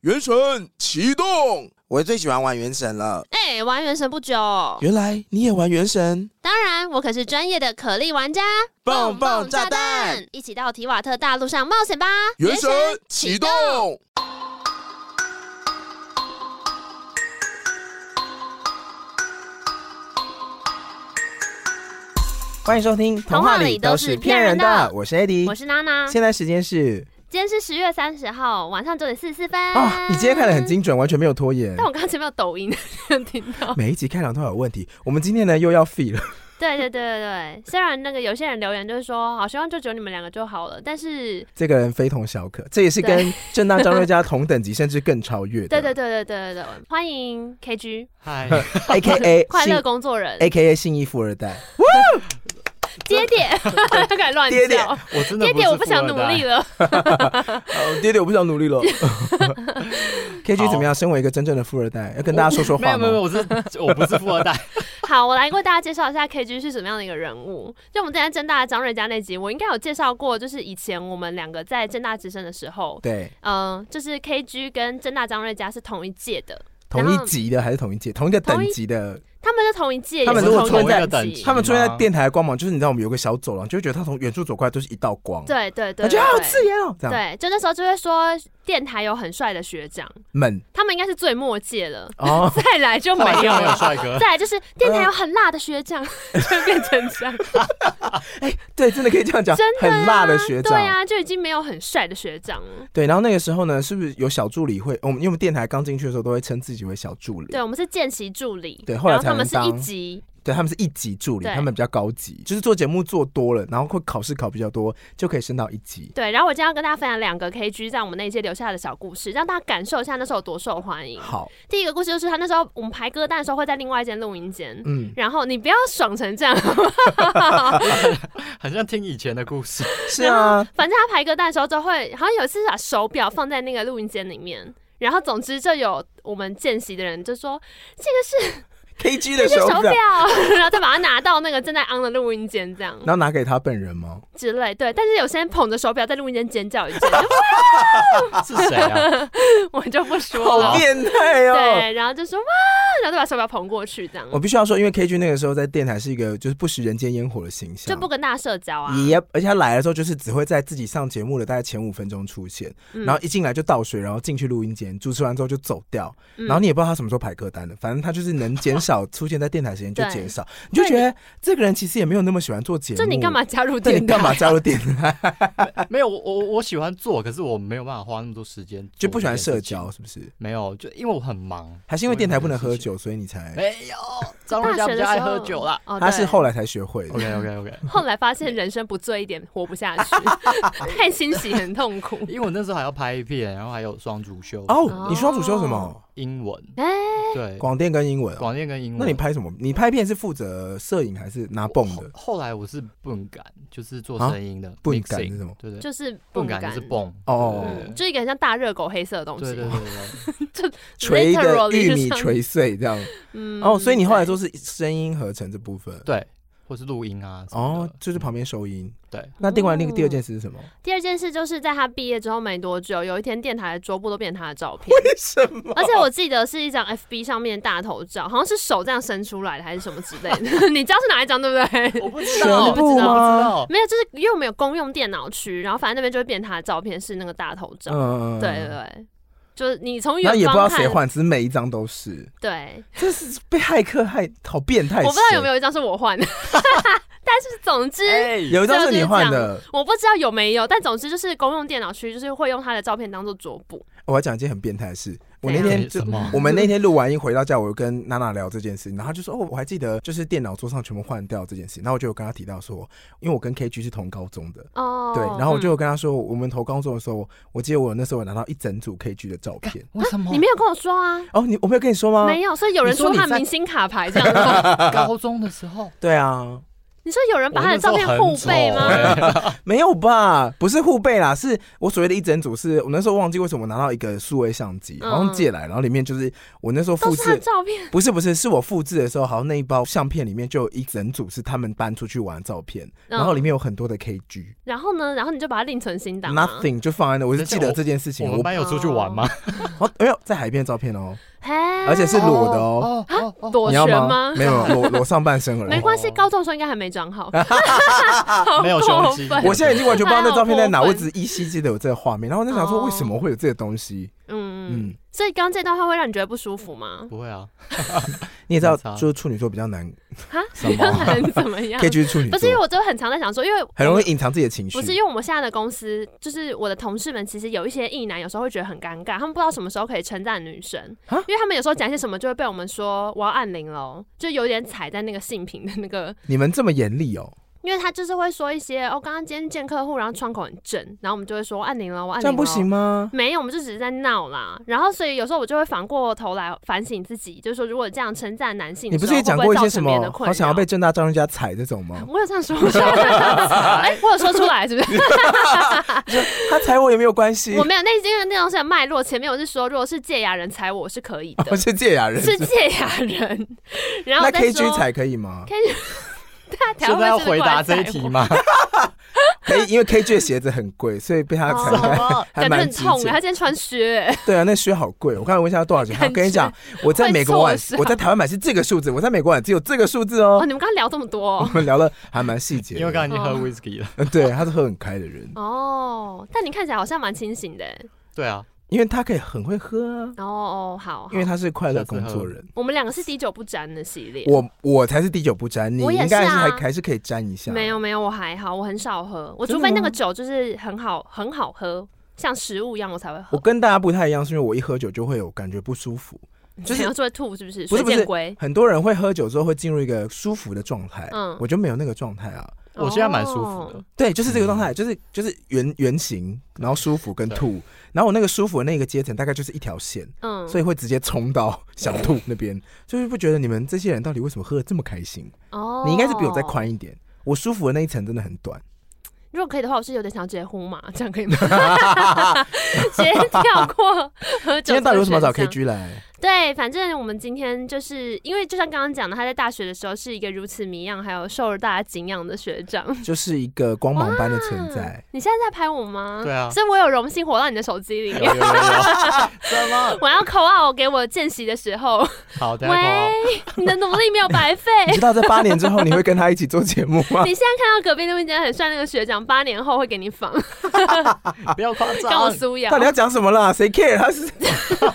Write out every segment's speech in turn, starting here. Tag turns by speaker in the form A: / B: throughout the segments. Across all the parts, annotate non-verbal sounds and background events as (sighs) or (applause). A: 原神启动。
B: 我最喜欢玩原神了。
C: 哎、玩原神不久，
B: 原来你也玩原神？
C: 当然我可是专业的可莉玩家。
B: 蹦蹦炸弹，
C: 一起到提瓦特大陆上冒险吧！
A: 原神启动。
D: 欢迎收听《
C: 童话里都是骗人的
D: 我是 AD，
C: 我是娜娜，今
D: 现在时间是
C: 天是十月三十号晚上九点四十四分。
D: 啊，你今天看的很，精准，完全没有拖延
C: 但。我刚刚前面有抖音 (laughs) 听到。
D: 每一集开场都有问题，我们今天呢又要 fee 了。
C: 对对对对对，虽然那个有些人留言就是说，好希望就只有你们两个就好了，但是。
D: 这个人非同小可，这也是跟正当张瑞佳同等级，甚至更超越的。
C: 对对对对对对对，欢迎 KG
E: (laughs) 嗨，
D: ，A K A
C: (laughs)
D: 哎
C: 快乐工作人
D: A K A 信义富二代。
C: 爹爹，
D: 哎
C: (laughs) 他敢乱
D: 爹爹
C: 叫，
E: 我真的
C: 爹爹，我不想努
D: 啊
C: 力
E: 了。
C: 了。
D: 哦，爹爹，我不想努力了。K G 怎么样？身为一个真正的富二代，要跟大家说说
E: 没
D: 话
E: 有没有，没有
D: 吗？
E: 我是我不是富二代，
C: 好，我来为大家介绍一下 KG 是什么样的一个人物。就我们之前正大的张瑞佳那集，我应该有介绍过，就是以前我们两个在正大之声的时候，
D: 对，
C: 嗯、就是 KG 跟正大张瑞佳是同一届的，
D: 同一级的还是同一届，同一个等级的。
C: 他们是同一届，
D: 他们
C: 也是
D: 如果
C: 同一
D: 同一
C: 个
E: 个
C: 等
E: 等
C: 级
E: 级
D: 他们出现在电台的光芒，就是你知道我们有个小走廊，就会觉得他从远处走过来都是一道光，
C: 对对
D: 感
C: 对
D: 觉好刺眼哦。这样
C: 对，就那时候就会说电台有很帅的学长，
D: 闷
C: 他们应该是最末届了， (laughs)
D: 哦， (laughs)
C: 再来就 (laughs) 没
E: 没
C: 有
E: 有没有
C: 了。
E: 帅哥，
C: 再来就是电台有很辣的学长，就变成这样，
D: 对，真的可以这样讲，
C: 真的、啊、
D: 很辣的学
C: 对
D: 长。
C: 啊，就已经没有很帅的学长了。
D: 对，然后那个时候呢，是不是有小助理会？我们因为我们电台刚进去的时候都会称自己为小助理
C: 对，，我们是见习助理，
D: 对后来
C: 然后他们
D: 才
C: 是
D: 能
C: 一
D: 当
C: 级，
D: 对，他们是一级助理，
C: 对
D: 他们比较高级，就是做节目做多了，然后会考试考比较多，就可以升到一级。
C: 对。然后我今天要跟大家分享两个 KG 在我们那一届留下的小故事，让大家感受一下那时候有多受欢迎。
D: 好，
C: 第一个故事就是他那时候我们排歌单的时候会在另外一间录音间。
D: 嗯，
C: 然后你不要爽成这样， (laughs)
E: 很像听以前的故事。
D: (laughs) 是啊，
C: 反正他排歌单的时候就会，好像有一次把手表放在那个录音间里面，然后总之就有我们见习的人就说这个是
D: KG
C: 这
D: 的
C: 是
D: 手
C: 手
D: 表
C: 表，，然后再把它拿到那个正在 on 的录音间这样
D: 然后拿给他本人吗？
C: 之类，对。但是有些人捧着手表在录音间尖叫一阵，
E: 是谁啊？
C: (laughs) 我就不说
D: 好
C: 了。
D: 变态哦！
C: 啊对，然后就说哇，然后就把手表捧过去，这样
D: 我必须要说，因为 KG 那个时候在电台是一个就是不食人间烟火的形象，
C: 就不跟大家社交啊。
D: 也，而且他来的时候就是只会在自己上节目的大概前五分钟出现，
C: 嗯
D: 然后一进来就倒水，然后进去录音间，主持完之后就走掉，
C: 嗯
D: 然后你也不知道他什么时候排歌单的，反正他就是能减
C: (laughs)
D: 少出现在电台时间就
C: 对
D: 减少，你就觉得这个人其实也没有那么喜欢做节目，
C: 就你干？嘛加入啊
D: 对，
C: 电
D: 你干嘛
C: 台？
D: 加入
C: (laughs)
D: 电台？
E: 没有，我我我喜欢做，可是我没有办法花那么多时间，
D: 就不喜欢社交，。是不是？
E: 没有，就因为我很忙，
D: 还是因为电台不能喝？酒，所以你才？
E: 没 (laughs) 有，张
C: 大
E: 瑞佳
C: 学
E: 比
C: 的
E: 较
C: 时
E: 爱
C: 候
E: 喝酒啦。
C: 哦，
D: 他是
C: 对
D: 后来才学会的。
E: OK OK OK，
C: 后来发现人生不醉一点活不下
D: (laughs)
C: 去，太欣喜很痛苦。
E: (laughs) 因为我那时候还要拍片，然后还有双主修
D: 哦，你双主修什么
C: 哦？
E: 英文，
C: (laughs) 哎，
E: 对，
D: 广电跟英文、哦。
E: 广电跟英文。
D: 那你拍什么？你拍片是负责摄影还是拿泵的？
E: 后来我是蹦感，就是做
D: 啊
E: 声音的，
D: 蹦感是什么？
E: 对对，
C: 就是
E: 蹦
C: 感
E: 感就是蹦
D: 哦
C: 嗯，就一个很像大热狗黑色的东
E: 对对
C: 西
E: 对。对
D: 锤一个
C: literally
D: 玉
C: 就
D: 米
C: 像
D: 锤碎这样。
C: 嗯
D: 哦，所以你后来都是声音合成这部分。
E: 对，对，或是录音啊什么
D: 哦
E: 的，，
D: 就是旁边收音。
E: 对，
D: 那另外那个
C: 哦
D: 第二件事是什么？
C: 第二件事就是在他毕业之后没多久，有一天电台的桌布都变成他的照片，
D: 为什么？
C: 而且我记得是一张 FB 上面的大头照，好像是手这样伸出来的，还是什么之类的。 (laughs) 你知道是哪一张对不对？
E: 我不知
D: 道全部吗
E: 吗？
C: (laughs) 没有，就是因为我们有公用电脑区，然后反正那边就会变他的照片是那个大头照，
D: 嗯，
C: 对对。对，就是你从
D: 然后
C: 远
D: 也不知道
C: 方
D: 谁
C: 看，
D: 换，只是每一张都是，
C: 对，
D: 这是被骇客害，好变态。
C: 我不知道有没
D: 有，
C: 有一张是
D: (laughs)
C: 我换的，但是总之。
E: 哎，
D: 有一张是你换的。
C: 我不知道有没有，但总之就是公用电脑区，就是会用他的照片当做桌布。
D: 我要讲一件很变态的事，我那
C: 怎样
D: 天就
E: 什么
D: 我们那天录完音回到家，我就跟娜娜聊这件事，然后她就说哦，我还记得就是电脑桌上全部换掉这件事，然后我就有跟她提到说，因为我跟 KG 是同高中的。
C: 哦，
D: 对，然后我就
C: 嗯、
D: 有跟她说，我们投高中的时候，我记得我那时候有拿到一整组 KG 的照
C: (laughs)
D: 片。
E: 为什么
C: 嗯你没有跟我说啊，
D: 嗯哦，你我没有跟你说吗？
C: 没有，所以有人
E: 你说
C: 说
E: 你
C: 他
E: 在
D: (laughs)
C: 明星卡牌这样吗？
E: 高中的时候
D: 对啊，
C: 你说有人把
E: 啊
C: 他的
E: 我那时
C: 照
E: 候
C: 片
E: 很
C: 互
E: 丑
C: 背
D: 哎
C: 吗？
D: (laughs)
E: 欸
D: 没有吧？不是互背啦，是我所谓的一整组是，我那时候忘记为什么拿到一个数位相机，
C: 嗯
D: 好像借来，然后里面就是我那时候
C: 都
D: 复
C: 是他的
D: 制，
C: 照片，
D: 不是不是，是我复制的时候，好像那一包相片里面就有一整组是他们搬出去玩的照片，
C: 嗯
D: 然后里面有很多的 KG，nothing、
C: 然后呢，然后你就把它另存新档啊。
D: Nothing 就放在那，我就记得这件事情，
E: 我
D: 我
E: 们班有出去玩吗？
D: 哦，没有在海边的照片哦，
C: 嘿，
D: 而且是裸的哦，
E: 哦哦哦
C: 躲
D: 你
C: 全
D: 要
C: 吗？
D: 没有裸
C: (laughs)
D: 裸上半身而
C: 没
D: 已。
C: 关系，高中的时候应该还没
D: (laughs)
C: 长好，
E: 没有
C: 好
E: 胸
C: 过
E: 肌
C: 分 (laughs)
D: 我现在已经完全不知道那照片在哪，
C: 还好
D: 我
C: 过分
D: 只依稀记得有这个画面，然后我就想说
C: 哦
D: 为什么会有这个东西？
C: 嗯，
D: 嗯，
C: 所以刚刚这段话会让你觉得不舒服吗？
E: 不会啊，
D: 你也知道
E: 没，差
D: 就是处女座比较难，
C: 哈，
E: 什
C: 比
E: 么
C: 较 (laughs) 难怎么样
D: 可以？去处女
C: 不
D: 座，
C: 是因为我就很常在想说，因为
D: 很容易隐藏自己的情绪
C: 不。是因为我们现在的公司，就是我的同事们，其实有一些异男，有时候会觉得很尴尬，他们不知道什么时候可以称赞女生，
D: 啊
C: 因为他们有时候讲一些什么就会被我们说我要按铃喽，就有点踩在那个性平的那个，
D: 你们这么严厉哦，
C: 因为他就是会说一些哦，刚刚今天见客户，然后窗口很正，然后我们就会说按铃喽，我按
D: 这样
C: 铃喽。
D: 不行吗？
C: (laughs) 没啊有，我们哦就只是在闹啦。然后，所以有时候我就会反过头来反省自己，就是说，如果这样称赞男性
D: 你
C: 的
D: 不
C: 时候，
D: 是也讲
C: 会
D: 过
C: 不会
D: 一
C: 造
D: 些什
C: 成别人的
D: 么
C: 困
D: 好
C: 扰？
D: 想要被正大照人家踩这种吗？
C: (laughs) 我有这样说过， (laughs) 哎、我有说出来
D: (laughs)
C: 是不是？
D: 他踩我也没有关系
C: 我，没有，那因为那种是有脉络，前面我是说，如果是戒牙人踩我是可以的
D: (laughs) 我，哦是借牙人。
C: 是戒牙人。然
D: 那
C: 后我再说
D: KG 踩可以吗？
C: 他台
E: 现
C: 湾
E: 在要
C: 会不
E: 回
C: 会
E: 答
C: 过
E: 这
C: 来
E: 一
C: 踩
E: 题
C: 我
E: 吗？
D: 可以，因为 KG 的鞋子很贵，所以被他踩应该
C: (laughs) 哦
D: 还
C: 感觉
D: 蛮
C: 很
D: 直
C: 痛
D: 接
C: 哎，他今天穿靴，欸
D: (laughs) 对啊，那靴好贵，我刚才问一下多
C: (laughs)
D: 少钱，
C: 感
D: 他
C: 觉
D: 跟你讲，我在美国
C: 会
D: 买
C: 受，伤
D: 我在台湾买是这个数字，我在美国买只有这个数字
C: 哦，
D: 哦。
C: 你们刚刚聊这么多
D: 我
C: 哦
D: 们聊的还蛮细节的，
E: 因为刚才已经喝
C: 哦
E: whisky 了。
D: 嗯 (laughs) 对，他是喝很开的人，
C: 哦，但你看起来好像蛮清醒的哎
E: 对啊，
D: 因为他可以很会喝啊，
C: 哦哦，好，好
D: 因为他是快乐工作人。
C: 我们两个是滴酒不沾的系列。
D: 我我才是滴酒不沾，你
C: 我也
D: 应该还
C: 是啊
D: 还还是可以沾一下。
C: 没有没有，我还好，我很少喝，我
D: 真
C: 除
D: 的
C: 非那
D: 吗
C: 个酒就是很好很好喝，像食物一样我才会
D: 我
C: 喝。
D: 跟大家不太一样，是因为我一喝酒就会有感觉不舒服。就是
C: 你要就会吐是不是？
D: 不是
C: 水
D: 不是
C: 箭龟，
D: 很多人会喝酒之后会进入一个舒服的状态，
C: 嗯
D: 我就没有那个状态啊。
E: 我现在蛮舒服的
C: 哦。
D: 对，就是这个状态，就是就是圆圆形，然后舒服跟吐，然后我那个舒服的那个阶层大概就是一条线，
C: 嗯，
D: 所以会直接冲到想吐那边，就是不觉得你们这些人到底为什么喝的这么开心？
C: 哦，
D: 你应该是比我再。宽一点，我舒服的那一层真的很短。
C: 如果可以的话，我是有点想要直接呼嘛，这样可
D: (laughs)
C: 以吗？直接跳过喝
D: 今
C: 酒。
D: 天到底为什么要找 KG 来？
C: 对，反正我们今天就是因为，就像刚刚讲的，他在大学的时候是一个如此迷样，还有受大家敬仰的学长。 (laughs)
D: 就是一个光芒般的存在。
C: 你现在在拍我吗？
E: 对啊
C: 所以我有荣幸活到你的手机里面。 (laughs)
E: 有有有有什么？
C: 我要口啊！我给我见习的时候，
E: 好，等一下
C: 喂
E: 口，
C: 你的努力没有白费。 (laughs)
D: 你知道在八年之后你会跟他一起做节目吗？
C: 你现在看到隔壁那边很帅那个学长，八年后会给
D: (laughs)
C: 你仿，
E: 号不要夸
C: 跟我
E: 张。
C: 苏瑶
D: 到底。要讲什么啦？谁 care？他是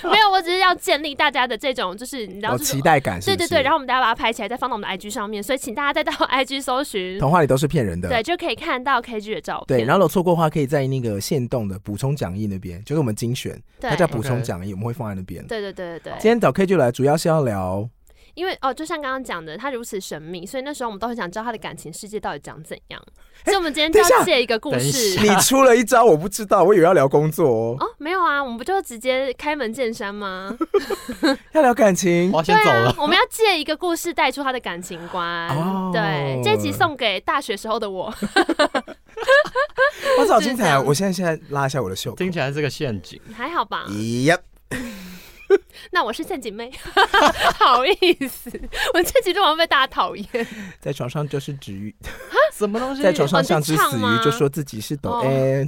C: 没有，我只是要建立大家的这种，就是你知道，
D: 有
C: 就是
D: 哦期待感是
C: 对
D: 不
C: 对
D: 是，
C: 对，然后我们大家把它拍起来，再放到我们的 IG 上面。所以请大家再到 IG 搜寻，
D: 童话里都是骗人的。
C: 对，就可以看到 KG 的照
D: 对，
C: 片。
D: 然后如果错过的话，可以在那个限动的补充讲义那边，就是我们精选，
C: 对
D: 它叫补充
E: OK
D: 讲义，我们会放在那边。
C: 对对对对
D: 今
C: 对，
D: 天找 K 就来，主要是要聊
C: (laughs) 因为哦，就像刚刚讲的，他如此神秘，所以那时候我们都很想知道他的感情世界到底长怎样。所以我们今天就
D: 哎等一
C: 要
D: 下
C: 借一个故
E: 等一
C: 事
E: 下
D: 你出了一招，我不知道，我以为要聊工作哦，
C: 哦，没有啊，我们不就直接开门见山吗？
D: 要聊感情
E: 我。要先走
C: 对啊 (laughs)
E: 了。，
C: 我们要借一个故事带出他的感情观。
D: 哦
C: 对，这集送给大学时候的
D: (laughs)
C: 我。
D: 哇，这好
C: 就是
D: 精
C: 这
D: 彩啊！
C: 样
D: 我现在现在拉一下我的袖口。
E: 听起来是个陷阱。
C: 还好吧？
D: 咦呀，
C: 那我是陷阱妹， (laughs) 好意思，我这集录完被大家讨厌。
D: 在床上就是止于，
E: 什么东西？
D: 在床上
C: 哦
D: 像
C: 你
D: 只
C: 唱
D: 死
C: 吗
D: 鱼，就说自己是抖
C: 哦 (laughs)
D: N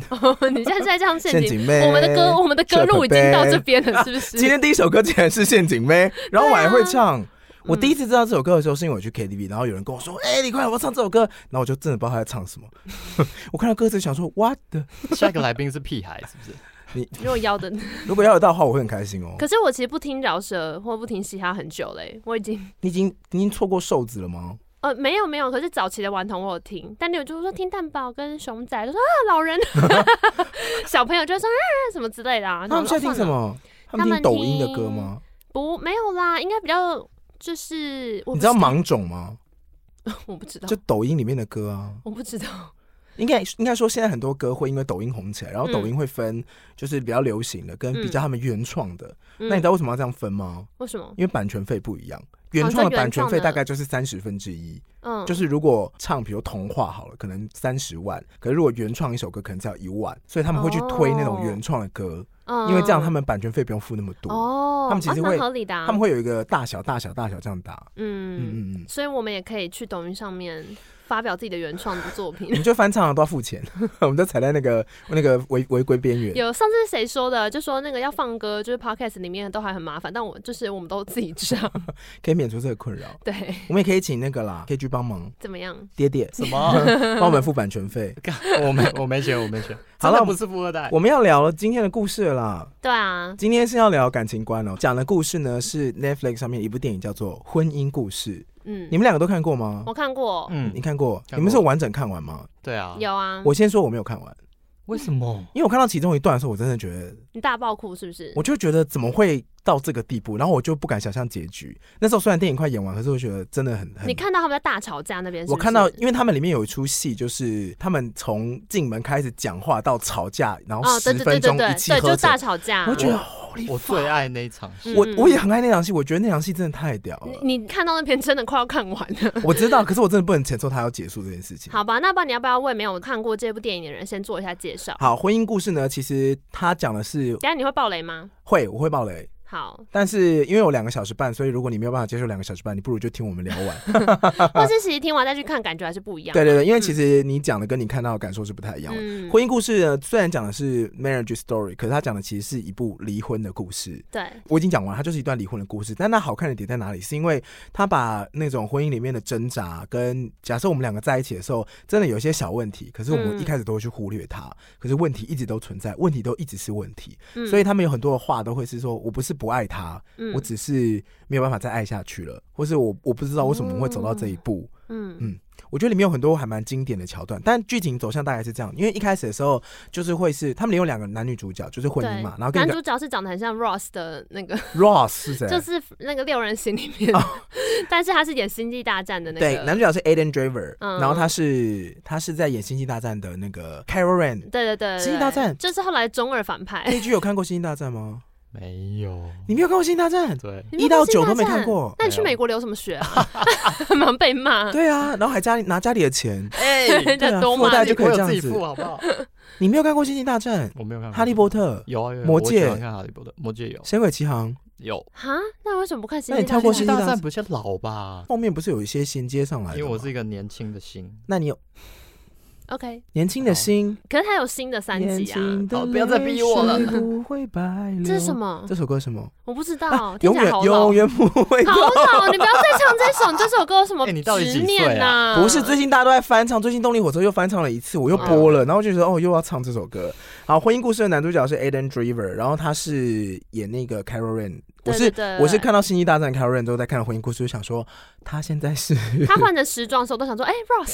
C: 你现在在这样陷
D: 陷
C: 阱。
D: 阱妹。
C: 我们的歌，我们的歌路已经到这
D: 边。
C: 边了，是不是？
D: 今天第一首歌竟然是陷阱
C: (laughs)
D: 妹，然后我还会
C: 啊
D: 唱。我第一次知道这首歌的时候，是因为我去 KTV，然后有人跟我
C: 嗯
D: 说：“哎、你快来，我要唱这首歌。”然后我就真的不知道他在唱什么。 (laughs) 我看到歌词想说：“What？the-
E: 下一个来宾是屁孩，是不是？
C: 如果要的，
D: 如果要得到的话，我会很开心哦。
C: 可是我其实不听饶舌或不听嘻哈很久嘞、我已经”
D: 你已经你已经错过瘦子了吗？
C: 呃没有没有，可是早期的顽童我有听，但你有就是说听蛋堡跟熊仔，就说啊
D: (laughs)
C: 老人，小朋友就会说啊什么之类的、啊。
D: 他们现在听什
C: 么？
D: 么？他
C: 他
D: 们
C: 们
D: 听抖音的歌吗？
C: 不，没有啦，应该比较就是我不
D: 你知道
C: 道
D: 盲种吗？
C: 我不知道
D: 就，抖音里面的歌啊。
C: 我不知道。
D: 应该应该说现在很多歌会因为抖音红起来，然后抖
C: 嗯
D: 音会分就是比较流行的跟比较他们原创的。
C: 嗯
D: 那你知道为什么要这样分吗？
C: 为什么？
D: 因为版权费不一样。原创的版权
C: 原创
D: 费
C: 的
D: 大概就是三十分之一，
C: 嗯，
D: 就是如果唱比如童话好了，可能三十万，可是如果原创一首歌可能只要一万，所以他们会去推那种
C: 哦
D: 原创的歌，
C: 嗯
D: 因为这样他们版权费不用付那么多，
C: 哦，
D: 他们其
C: 啊
D: 实
C: 蛮
D: 会
C: 合理的啊，
D: 他们会有一个大小大小大小这样打，嗯
C: 嗯，
D: 嗯嗯，
C: 所以我们也可以去抖音上面发表自己的原创的作品
D: (laughs) 你。就翻唱了都要付钱， (laughs) 我们就踩在那个那个违违规边缘，
C: 有上次是谁说的？就说那个要放歌，就是 podcast 里面都还很麻烦，但我就是我们都自己唱。
D: (laughs) 可以免除这个困扰。
C: 对，
D: 我们也可以请那个啦，KG 帮忙，
C: 怎么样？
D: 爹爹
E: 什么？
D: (laughs) 帮我们付版权费。
E: 我没我没钱，我没钱。
D: 好
E: 真
D: 了
E: 的不是富二代。
D: 我们要聊今天的故事了啦，
C: 对啊，
D: 今天是要聊感情观哦。讲的故事呢是 Netflix 上面一部电影叫做《婚姻故事》，
C: 嗯
D: 你，们两个都看过吗？
C: 我看过，
E: 嗯
D: 你，看过？
E: 看过
D: 你们是有完整看完吗？
E: 对啊。
C: 有啊，
D: 我先说我没有看完，
E: 为什么？
D: 因为我看到其中一段的时候，我真的觉得，
C: 你大爆哭是不是？
D: 我就觉得怎么会到这个地步，然后我就不敢想象结局。那时候虽然电影快演完，可是我觉得真的很很
C: 你看到他们在大吵架那边是不
D: 我
C: 是，
D: 看到，因为他们里面有一出戏，就是他们从进门开始讲话到吵架，然后
C: 哦，
D: 十
C: 对对
D: 分
C: 对对
D: 钟
C: 对
D: 一，气
C: 对，就
D: 呵成
C: 大。吵架。
D: 我觉得
E: 我
D: 好厉害
E: 我最爱那一场戏。
D: 我
C: 嗯
D: 我也很爱那场戏，我觉得那场戏真的太屌
C: (laughs)
D: 了。
C: 你你看到那篇真的快要看完了。 (laughs)
D: 我知道，可是我真的不能承受它要结束这件事情。
C: 好吧，那不然你要不要为没有看过这部电影的人先做一下介绍？
D: 好，婚姻故事呢，其实它讲的是
C: 等一下你会爆雷吗？
D: 会我会爆雷， (laughs)
C: 好，
D: 但是因为我两个小时半，所以如果你没有办法接受两个小时半，你不如就听我们聊
C: (laughs)
D: 完。
C: 或是其实听完再去看，感觉还是不一样。
D: 对对对，因为其实你讲的跟你看到的感受是不太一样的。
C: 嗯，
D: 婚姻故事呢，虽然讲的是 marriage story，可是它讲的其实是一部离婚的故事。
C: 对，
D: 我已经讲完，它就是一段离婚的故事。但它好看的点在哪里？是因为它把那种婚姻里面的挣扎，跟假设我们两个在一起的时候，真的有一些小问题，可是我们
C: 嗯
D: 一开始都会去忽略它，可是问题一直都存在，问题都一直是问题。
C: 嗯
D: 所以他们有很多的话都会是说，我不是不爱他，
C: 嗯
D: 我只是没有办法再爱下去了，或是我我不知道为什么会走到这一步。
C: 嗯
D: 嗯我觉得里面有很多还蛮经典的桥段，但剧情走向大概是这样，因为一开始的时候就是会是他们有两个男女主角，就是婚姻
C: 对
D: 嘛，，然后跟
C: 男
D: 一个
C: 主角是长得很像 Ross 的那个，
D: Ross 是谁？
C: (laughs) 就是那个六人行里面， (laughs) 但是他是演《星际大战》的那
D: 哦对，
C: 个，
D: 男主角是 Aiden Driver，、
C: 嗯
D: 然后他是他是在演《星际大战》的那个 Carol r a
C: (laughs)
D: n
C: 对对对对，
D: 星际大战
C: 就是后来中二反派，
D: A G 有看过《星际大战》吗？
E: 没有。
D: 你没有看过《星际大战》？
E: 对，
C: 你
D: (laughs) 一
C: 没看
D: 到
C: 过
D: 九都
C: 星际
D: 没
C: 大战
D: 看。过。
C: 那你去美国留什么学啊？ (laughs) 忙被骂，
D: 对啊，然后还家里拿家里的钱。
E: 哎 (laughs)
C: 人
D: 对
C: 家
D: 啊
C: 多
D: 附带
C: 骂
D: 就
C: (laughs) 你。
D: 可以
E: 我有
D: 这样
E: 自己
D: 子
E: 付好不好？
D: 你没有看过《星际大战》《
E: 我没有看过。
D: 哈利波特》
E: 有啊有啊，
D: 魔
E: 我喜
D: 戒
E: 欢看哈利波特，魔戒有
D: 《神鬼奇航》？
E: 有。
C: 哈，那为什么不看《星
D: 那
C: 际
D: 你
C: 大
D: 跳
C: 战》？
D: 过星际
E: 大
D: 大战
E: 战不是老吧？
D: 后面不是有一些衔接上来
E: 因
D: 的？
E: 为我是，一个年轻的心。
D: 那你有
C: OK，
D: 年轻的心，
C: 可是他有新的三
D: 年
C: 哦集啊，
D: 轻的
E: 好不要再逼我了
D: 泪水不会白流
C: 这是什？么？
D: 这首歌是什么？啊
C: 我不知道，听
D: 永
C: 起来
D: 远
C: 好老
D: 永。远不
C: (laughs)
D: 会
C: 好老，你不要再唱这首，你这首歌有什么
E: (laughs) 哎你到底
C: 执
E: 几岁啊
C: 念呐？
D: 不是，最近大家都在翻唱，最近动力火车又翻唱了一次，我又播
C: 嗯
D: 了，然后就觉得哦，又要唱这首歌。好，婚姻故事的男主角是
C: 嗯
D: Aden Driver，然后他是演那个 Carol r a n 我
C: 对
D: 是
C: 对对
D: 我是看到《星际大战》Carol r a n 之后，再看了婚姻故事，就想说他现在是
C: (laughs) 他换成时装的时候都想说，哎，Ross，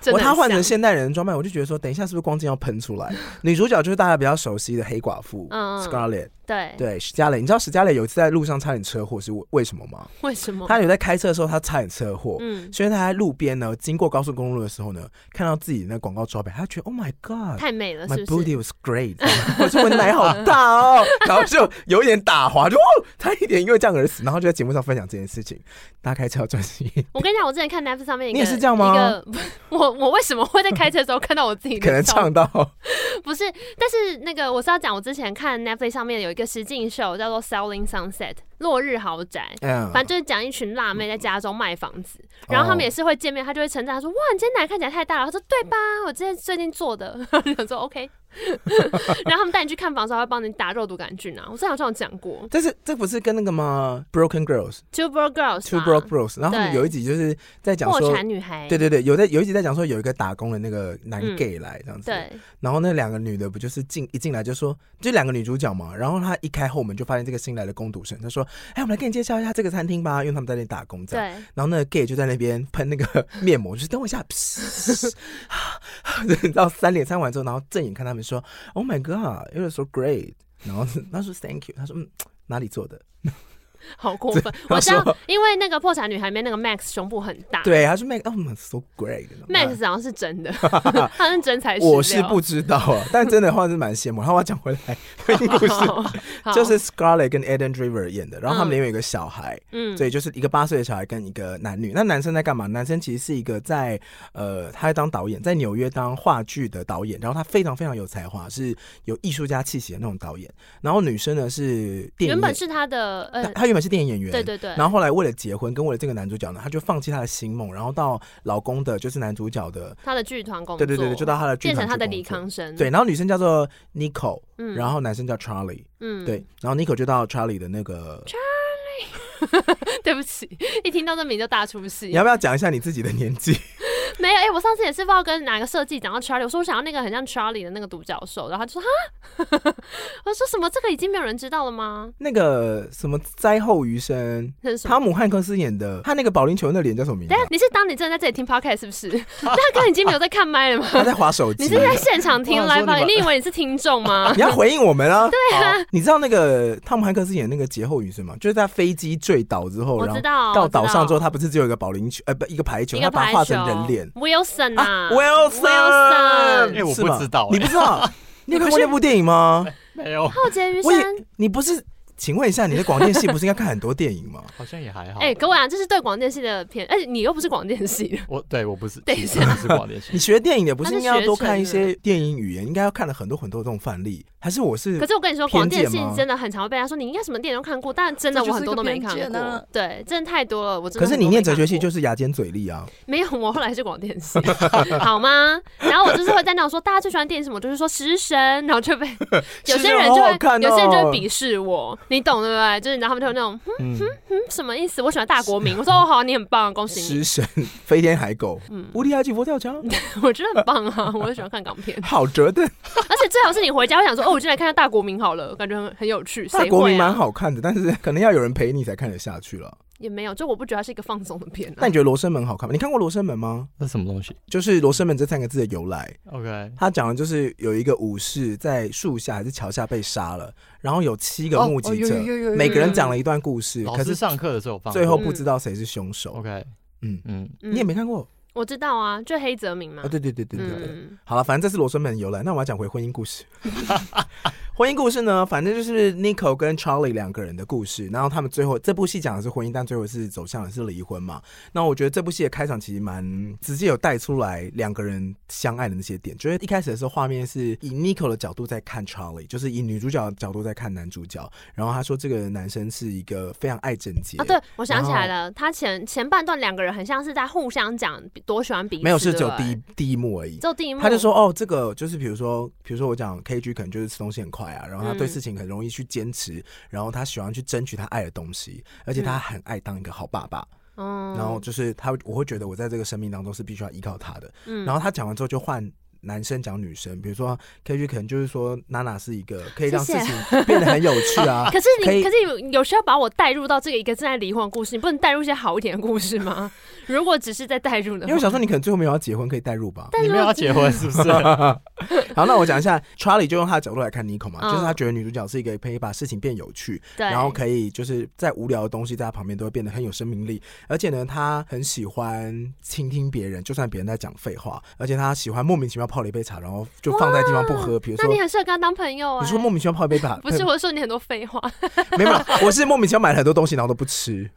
C: 真
D: (laughs) 我
C: 的
D: 他换成
C: 很像
D: 现代人的装扮，我就觉得说，等一下是不是光镜要喷出来？女主角就是大家比较熟悉的黑寡妇
C: 嗯嗯
D: Scarlett，
C: 对，
D: 对史嘉蕾。你知道史嘉蕾有一次在路上差点车祸是为为什么吗？
C: 为什么？
D: 她有在开车的时候，她差点车祸，
C: 嗯，
D: 所以他在路边呢，经过高速公路的时候呢，看到自己那广告招牌，他觉得 Oh my God。
C: 太美了，
D: My
C: 是不是？
D: booty was great，我说我奶好大哦，然后就有一点打滑，就 (laughs) 哦，差一点因为这样而死，然后就在节目上分享这件事情，大家开车要专心，
C: 我跟你讲，我之前看 Netflix 上面一
D: 你
C: 个，
D: 也是这样吗
C: 一个 (laughs) 我我为什么会在开车的时候看到我自己的
D: 可能
C: 照
D: 唱
C: (laughs)
D: 到
C: 不是，但是那个我是要讲，我之前看 Netflix 上面有一个实境秀叫做《Selling Sunset》落日豪宅。
D: (laughs) 嗯，哦
C: 反正就是讲一群辣妹在家中卖房子，然后他们也是会见面，他就会称赞，他说：“哇，你今天奶看起来太大了。”他说：“对吧？我今天最近做的。” (laughs) 我说：“OK。”然后他们带你去看房的时候，还会帮你打肉毒杆菌啊。我之前好像有讲过
D: 但是这不是跟那个吗？Broken Girls
C: ，Two Broke Girls，
D: Two
C: 嘛
D: Broke Bros，然后他们
C: 对
D: 有一集就是在讲
C: 破
D: 说，
C: 产女孩，
D: 对对对，有在有一集在讲说有一个打工的那个男
C: 嗯
D: gay 来这样子，
C: 对
D: 然后那两个女的不就是进一进来就说，就两个女主角嘛，然后她一开后门就发现这个新来的工读生，她说：“哎，我们来给你介绍一下这个餐厅吧，因为他们在那里打工这样。”
C: 对，
D: 然后那个 gay 就在那边喷那个面膜，就是等我一下， (laughs) 噗你知道三连三完之后，然后正眼看他们说：“Oh my god, you're so great。”然后他说：“Thank you。”他说：“嗯，哪里做的？”
C: 好过分！
D: 他
C: 我知道
D: 说，
C: 因为那个破产女孩里面那个 Max 胸部很大，
D: 对，他说 Max，哦，I'm so great。
C: ，Max 好像是
D: (laughs)
C: 真的，他是真材实料。
D: 我是
C: (laughs)
D: 不知道啊，但真的话是蛮羡慕。然后我要讲回来，婚姻故事
C: 好
D: 就是 Scarlett 跟 Adam Driver 演的，然后他们
C: 嗯
D: 里面有一个小孩，
C: 嗯
D: 所以就是一个八岁的小孩跟一个男女。那男生在干嘛？男生其实是一个在呃，他在当导演，在纽约当话剧的导演，然后他非常非常有才华，是有艺术家气息的那种导演。然后女生呢是电影
C: 原
D: 演
C: 本是他的
D: 他
C: 呃，
D: 他原本是电影演员，
C: 对对对，
D: 然后后来为了结婚跟为了这个男主角呢，他就放弃他的新梦，然后到老公的，就是男主角的，
C: 他的剧团工
D: 对
C: 作，
D: 对对对，就到他的剧
C: 变
D: 团
C: 成他
D: 去
C: 的
D: 工
C: 李
D: 作
C: 康生，
D: 对，然后女生叫做 Nico，、
C: 嗯，
D: 然后男生叫 Charlie，、
C: 嗯，
D: 对，然后 Nico 就到 Charlie 的那个，
C: 对不起，一听到这名就大出戏
D: 你。要不要讲一下你自己的年纪？ (laughs)
C: 没有，哎、我上次也是不知道跟哪个设计讲到 Charlie，我说我想要那个很像 Charlie 的那个独角兽，然后他就说哈， (laughs) 我说什么这个已经没有人知道了吗？
D: 那个什么灾后余生，
C: 这是什么？
D: 汤姆汉克斯演的，他那个保龄球那脸叫什么名字
C: 等一
D: 啊、
C: (laughs) 下你是当你真的在这里听 podcast 是不 (laughs) 是？大哥已经没有在看麦了吗？
D: 他在划手
C: 你
D: 机
C: 是。在现场听
E: 我想
C: live
E: 说你
C: podcast？
E: 们
C: 你以为你是听
D: (laughs)
C: 众吗？
D: 你要回应我们
C: (laughs)
D: 啊！对
E: 啊，
D: 你知道那个汤姆汉克斯演那个劫后余生吗？就是在飞机坠倒之后，
C: 我
D: 然后
C: 知道，
D: 到
C: 我知道
D: 岛上之后，他不是只有一个保龄球，呃，不，一个排球，
C: 一
D: 他
C: 个
D: 把它
C: 排
D: 画
C: 球
D: 成人脸。
C: Wilson 啊
D: 啊，Wilson，
C: Wilson
E: 哎我
D: 是
E: 不
D: 吗
E: 知道
D: 你不知
E: (laughs)
D: 道？你有看过那部电影
C: (laughs)
D: 吗？
E: 没有，
C: 浩劫余
D: 我也
C: 生。，
D: 你不是？请问一下，你的广电系不是应该看很多电影吗？
E: 好像也还好。
C: 哎、各位啊，这是对广电系的片，而且你又不是广电系的，
E: 我对我不是，
C: 等一
E: 其实我不是广电
D: (laughs) 你
E: 系，
D: 学电影的不是应该要多看一
C: 他是
D: 些电影语言，应该要看了很多很多这种范例，还是我是
C: 可？是我跟你说，
D: 偏
C: 广电
D: 见
C: 系
D: 吗
C: 真的很常会被他 (laughs) 说你应该什么电影都看过，但真的
E: 这就是
C: 我很多都没看
E: 一个偏见
C: 过
E: 啊。
C: 对，真的太多了，我真
D: 可
C: 的。
D: 是你念哲学系就是是牙尖嘴利啊！
C: 没有，我后来是广电系， (laughs) 好吗？然后我就是会在那种说大家最喜欢电影什么，我就是说《食神》，然
D: (laughs)
C: 后就被有些人
D: 食神
C: 就
D: 好
C: 会
D: 好看哦
C: 有些人就会鄙视我，你懂对不对？就是你知道他们就有那种嗯
D: 嗯，
C: 嗯什么意思？我喜欢大国民，
D: (laughs)
C: 我说哦好，你很棒，恭喜你，
D: 食神、飞天海狗、
C: 嗯，
D: 无敌埃及佛跳墙、，
C: 我觉得很棒啊，我很喜欢看港
D: (laughs)
C: 片
D: 好折的
C: 而且最好是你回家会想说哦，我就来看看大国民好了，感觉很很有趣。
D: 大
C: 谁
D: 国
C: 会
D: 民蛮
C: 啊？
D: 好看的，但是 (laughs) 可能要有人陪你才看得下去了。
C: 也没有，就我不觉得它是一个放松的片啊
D: 那。你觉得《罗生门》好看吗？你看过《罗生门》吗？
E: 这是什么东西
D: 就是“罗生门”这三个字的由来。
E: ？OK，
D: 他讲的就是有一个武士在树下还是桥下被杀了，然后有七个
E: 哦
D: 目击者
E: 哦有有有有有，有
D: 每个人讲了一段故事，
E: 老
D: 可
E: 师
D: 是
E: 上课哦的时候放过。嗯
D: 最后不知道谁是凶手。
E: OK，
D: 嗯
E: 嗯，
C: 嗯
D: 你也没看过
C: 我知道啊，就黑泽明嘛。
D: 啊？对对对对对对。
C: 嗯，
D: 好了，反正这是罗生门的由来。那我要讲回婚姻故事。 (laughs) 婚姻故事呢，反正就是 Nico 跟 Charlie 两个人的故事。然后他们最后这部戏讲的是婚姻，但最后是走向的是离婚嘛。那我觉得这部戏的开场其实蛮直接，有带出来两个人相爱的那些点。就是一开始的时候，画面是以 Nico 的角度在看 Charlie，就是以女主角的角度在看男主角。然后他说这个男生是一个非常爱整洁
C: 啊，对，我想起来了，他前前半段两个人很像是在互相讲多喜欢彼此，
D: 没有是只
C: 对
D: 有
C: 不对
D: 第一第一幕而已
C: 只。有第一幕，
D: 他就说哦，这个就是比如说，比如说我讲 KG 可能就是吃东西很快啊，然后他
C: 嗯
D: 对事情很容易去坚持，然后他喜欢去争取他爱的东西，而且他很爱当一个好爸爸，
C: 嗯，
D: 然后就是他我会觉得我在这个生命当中是必须要依靠他的。
C: 嗯
D: 然后他讲完之后就换。男生讲女生，比如说 KG 可能就是说娜娜是一个可以让事
C: 谢谢
D: 情变得很有趣
C: (laughs)
D: 啊，
C: 可是
D: 可
C: 你，
D: 以
C: 可是有有需要把我带入到这个一个正在离婚的故事，你不能带入一些好一点的故事吗？ (laughs) 如果只是在带入呢
D: 因为？我想说你可能最后没有要结婚，可以代入
C: (laughs)
D: 吧。
E: 你们要结婚 (laughs) 是不是？
D: 好，那我讲一下 Charlie 就用他的角度来看 Nico 嘛，
C: 嗯
D: 就是他觉得女主角是一个可以把事情变有趣，
C: 对，
D: 然后可以就是在无聊的东西在他旁边都会变得很有生命力，而且呢，他很喜欢倾听别人，就算别人在讲废话，而且他喜欢莫名其妙泡了一杯茶，然后就放在地方不喝，比如
C: 那
D: 说
C: 你。很适合跟他当朋
D: (laughs)
C: 友啊、 (laughs)
D: 你说莫名其妙泡一杯茶，
C: 不是，我说你很多废话，
D: 没有，没有我是莫名其妙买了很多东西，然后都不吃。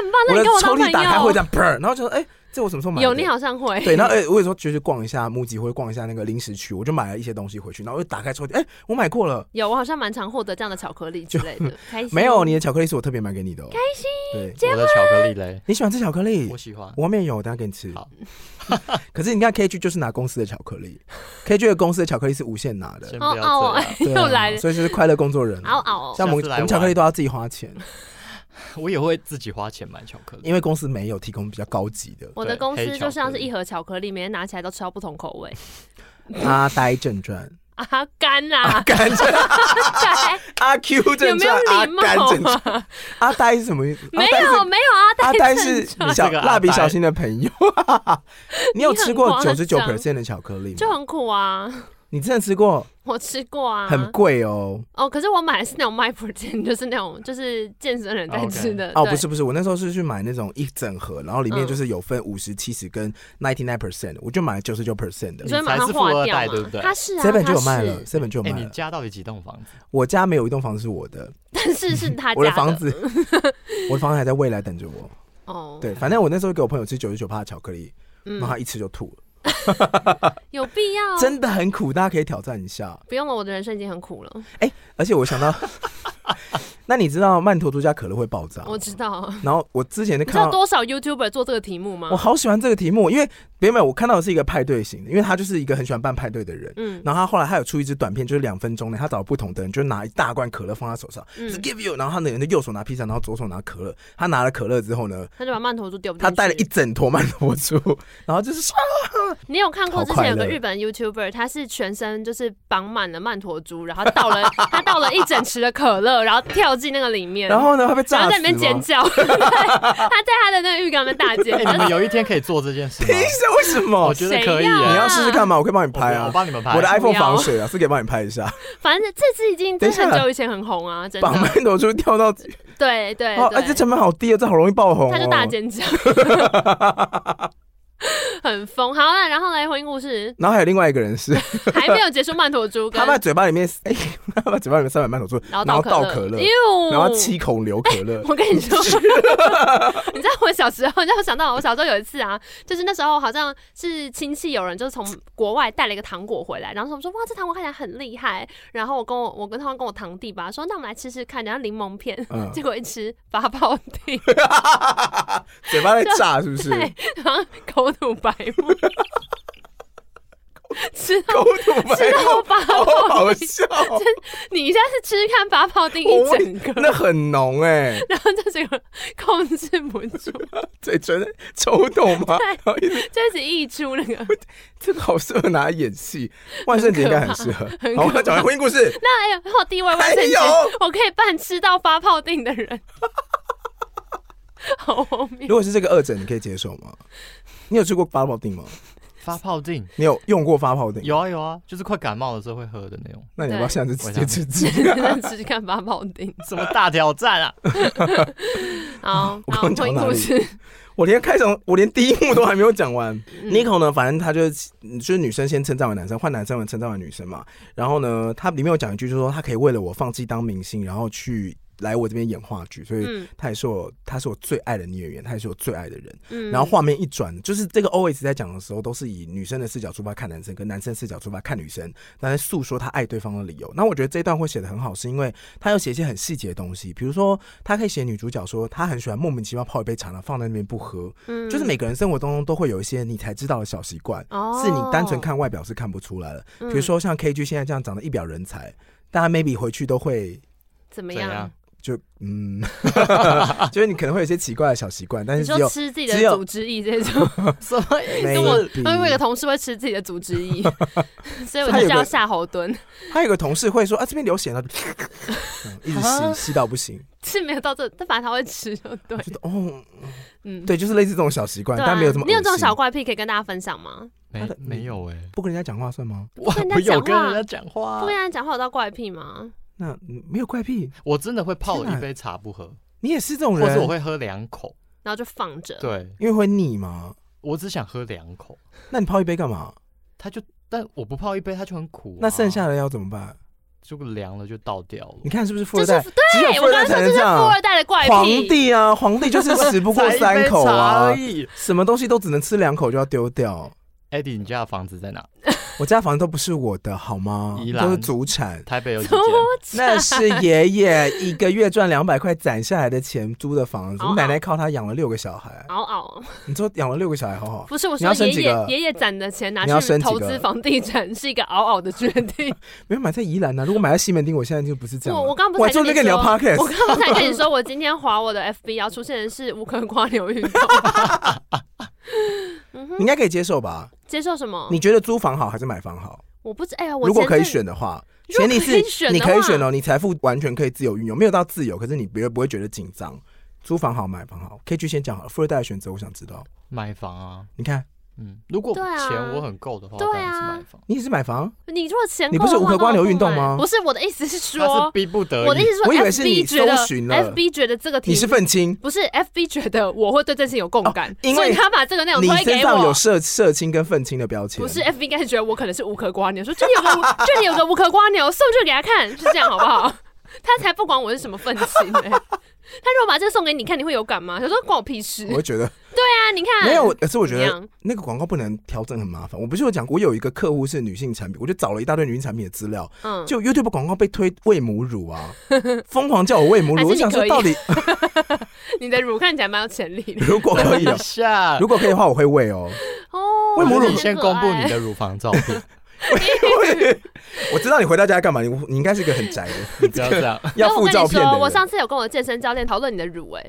C: 很棒，那
D: 的
C: 你跟我
D: 抽
C: 当
D: 屉打开
C: 朋
D: 会这
C: 友。
D: 样，砰然后就说，哎，这我什么时候买的？
C: 有，你好像会。
D: 对，然后哎、我有时候就是逛一下木吉，会逛一下那个零食区，我就买了一些东西回去，然后又打开抽屉，哎、我买过了。
C: 有，我好像蛮常获得这样的巧克力之类的，开心。
D: 没有，你的巧克力是我特别买给你的、哦。开心。对，
E: 我的巧克
D: (laughs)
E: 力嘞，
D: 你喜欢吃巧克力？
E: 我喜欢。
D: 我面有，我等下给你吃。
E: 好
D: (laughs) 可是你看 KG 就是拿公司的巧克
E: (laughs)
D: 力，KG 的公司的巧克力是无限拿的
E: 先，
C: 哦
E: 不
C: 哦
E: 要这
D: 对
E: 样，
D: 啊
C: (laughs) 又来了
D: 所以就是快乐工作人。
C: 嗷嗷哦，
D: 嗯像我们
E: 下次
D: 我
E: 来
D: 们巧克力都要自己花钱，
E: 我也会自己花钱买巧克力。
D: 因为公司没有提供比较高级的。
C: 我的
E: 对
C: 公
E: 黑
C: 司
E: 巧
C: 就像
E: 克
C: 是
E: 力
C: 一盒巧克力，每天拿起来都吃到不同口味。
D: 阿呆正传，
E: (laughs)
C: 啊，
D: (laughs)
C: 干啦，
D: 干正啊
C: (laughs) 呆
D: 阿 Q
C: 有
D: 正
C: 没
D: 传，
C: 有
D: 阿
C: 礼
D: 甘正
C: 貌
D: 传，
C: 啊？
D: 阿呆是什么意思？
C: (laughs) 没有没有啊，
D: 阿呆是
C: 正
D: 阿呆是
C: 常
D: 小
E: 这个阿呆
D: 蜡笔小
C: (laughs)
D: 新的朋友。你有吃过
C: 你很
D: 九
C: 夸
D: 十
C: 张
D: 九 percent 的巧克力吗？ (laughs)
C: 就很苦啊。
D: 你真的吃过？
C: 我吃过啊，
D: 很贵哦。
C: 哦，可是我买的是那种 My Protein，就是那种就是健身人在
E: OK
C: 吃的
D: 哦，
C: 对
D: 不是不是，我那时候是去买那种一整盒，然后里面
C: 嗯
D: 就是有分五十、七十跟 ninety nine percent，我就买了九十九 percent 的
C: 你。说
E: 你
C: 马
E: 才
C: 上
E: 是
C: 化
E: 富二
C: 掉
E: 代
C: 嘛
E: 对不对
C: 他是啊，
D: seven
C: 他
D: 就有卖
C: 是
D: 了，seven 就
E: 哎、
D: 有卖
E: 你
D: 了。
E: 家到底几栋房子？
D: 我家没有一栋房子是我的，
C: 但是
D: (laughs)
C: 是他
D: 我的
C: 家
D: 房子，
C: (laughs)
D: 我的房子还在未来等着我。
C: 哦，
D: 对，反正我那时候给我朋友吃九十九帕的巧克力，然后
C: 嗯，
D: 他一吃就吐了，
C: 有必要？
D: 真的很苦，大家可以挑战一下。
C: 不用了，我的人生已经很苦了，
D: 而且我想
C: (laughs)
D: 到，那你知道曼陀珠加可乐会爆炸？
C: 我知道。
D: 然后我之前就
C: 你知
D: 哦看哦
C: 道
D: 到
C: 多少 YouTuber 做这个题目吗
D: 我？好喜欢这个题目，因为北美我看到的是一个派对型的，因为他就是一个很喜欢办派对的人。
C: 嗯
D: 然后他后来他有出一支短片，就是两分钟内，他找不同的人，就拿一大罐可乐放他手上，就
C: 嗯
D: 是 give you，然后他的人的右手拿披萨，然后左手拿可乐。他拿了可乐之后呢，
C: 他就把曼陀珠丢进去。
D: 他带了一整坨曼陀珠，然后就是
C: 你有看过
D: 好
C: 之前有
D: 快
C: 个
D: 乐
C: 日本 YouTuber，他是全身就是绑满了曼陀珠，然后倒
D: (laughs)
C: 了他倒了一整池的可乐，然后跳进那个里面，
D: 然后呢，他被
C: 然
D: 炸死
C: 后在里面尖
D: 吗？
C: 叫， (laughs) 对他在他的那个浴缸里面大
D: (laughs)
C: 尖
E: (laughs) 哎、你
C: 叫。
E: 们有一天可以做这件事
D: 凭
E: 吗？
D: 什为什
E: 我
D: 么？
E: 觉得可以、
C: 谁
E: 耶
C: 要
D: 啊你要试试看吗？我可以帮你拍
E: 啊我
D: 啊，
E: 帮你们拍。
D: 我的 iPhone
C: 不要
D: 防水啊，是可以帮你拍一下。
C: 反正这次已经
D: 等
C: 这
D: 一下
C: 很久以前很红啊，真
D: 把
C: 的。
D: 曼陀珠掉到，
C: 对对
D: 哦，哎，这
C: 对，
D: 成本好低啊，这好容易爆红哦。
C: 他就大
D: (laughs)
C: 尖叫，很疯。好了，然后来婚姻故事
D: 然后还有另外一个人是，
C: 还没有结束，曼陀珠
D: (laughs)
C: 跟
D: 他把嘴巴里面，哎、他把嘴巴里面塞满曼陀珠，
C: 然后
D: 然后倒
C: 可
D: 可乐，
C: 哟，
D: 然后七口流可乐。
C: 嗯 (laughs) 我跟你说，你知道我小时候，你知道我想到我小时候有一次啊，就是那时候好像是亲戚有人就是从国外带了一个糖果回来，然后他们说哇这糖果看起来很厉害，然后我跟我我跟他们跟我堂弟吧说那我们来吃吃看，然后柠檬
D: (laughs)
C: 片，
D: 嗯，
C: 结果一吃发泡地，
D: (laughs) 嘴巴在炸是不是？
C: 对， (laughs) 然后口吐白沫，吃到
D: 狗吐白
C: 吃到
D: 沫， (laughs)
C: 发
D: 好
C: 泡
D: 好
C: 地，
D: 笑，
C: 你下次吃吃看发泡地一
D: 我
C: 整个，
D: 那很浓哎、
C: (laughs) 然后就整个控制不住，
D: 嘴唇抽动吗？然后一直
C: 就一直溢出那个。
D: 这个好适合拿来演戏，万圣节应该很适合
C: 很可。怕
D: 好，我讲完婚姻故事，
C: 那哎、欸，我第一位万圣节
D: 还有，
C: 我可以扮吃到发泡定的人， (laughs) 好荒谬
D: 如。果是这个二诊，你可以接受吗？你有吃过发泡定吗？
E: 发泡镜，
D: 你有用过发泡定？。
E: 有啊有啊，就是快感冒的时候会喝的那种。 (laughs)
D: 那你要不要下次直接
E: 对
D: 吃吃？
C: 真的 (laughs) 吃看发泡定，
E: 什么大挑战
D: (laughs)
E: 啊？
C: 好，
D: 我
C: 好，
D: 刚
C: 婚
D: 讲
C: 姻
D: 哪
C: 故
D: 里
C: 事，
D: 我连开场，我连第一幕都还没有讲完。
C: 嗯
D: Nico 呢，反正他就是就是女生先称赞完男生，换男生完称赞完女生嘛。然后呢，他里面有讲一句，就是说他可以为了我放弃当明星，然后去来我这边演话剧，所以
C: 嗯
D: 他也是我，他是我最爱的女演员，他也是我最爱的人。
C: 嗯
D: 然后画面一转，就是这个 always 在讲的时候，都是以女生的视角出发看男生，跟男生视角出发看女生，但在诉说他爱对方的理由。那我觉得这一段会写的很好，是因为他要写一些很细节的东西，比如说他可以写女主角说她很喜欢莫名其妙泡一杯茶，然后放在那边不喝，
C: 嗯
D: 就是每个人生活当中都会有一些你才知道的小习惯，
C: 哦
D: 是你单纯，看外表是看不出来的。比如
C: 嗯
D: 说像 KG 现在这样长得一表人才，大家 maybe 回去都会
C: 怎
D: 啊
C: 么
E: 怎
C: 样
E: 样？
D: 就嗯， (laughs) 就是你可能会有一些奇怪的小习惯，但
C: 你
D: 是只
C: 说
D: 有
C: 吃自己
D: 只
C: 的
D: 有
C: 组织液
D: (laughs)
C: 这种，
E: 什么意
C: 因为我
D: maybe
C: 因为我有个同事会吃自己的组
D: (laughs)
C: 织液，所以我
D: 他
C: 就
D: 有
C: 叫
D: 个
C: 夏侯惇，
D: 他有个同事会说啊，这边流血了，嗯一直吸
E: 啊
D: 吸到不行，
C: 是没有到这，但反正他会吃，就对，
D: 觉得哦，
C: 嗯，
D: 对，就是类似这种小习惯，
C: 对啊，
D: 但没有这么恶
C: 你
D: 心。
C: 有这种小怪癖可以跟大家分享吗？
E: 没没有哎、
D: 不跟人家讲话算吗？
E: 我
C: 跟人家
E: 我有
C: 讲
E: 跟
C: 话
E: 人家讲话啊、
C: 不跟人讲话有到怪癖吗？
D: 那嗯没有怪癖，
E: 我真的会泡
D: 天哪
E: 一杯茶不喝，
D: 你也是这种
E: 或
D: 人，
E: 者我会喝两口。
C: 然后就放着，
E: 对，
D: 因为会腻嘛。
E: 我只想喝两口，
D: 那你泡一杯干嘛？
E: 它就但我不泡一杯，它就很苦啊、
D: 那剩下的要怎么办？
E: 就凉了就倒掉了。
D: 你看 (laughs) 是不是富
C: 这
D: 二
C: 是
D: 代？只有
C: 对
D: 富
C: 我
D: 二
C: 刚
D: 代
C: 刚
D: 才能这
C: 说这是富
D: 样
C: 二。代的怪癖，
D: 啊皇帝啊，皇帝就是食不过
E: (laughs) 才一杯
D: 三口
E: 茶
D: 啊
E: 而，已。
D: 什么东西都只能吃两口就要丢掉。
E: 艾迪，你家的房子在哪？
D: 我家房子都不是我的好吗
E: 宜？兰
D: 都是祖产。 (laughs)
E: 台北有几
C: 怎
E: 间？
C: 么
D: 那是爷爷一个月赚两百块攒下来的钱租的房子，
C: 好好
D: 我奶奶靠他养了六个小孩。
C: 嗷嗷，
D: 你说养了六个小孩，好好。
C: 不是我
D: 你要
C: 说
D: 生
C: 爷
D: 几
C: 爷
D: 个
C: 爷爷攒的钱拿
D: 你要
C: 去
D: 生几
C: 投
D: 个
C: 资房地产是一个嗷嗷的决
D: (laughs)
C: 定。
D: 没有买在宜兰啊呢、如果买在西门町，我现在就不是这样
C: 我
D: 了。
C: 我刚不
D: 我
C: 才
D: 还做
C: 跟
D: 那个
C: 你
D: 聊
C: 说，我
D: podcast，
C: 刚不才跟你说，我今天划我的 FB 要出现的是无壳瓜牛
D: (laughs)
C: 运动，嗯
D: 你应该可以接受吧？
C: 接受什么？
D: 你觉得租房好还是买房好？
C: 我不知哎呀，我
D: 如果
C: 前
D: 可以
C: 阵
D: 选的话，
C: 如果
D: 前提
C: 可以
D: 是
C: 选
D: 你
C: 的
D: 可以
C: 话
D: 选哦，你财富完全可以自由运用，没有到自由，可是你不会不会觉得紧张。租房好，买房好，K G 先讲好了。富二代的选择，我想知道。
E: 买房啊，
D: 你看，
E: 嗯，如果
C: 对啊
E: 钱我很够的话，
C: 对
E: 当然是
C: 啊
E: 买房。
D: 你也是买房？
C: 你如果钱够
D: 你不是
C: 的话
D: 无壳瓜
C: 那
D: 牛
C: 我不
D: 运动
C: 买
D: 吗
C: 不是我的意思是
E: 他是
C: 说，
E: 逼不得已。
C: 我的意思是说
D: 我以为是你
C: FB 觉得
D: 搜寻了
C: ，FB 觉得这个题
D: 你是愤青，
C: 不是 FB 觉得我会对这件事情有共感
D: 哦，因为
C: 所以他把这个内容
D: 你
C: 推
D: 身
C: 给
D: 上有
C: 我。
D: 社社青跟愤青的标签。
C: 不是 FB 应该是觉得我可能是无壳瓜牛，说这里有
D: (laughs)
C: 个无这里有个无壳瓜牛，送这个给他看，是这样好不好？ (laughs) 他才不管我是什么愤青呢、他如果把这个送给你看，你会有感吗？他说关我屁事。
D: 我会觉
C: (laughs)
D: 得
C: 啊，你看
D: 没有，可是我觉
C: 怎
D: 得
C: 样
D: 那个广告不能调整很麻烦。我不是有讲过，我有一个客户是女性产品，我就找了一大堆女性产品的资料，
C: 嗯，
D: 就 YouTube 广告被推喂母乳啊，疯狂叫我喂母乳。
C: 还
D: 我
C: 是你
D: 想说，
C: 可以
D: 到底 (laughs)
C: 你的乳看起来蛮有潜力的
D: 如果可以
E: 一
C: (laughs)
D: 的，
E: 下，
D: 如果可以的话，我会喂哦。
C: 哦。
D: 为母乳
E: 你先公布你的乳房照
C: (laughs)
E: 片，
D: 我知道你回到家干嘛，你你应该是一个很宅的，
C: (laughs)
E: 你不要这样。
C: 那
D: 要
C: 我
D: 附
C: 跟
D: 照
C: 你
D: 片
C: 说，
D: 的
C: 我
D: 人。
C: 上次有跟我健身教练讨论你的乳哎、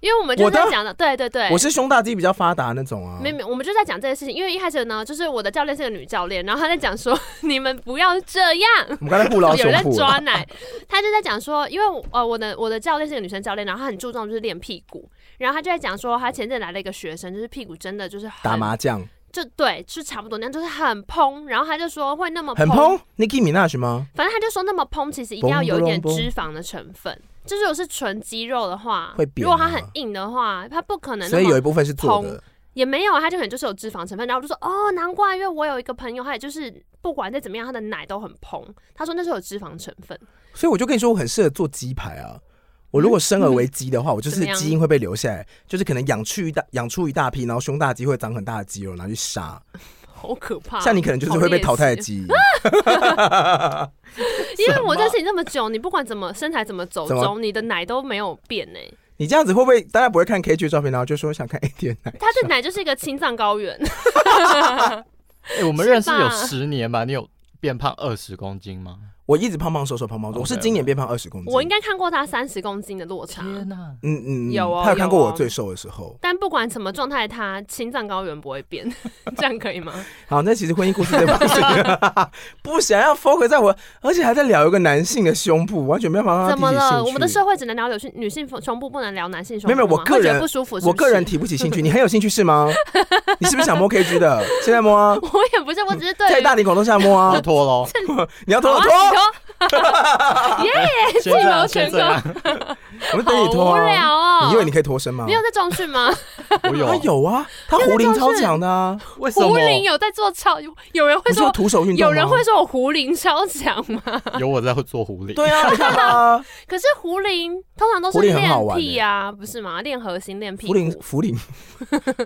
C: 因为我们就
D: 我
C: 是在
D: 的
C: 讲的，对对对，
D: 我是胸大肌比较发达那种啊
C: 没，有没有，我们就在讲这件事情，因为一开始呢，就是我的教练是个女教练，然后她在讲说 (laughs) 你们不要这样，
D: 我们刚才互捞
C: 有
D: 胸
C: 人在
D: 部了，
C: 抓奶，她就在讲说，因为我呃我的我的教练是个女生教练，然后她很注重就是练屁股，然后她就在讲说，她前阵来了一个学生，就是屁股真的就是很
D: 打，麻
C: (laughs)
D: 将
C: 就对，就差不多那样，就是很蓬，然后她就说会那么
D: 很蓬，Nicki Minaj 吗？
C: 反正她就说那么蓬其实一定要
D: 蓬
C: 有一点
D: 蓬
C: 脂肪的成分，就是如果是纯肌肉的话，
D: 会扁
C: 如果它
D: 啊
C: 很硬的话，它不可能
D: 所
C: 那么
D: 以有一部分是做
C: 蓬
D: 的，
C: 也没有，啊它就可能就是有脂肪成分。然后我就说，哦，难怪，因为我有一个朋友，他也就是不管再怎么样，他的奶都很蓬。他说那是有脂肪成分，
D: 所以我就跟你说，我很适合做鸡排啊。我如果生而为鸡的话，我就
C: 嗯怎
D: 是
C: 么样
D: 基因会被留下来，就是可能养出一大养出一大批，然后胸大肌会长很大的肌肉，拿去杀。
C: 好可怕。哦
D: 像你可能就是会被淘汰的
C: 好
D: 鸡，
C: 劣势。因为我认识你这么久，你不管怎么身材怎么走
D: 怎么
C: 走，你的奶都没有变
D: (laughs)
C: 呢、
D: 你这样子会不会大家不会看 K 剧照片，然后就说想看 A 点奶？
C: 他的奶就是一个青藏
D: (laughs)
C: 高原，
E: 哎，我们认识
C: 是吧
E: 有十年吧，你有变胖二十公斤吗？
D: 我一直胖胖瘦瘦胖胖瘦，我
E: OK，
D: 是今年变胖二十公斤。
C: 我应该看过他三十公斤的落差。
E: 天哪！
D: 嗯嗯嗯
C: 有哦
D: 他有看过
C: 有哦
D: 我最瘦的时候。
C: 但不管什么状态，他青藏高原不会变， (laughs) 这样可以吗？
D: 好，那其实婚姻故事这部分 (laughs) 不想要 focus 在我，而且还在聊一个男性的胸部，完全没有办 (laughs) 法让他
C: 怎么
D: 提起兴
C: 了？
D: 趣
C: 我们的社会只能聊女性女性胸部，不能聊男性胸部
D: 没
C: 吗。
D: 有没有我个人
C: 会觉得不舒服是不是
D: 我个人提不起兴趣，你很有兴趣是吗？你是不是想摸 K G 的？现在摸啊，
C: (laughs) 我也不是，我只是
D: (laughs)
C: (laughs) 对
D: 在
C: 于
D: 大庭广众下摸
C: (laughs)
E: 要
D: 啊！
E: 脱喽！
D: 你要
C: 好
D: 脱
C: 啊
D: 就脱，
E: 耶，先
C: 计
E: 这
C: 谋
E: 样，
C: 全
E: 先这样。
D: 我就
C: 你脱，
D: 等你脱
C: 好无
D: 啊！
C: 聊哦。
D: 你以为你可以脱身吗
C: (laughs) 你？有在重训
D: (laughs)
C: 吗？
E: 我有
D: 他
E: 啊，
D: 有啊，他胡林超强的啊！
E: 为什
C: 胡
E: 么？
C: 林有在做超，有人会
D: 不是有
C: 说，
D: 徒手运动吗
C: 有人会说我胡林超强吗？
E: 有我在做狐
D: (laughs)
E: 狸。
D: 对
C: (laughs)
D: 啊，你看吧，
C: 可是胡林通常都是
D: 胡林很好
C: 练
D: 玩欸
C: 屁啊，不是吗？练核心，练屁
D: 福林
C: 股。 (laughs)
D: 福林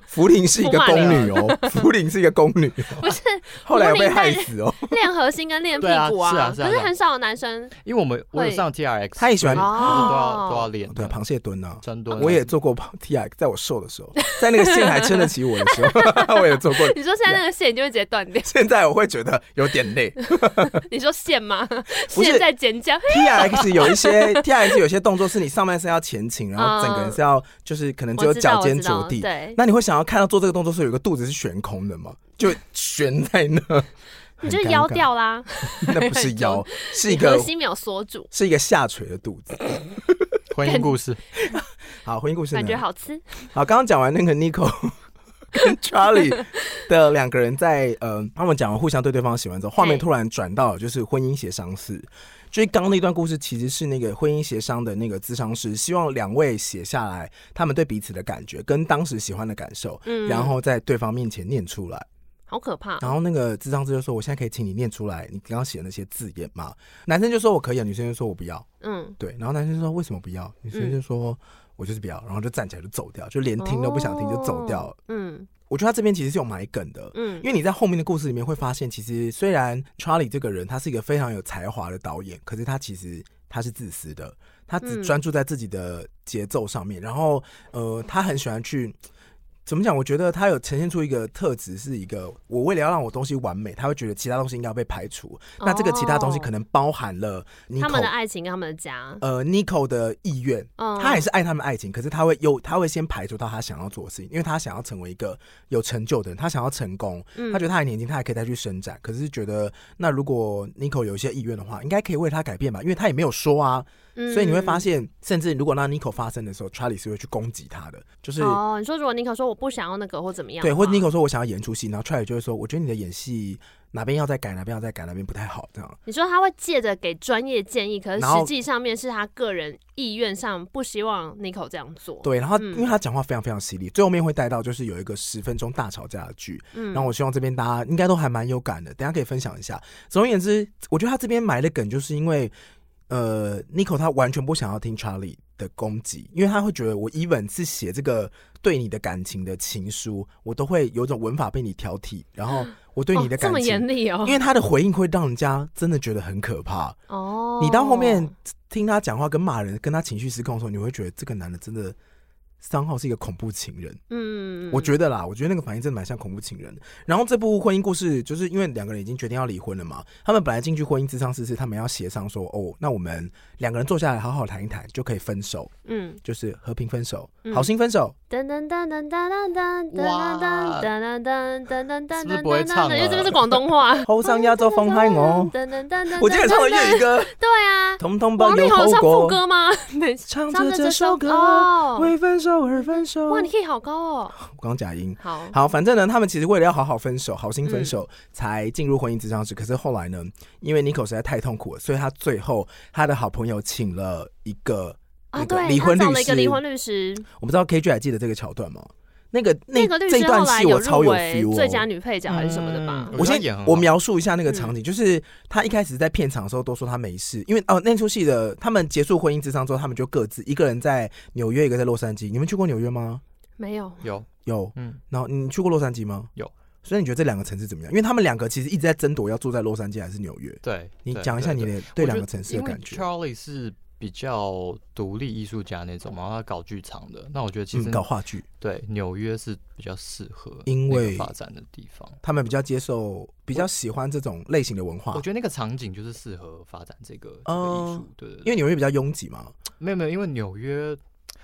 D: 福林是一个宫女哦，福林是一个宫女，(laughs)
C: 不是
D: 后来有被害死哦。
C: 练核心跟练屁股
E: 对啊是啊是啊
C: 可是很少有男生
E: 因为我们我有上 T R X，
D: 他也喜欢
E: 都要都要
C: 哦。
E: 练
D: 对，螃蟹蹲啊。
E: 深蹲啊。
D: 我也做过 T R，在我瘦的时候，在那个线还撑得起我的时候， (laughs) 我也做过。
C: 你说现在那个线你就会直接断掉？
D: (laughs) 现在我会觉得有点累，
C: 你说线吗？
D: 不是
C: 线在减价，
D: T R X 有一些 T R X 有些动作是你上半身要前倾，然后整个人是要就是可能只有
C: 我知道
D: 脚尖
C: 我知道
D: 着地。
C: 对，
D: 那你会想要看到做这个动作是有一个肚子是悬空的吗？就悬在那，
C: 你就是
D: 很尴尬
C: 腰，掉啦，
D: 那不是腰，是一
C: (laughs) 你核
D: 个
C: 心没有锁住，
D: 是一个下垂的肚子。
E: 婚姻故事，
D: 好，婚姻故事
C: 感觉
D: 呢？
C: 好吃。
D: 好，刚刚讲完那个 Nico (laughs) 跟 Charlie 的两个人在呃，他们讲完互相对对方喜欢之后，画面
C: 嘿
D: 突然转到就是婚姻协商室。就是刚刚那段故事其实是那个婚姻协商的那个咨商师，希望两位写下来他们对彼此的感觉跟当时喜欢的感受，
C: 嗯，
D: 然后在对方面前念出来。
C: 好可怕。
D: 然后那个智商师就说：“我现在可以请你念出来你刚刚写的那些字眼吗？”男生就说：“我可以啊。”女生就说：“我不要。
C: 嗯”，
D: 对，然后男生就说：“为什么不要？”女生就说：“我就是不要。”然后就站起来就走掉，就连听都不想听就走掉了
C: 哦。嗯
D: 我觉得他这边其实是有埋梗的，
C: 嗯，
D: 因为你在后面的故事里面会发现，其实虽然 Charlie 这个人他是一个非常有才华的导演，可是他其实他是自私的，他只
C: 嗯
D: 专注在自己的节奏上面，然后呃，他很喜欢去。怎么讲？我觉得他有呈现出一个特质，是一个我为了要让我东西完美，他会觉得其他东西应该要被排除。那这个其他东西可能包含了
C: 哦他们的
D: Nico
C: 爱情跟他们的家，
D: 呃 Nico 的意愿，
C: 嗯，
D: 他也是爱他们爱情，可是他会有他会先排除到他想要做的事情，因为他想要成为一个有成就的人，他想要成功，
C: 嗯
D: 他觉得他还年轻，他还可以再去伸展。可是觉得那如果 Nico 有一些意愿的话，应该可以为他改变吧，因为他也没有说啊。
C: 嗯
D: 所以你会发现，甚至如果让 Nico 发生的时候，Charlie 是会去攻击他的，就是
C: 嗯哦，你说如果尼克说我不想要那个或怎么样的
D: 对，
C: 话，
D: 或者 Nico 说我想要演出戏，然后 Charlie 就会说，我觉得你的演戏哪边要再改，哪边要再改，哪边不太好这样。
C: 你说他会借着给专业建议，可是
D: 然后
C: 实际上面是他个人意愿上不希望 Nico 这样做。，
D: 对，然后
C: 嗯
D: 因为他讲话非常非常犀利，最后面会带到就是有一个十分钟大吵架的剧，
C: 嗯
D: 然后我希望这边大家应该都还蛮有感的，等一下可以分享一下。总而言之，我觉得他这边埋的梗就是因为，呃，Nico 他完全不想要听 Charlie 的攻击，因为他会觉得我 even 是写这个对你的感情的情书，我都会有一种文法被你挑剔，然后我对你的
C: 哦、这
D: 感
C: 么
D: 情，
C: 严厉哦
D: 因。为他的回应会让人家真的觉得很可怕。
C: 哦，
D: 你到后面听他讲话跟骂人，跟他情绪失控的时候，你会觉得这个男的真的。三号是一个恐怖情人，
C: 嗯，
D: 我觉得啦，我觉得那个反应真的蛮像恐怖情人的。然后这部婚姻故事，就是因为两个人已经决定要离婚了嘛，他们本来进去婚姻咨商室是他们要协商说，哦，那我们两个人坐下来好好谈一谈，就可以分手，
C: 嗯，
D: 就是和平分手，
C: 嗯
D: 好心哦分手。
C: 噔噔噔噔噔噔噔噔
E: 哇
C: 噔噔噔噔噔噔噔，
E: 是不是不会唱
D: 啊
E: 了
C: 因为这个是广
D: (laughs)
C: 东话。
D: 后上压轴风嗨我，
C: (laughs) 噔噔噔噔，
D: 我今天唱了粤语歌，
C: 对啊，
D: 通通包
C: 王力
D: 有
C: 宏
D: 后
C: 唱副
D: 果。
C: 歌吗？ (laughs) 等一下
D: 唱
C: 唱
D: 着
C: 着
D: 这
C: 这
D: 首
C: 首
D: 歌，
C: 哦，
D: 为分手而分手。
C: 哇，你可以好高哦。
D: 我刚假音。
C: 好，
D: 好，反正呢，他们其实为了要好好分手、好心
C: 嗯
D: 分手，才进入婚姻咨商室。可是后来呢，因为 Nico 实在太痛苦了，所以他最后他的好朋友请了一个
C: 啊，
D: 那个
C: 对，
D: 离婚
C: 他找
D: 律
C: 了一
D: 师
C: 个离婚律师，
D: 我不知道 KG 还记得这个桥段吗？那个
C: 那个律
D: 这
C: 师
D: 段
C: 后来
D: 戏我超
C: 入
D: 有
C: 围
D: feel 哦嗯
C: 最佳女嗯配角还是什么的吧？
D: 我
E: 我觉得
D: 先
E: 他演很
D: 我
E: 好
D: 描述一下那个场景，就是他一开始在片场的时候都说他没事，因为哦那出戏的他们结束婚姻之商之后，他们就各自一个人在纽约，一个在洛杉矶。你们去过纽约吗？
C: 没有，
E: 有，
D: 有，
E: 嗯，
D: 然后你去过洛杉矶吗？
E: 有。
D: 所以你觉得这两个城市怎么样？因为他们两个其实一直在争夺要住在洛杉矶还是纽约。
E: 对。
D: 你
E: 对
D: 讲一下你
E: 对
D: 的对
E: 我觉
D: 两个
E: 得
D: 城市的
E: 因为
D: 感觉。
E: Charlie 是比较独立艺术家那种，然后他搞剧场的。那我觉得其实、
D: 嗯，搞话剧，
E: 对纽约是比较适合
D: 因
E: 那个
D: 为
E: 发展的地方。
D: 他们比较接受，比较喜欢这种类型的文化
E: 我。觉得那个场景就是适合发展这个这个艺
D: 啊哦
E: 术，对对对。
D: 因为纽约比较拥挤嘛，
E: 没有没有，因为纽约，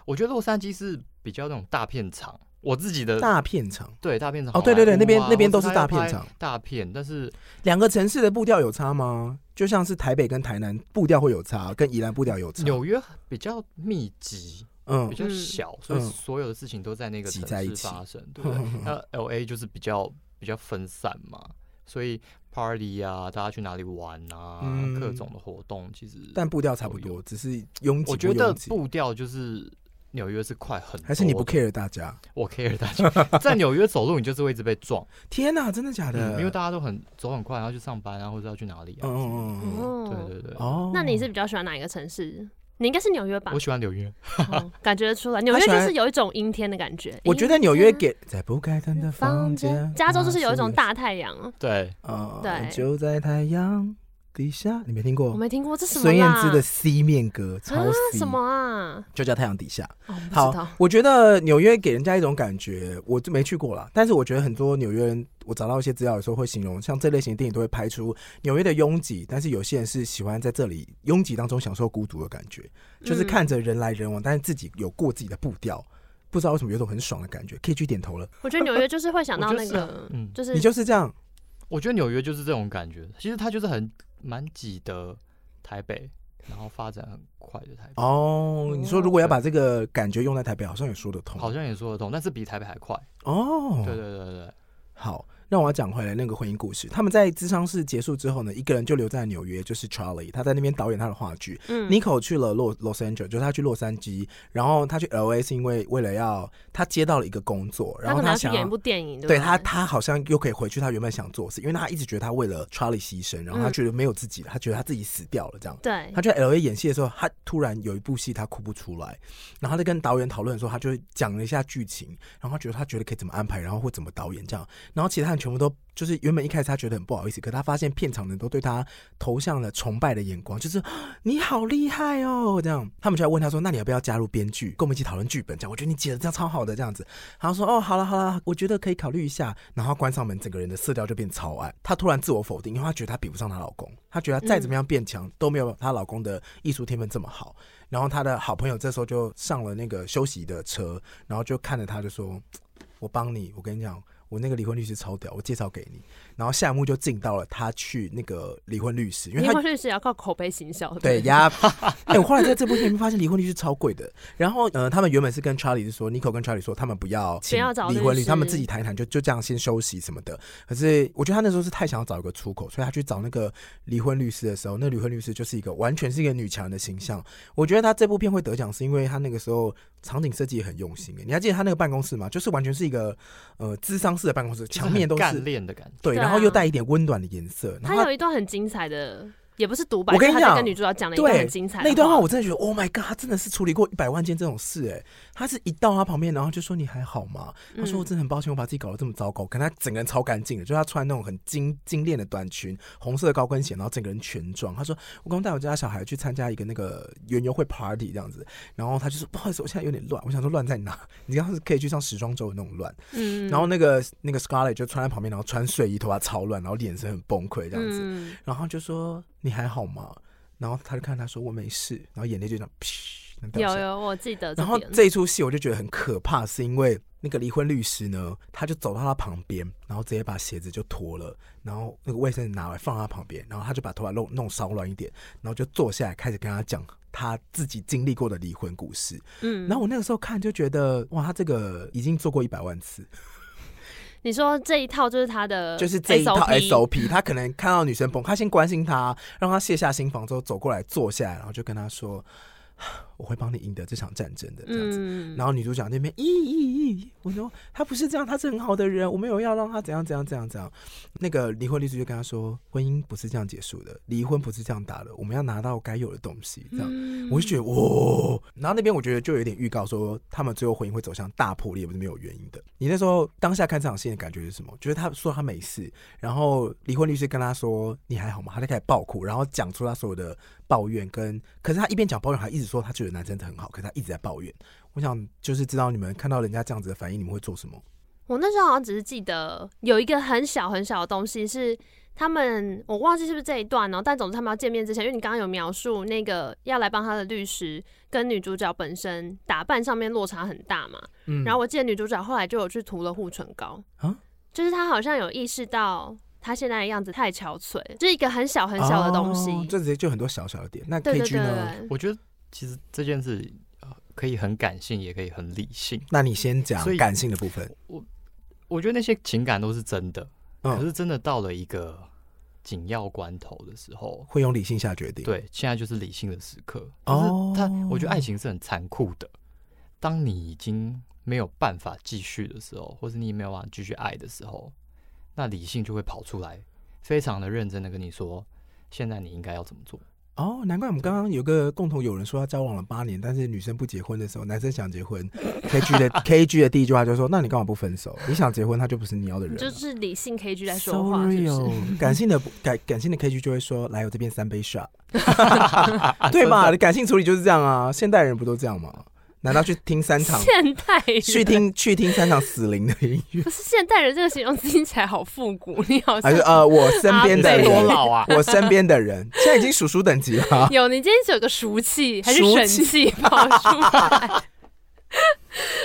E: 我觉得洛杉矶是比较那种大片场。我自己的
D: 大片场，
E: 对大片场
D: 哦
E: 好莱
D: 对对对
E: 坞
D: 那边
E: 啊
D: 那边
E: 或
D: 都是
E: 他
D: 大
E: 要
D: 片
E: 拍
D: 场
E: 大片，但是
D: 两个城市的步调有差吗？就像是台北跟台南步调会有差，跟宜兰步调有差。
E: 纽约比较密集，
D: 啊嗯
E: 比，较
C: 嗯
E: 小，所以
D: 嗯
E: 所有的事情都在那个
D: 挤
E: 城
D: 在一
E: 市
D: 起
E: 发生， (laughs)
D: (laughs)
E: 对呃不对？
D: 嗯
E: 那 L A 就是比较比较分散嘛，所以 party 啊，大家去哪里玩啊，
D: 嗯
E: 各种的活动，其实
D: 但步调差不多，只是拥挤不
E: 我觉得
D: 拥挤。
E: 步调就是纽约是快很多的，
D: 还是你不 care 大家？
E: 我 care
D: (laughs)
E: 大家在纽约走路，你就是会一直被撞，
D: 天哪，真的假的？
E: 嗯因为大家都很走很快，然后去上班啊，或者要去哪里
D: 啊嗯
E: 啊，
D: 嗯嗯嗯
E: 对
C: 哦，
E: 对对。
D: 哦，
C: 那你是比较喜欢哪一个城市？你应该是纽约吧
E: 我？喜欢纽约，
C: 哦感觉得出来，纽约
D: 喜
C: 就
D: 欢
C: 是有一种阴天的感觉。
D: 我觉得
C: 阴
D: 纽约
C: 天
D: 给在不该等的房间，
C: 加州就是有一种大太阳。
E: 对，
D: 啊，
C: 对
D: 就在太阳底下，你没听
C: 我
D: 过？
C: 没听过这是什么啦？
D: 孙燕姿的 C 面歌，超 C，
C: 什么啊？
D: 就叫太阳底下。
C: 哦，我不知
D: 好
C: 道。，
D: 我觉得纽约给人家一种感觉，我就没去过啦。但是我觉得很多纽约人，我找到一些资料的时候会形容，像这类型的电影都会拍出纽约的拥挤，但是有些人是喜欢在这里拥挤当中享受孤独的感觉，
C: 嗯
D: 就是看着人来人往，但是自己有过自己的步调，不知道为什么有种很爽的感觉。K G 点头了，
C: 我觉得纽约就是会想到
E: 我
C: 那
E: 觉得
C: 个，
E: 嗯，
C: 就是
D: 你就是这样，
E: 我觉得纽约就是这种感觉，其实它就是很蛮挤的台北，然后发展很快的台北，
D: 哦，你说如果要把这个感觉用在台北，好像也说得通。
E: 好像也说得通，但是比台北还快。
D: 哦，
E: 对对对对对，
D: 好，让我讲回来那个婚姻故事。他们在咨商室结束之后呢，一个人就留在纽约，就是 Charlie，他在那边导演他的话剧。
C: 嗯
D: Nico 去了洛 Los Angeles，就是他去洛杉矶，然后他去 L A 是因为为了要他接到了一个工作，然
C: 他
D: 后
C: 可能要去
D: 想
C: 演一部电影，
D: 对
C: 不
D: 他，他好像又可以回去他原本想做的事，因为他一直觉得他为了 Charlie 牺牲，然后他
C: 嗯
D: 觉得没有自己了，他觉得他自己死掉了这样。
C: 对
D: 他，就在 L A 演戏的时候，他突然有一部戏他哭不出来，然后他在跟导演讨论的时候，他就讲了一下剧情，然后他觉得他觉得可以怎么安排，然后或怎么导演这样，然后其他人全部都就是原本一开始他觉得很不好意思，可他发现片场的人都对他投向了崇拜的眼光，就是 (gasps) 啊你好厉害哦这样，他们就来问他说，那你要不要加入编剧，跟我们一起讨论剧本这样？我觉得你写的这样超好的这样子，然后说哦好了好了，我觉得可以考虑一下，然后他关上门，整个人的色调就变超暗，她突然自我否定，因为她觉得她比不上她老公，她觉得她再怎么样变强、都没有她老公的艺术天分这么好。然后她的好朋友这时候就上了那个休息的车，然后就看着她就说：“我帮你，我跟你讲，我那个离婚律师超屌，我介绍给你。”然后夏木就进到了他去那个离婚律师，因为
C: 离
D: 他
C: 婚律师也要靠口碑行销的。
D: 对呀，
C: (laughs)
D: 哎、我后来在这部片里面发现离婚律师超贵的。然后，呃，他们原本是跟 Charlie 是说，Nico 跟 Charlie 说，他们不要请
C: 不要找
D: 离
C: 律
D: 婚律，
C: 师
D: 他们自己谈一谈，就就这样先休息什么的。可是，我觉得他那时候是太想要找一个出口，所以他去找那个离婚律师的时候，那离婚律师就是一个完全是一个女强人的形象。我觉得他这部片会得奖，是因为他那个时候场景设计也很用心。欸你还记得他那个办公室吗？就是完全是一个呃智商式的办公室，
E: 就是
D: 墙面
E: 很
D: 都
E: 干
D: 是
E: 练的感觉。
D: 对，
C: 对啊
D: 然后又带一点温暖的颜色。然
C: 他
D: 后
C: 有一段很精彩的，也不是独白，
D: 我跟
C: 就
D: 你
C: 他在
D: 讲
C: 跟女主角讲了一段
D: 对
C: 很精彩的
D: 那一段话，我真的觉得，Oh my god，他真的是处理过一百万件这种事哎、他是一到他旁边，然后就说你还好吗？他说我
C: 嗯
D: 真的很抱歉，我把自己搞得这么糟糕。可他整个人超干净的，就是他穿那种很精精炼的短裙，红色的高跟鞋，然后整个人全妆。他说我刚带我家小孩去参加一个那个园游会 party 这样子，然后他就说不好意思，我现在有点乱。我想说乱在哪？ (laughs) 你刚刚是可以去上时装周的那种乱。
C: 嗯
D: 然后那个那个 Scarlett 就穿在旁边，然后穿睡衣，头发超乱，然后脸色很崩溃这样子。
C: 嗯
D: 然后就说你还好吗？然后他就看他说我没事，然后眼泪就这样噗，那掉下
C: 有
D: 来
C: 有，我记得这
D: 然后
C: 边。
D: 这一出戏我就觉得很可怕，是因为那个离婚律师呢，他就走到他旁边，然后直接把鞋子就脱了，然后那个卫生纸拿来放在他旁边，然后他就把头发弄弄稍乱一点，然后就坐下来开始跟他讲他自己经历过的离婚故事。
C: 嗯
D: 然，后我那个时候看就觉得哇，他这个已经做过一百万次，
C: 你说这一套就是他的，
D: 就是这一套
C: SOP。
D: SOP，他可能看到女生崩，他先关心她，让她卸下心防之后走过来坐下来，然后就跟她说：“ (sighs) 我会帮你赢得这场战争的。”这样子。
C: 嗯，
D: 然后女主角那边咦咦咦，我说他不是这样，他是很好的人，我没有要让他怎样怎样怎样怎样。那个离婚律师就跟他说，婚姻不是这样结束的，离婚不是这样打的，我们要拿到该有的东西。这样，
C: 嗯
D: 我就
E: 嗯
D: 觉得哇、然后那边我觉得就有点预告说，他们最后婚姻会走向大破裂，不是没有原因的。你那时候当下看这场戏的感觉是什么？就是他说他没事，然后离婚律师跟他说你还好吗？他就开始爆哭，然后讲出他所有的抱怨跟，可是他一边讲抱怨，还一直说他觉得男生很好，可是他一直在抱怨。我想就是知道你们看到人家这样子的反应，你们会做什么？
C: 我那时候好像只是记得有一个很小很小的东西是他们，我忘记是不是这一段哦，但总之他们要见面之前，因为你刚刚有描述那个要来帮他的律师跟女主角本身打扮上面落差很大嘛，
D: 嗯
C: 然后我记得女主角后来就有去涂了护唇膏，
D: 啊
C: 就是她好像有意识到她现在的样子太憔悴，就是一个很小很小的东西。
D: 哦这直接就很多小小的点。那
C: 对
D: K
C: 对
D: G
C: 对
D: 呢？
C: 对，
E: 我觉得其实这件事、呃、可以很感性，也可以很理性。
D: 那你先讲
E: 所以
D: 感性的部分。
E: 我觉得那些情感都是真的，可
D: 嗯，
E: 是真的到了一个紧要关头的时候，
D: 会用理性下决定。，
E: 对，现在就是理性的时刻。
D: 哦
E: 哦，他我觉得爱情是很残酷的，当你已经没有办法继续的时候，或是你没有办法继续爱的时候，那理性就会跑出来，非常的认真的跟你说，现在你应该要怎么做。
D: 哦，难怪我们刚刚有个共同友人说他交往了八年，但是女生不结婚的时候，男生想结
C: (laughs)
D: 婚，K G 的 K G 的第一句话就说：“那你干嘛不分手？你想结婚，他就不是你要的人
C: 你
D: 了。”
C: 就是理性 K G 在说话，是
D: Sorry
C: 不是？
D: 哦 (laughs) 感性的感感性的 K G 就会说：“来，我这边三杯 (laughs) shot，对吧？感性处理就是这样啊，现代人不都这样吗？难道去听三场
C: (laughs) 现代人
D: 去听去听三场死灵的音乐，
C: 不是现代人这个形容词听起来好复古，你好
D: 还
C: 像
D: 是呃我身边的
C: 啊
E: 你
C: 对
E: 多
D: 人，？
E: 老啊
D: 我身边的人，现在已经叔叔等级了啊。
C: 有，你今天是有个俗气还是
D: 俗
C: 神
D: 气
C: 气跑出来？ (laughs)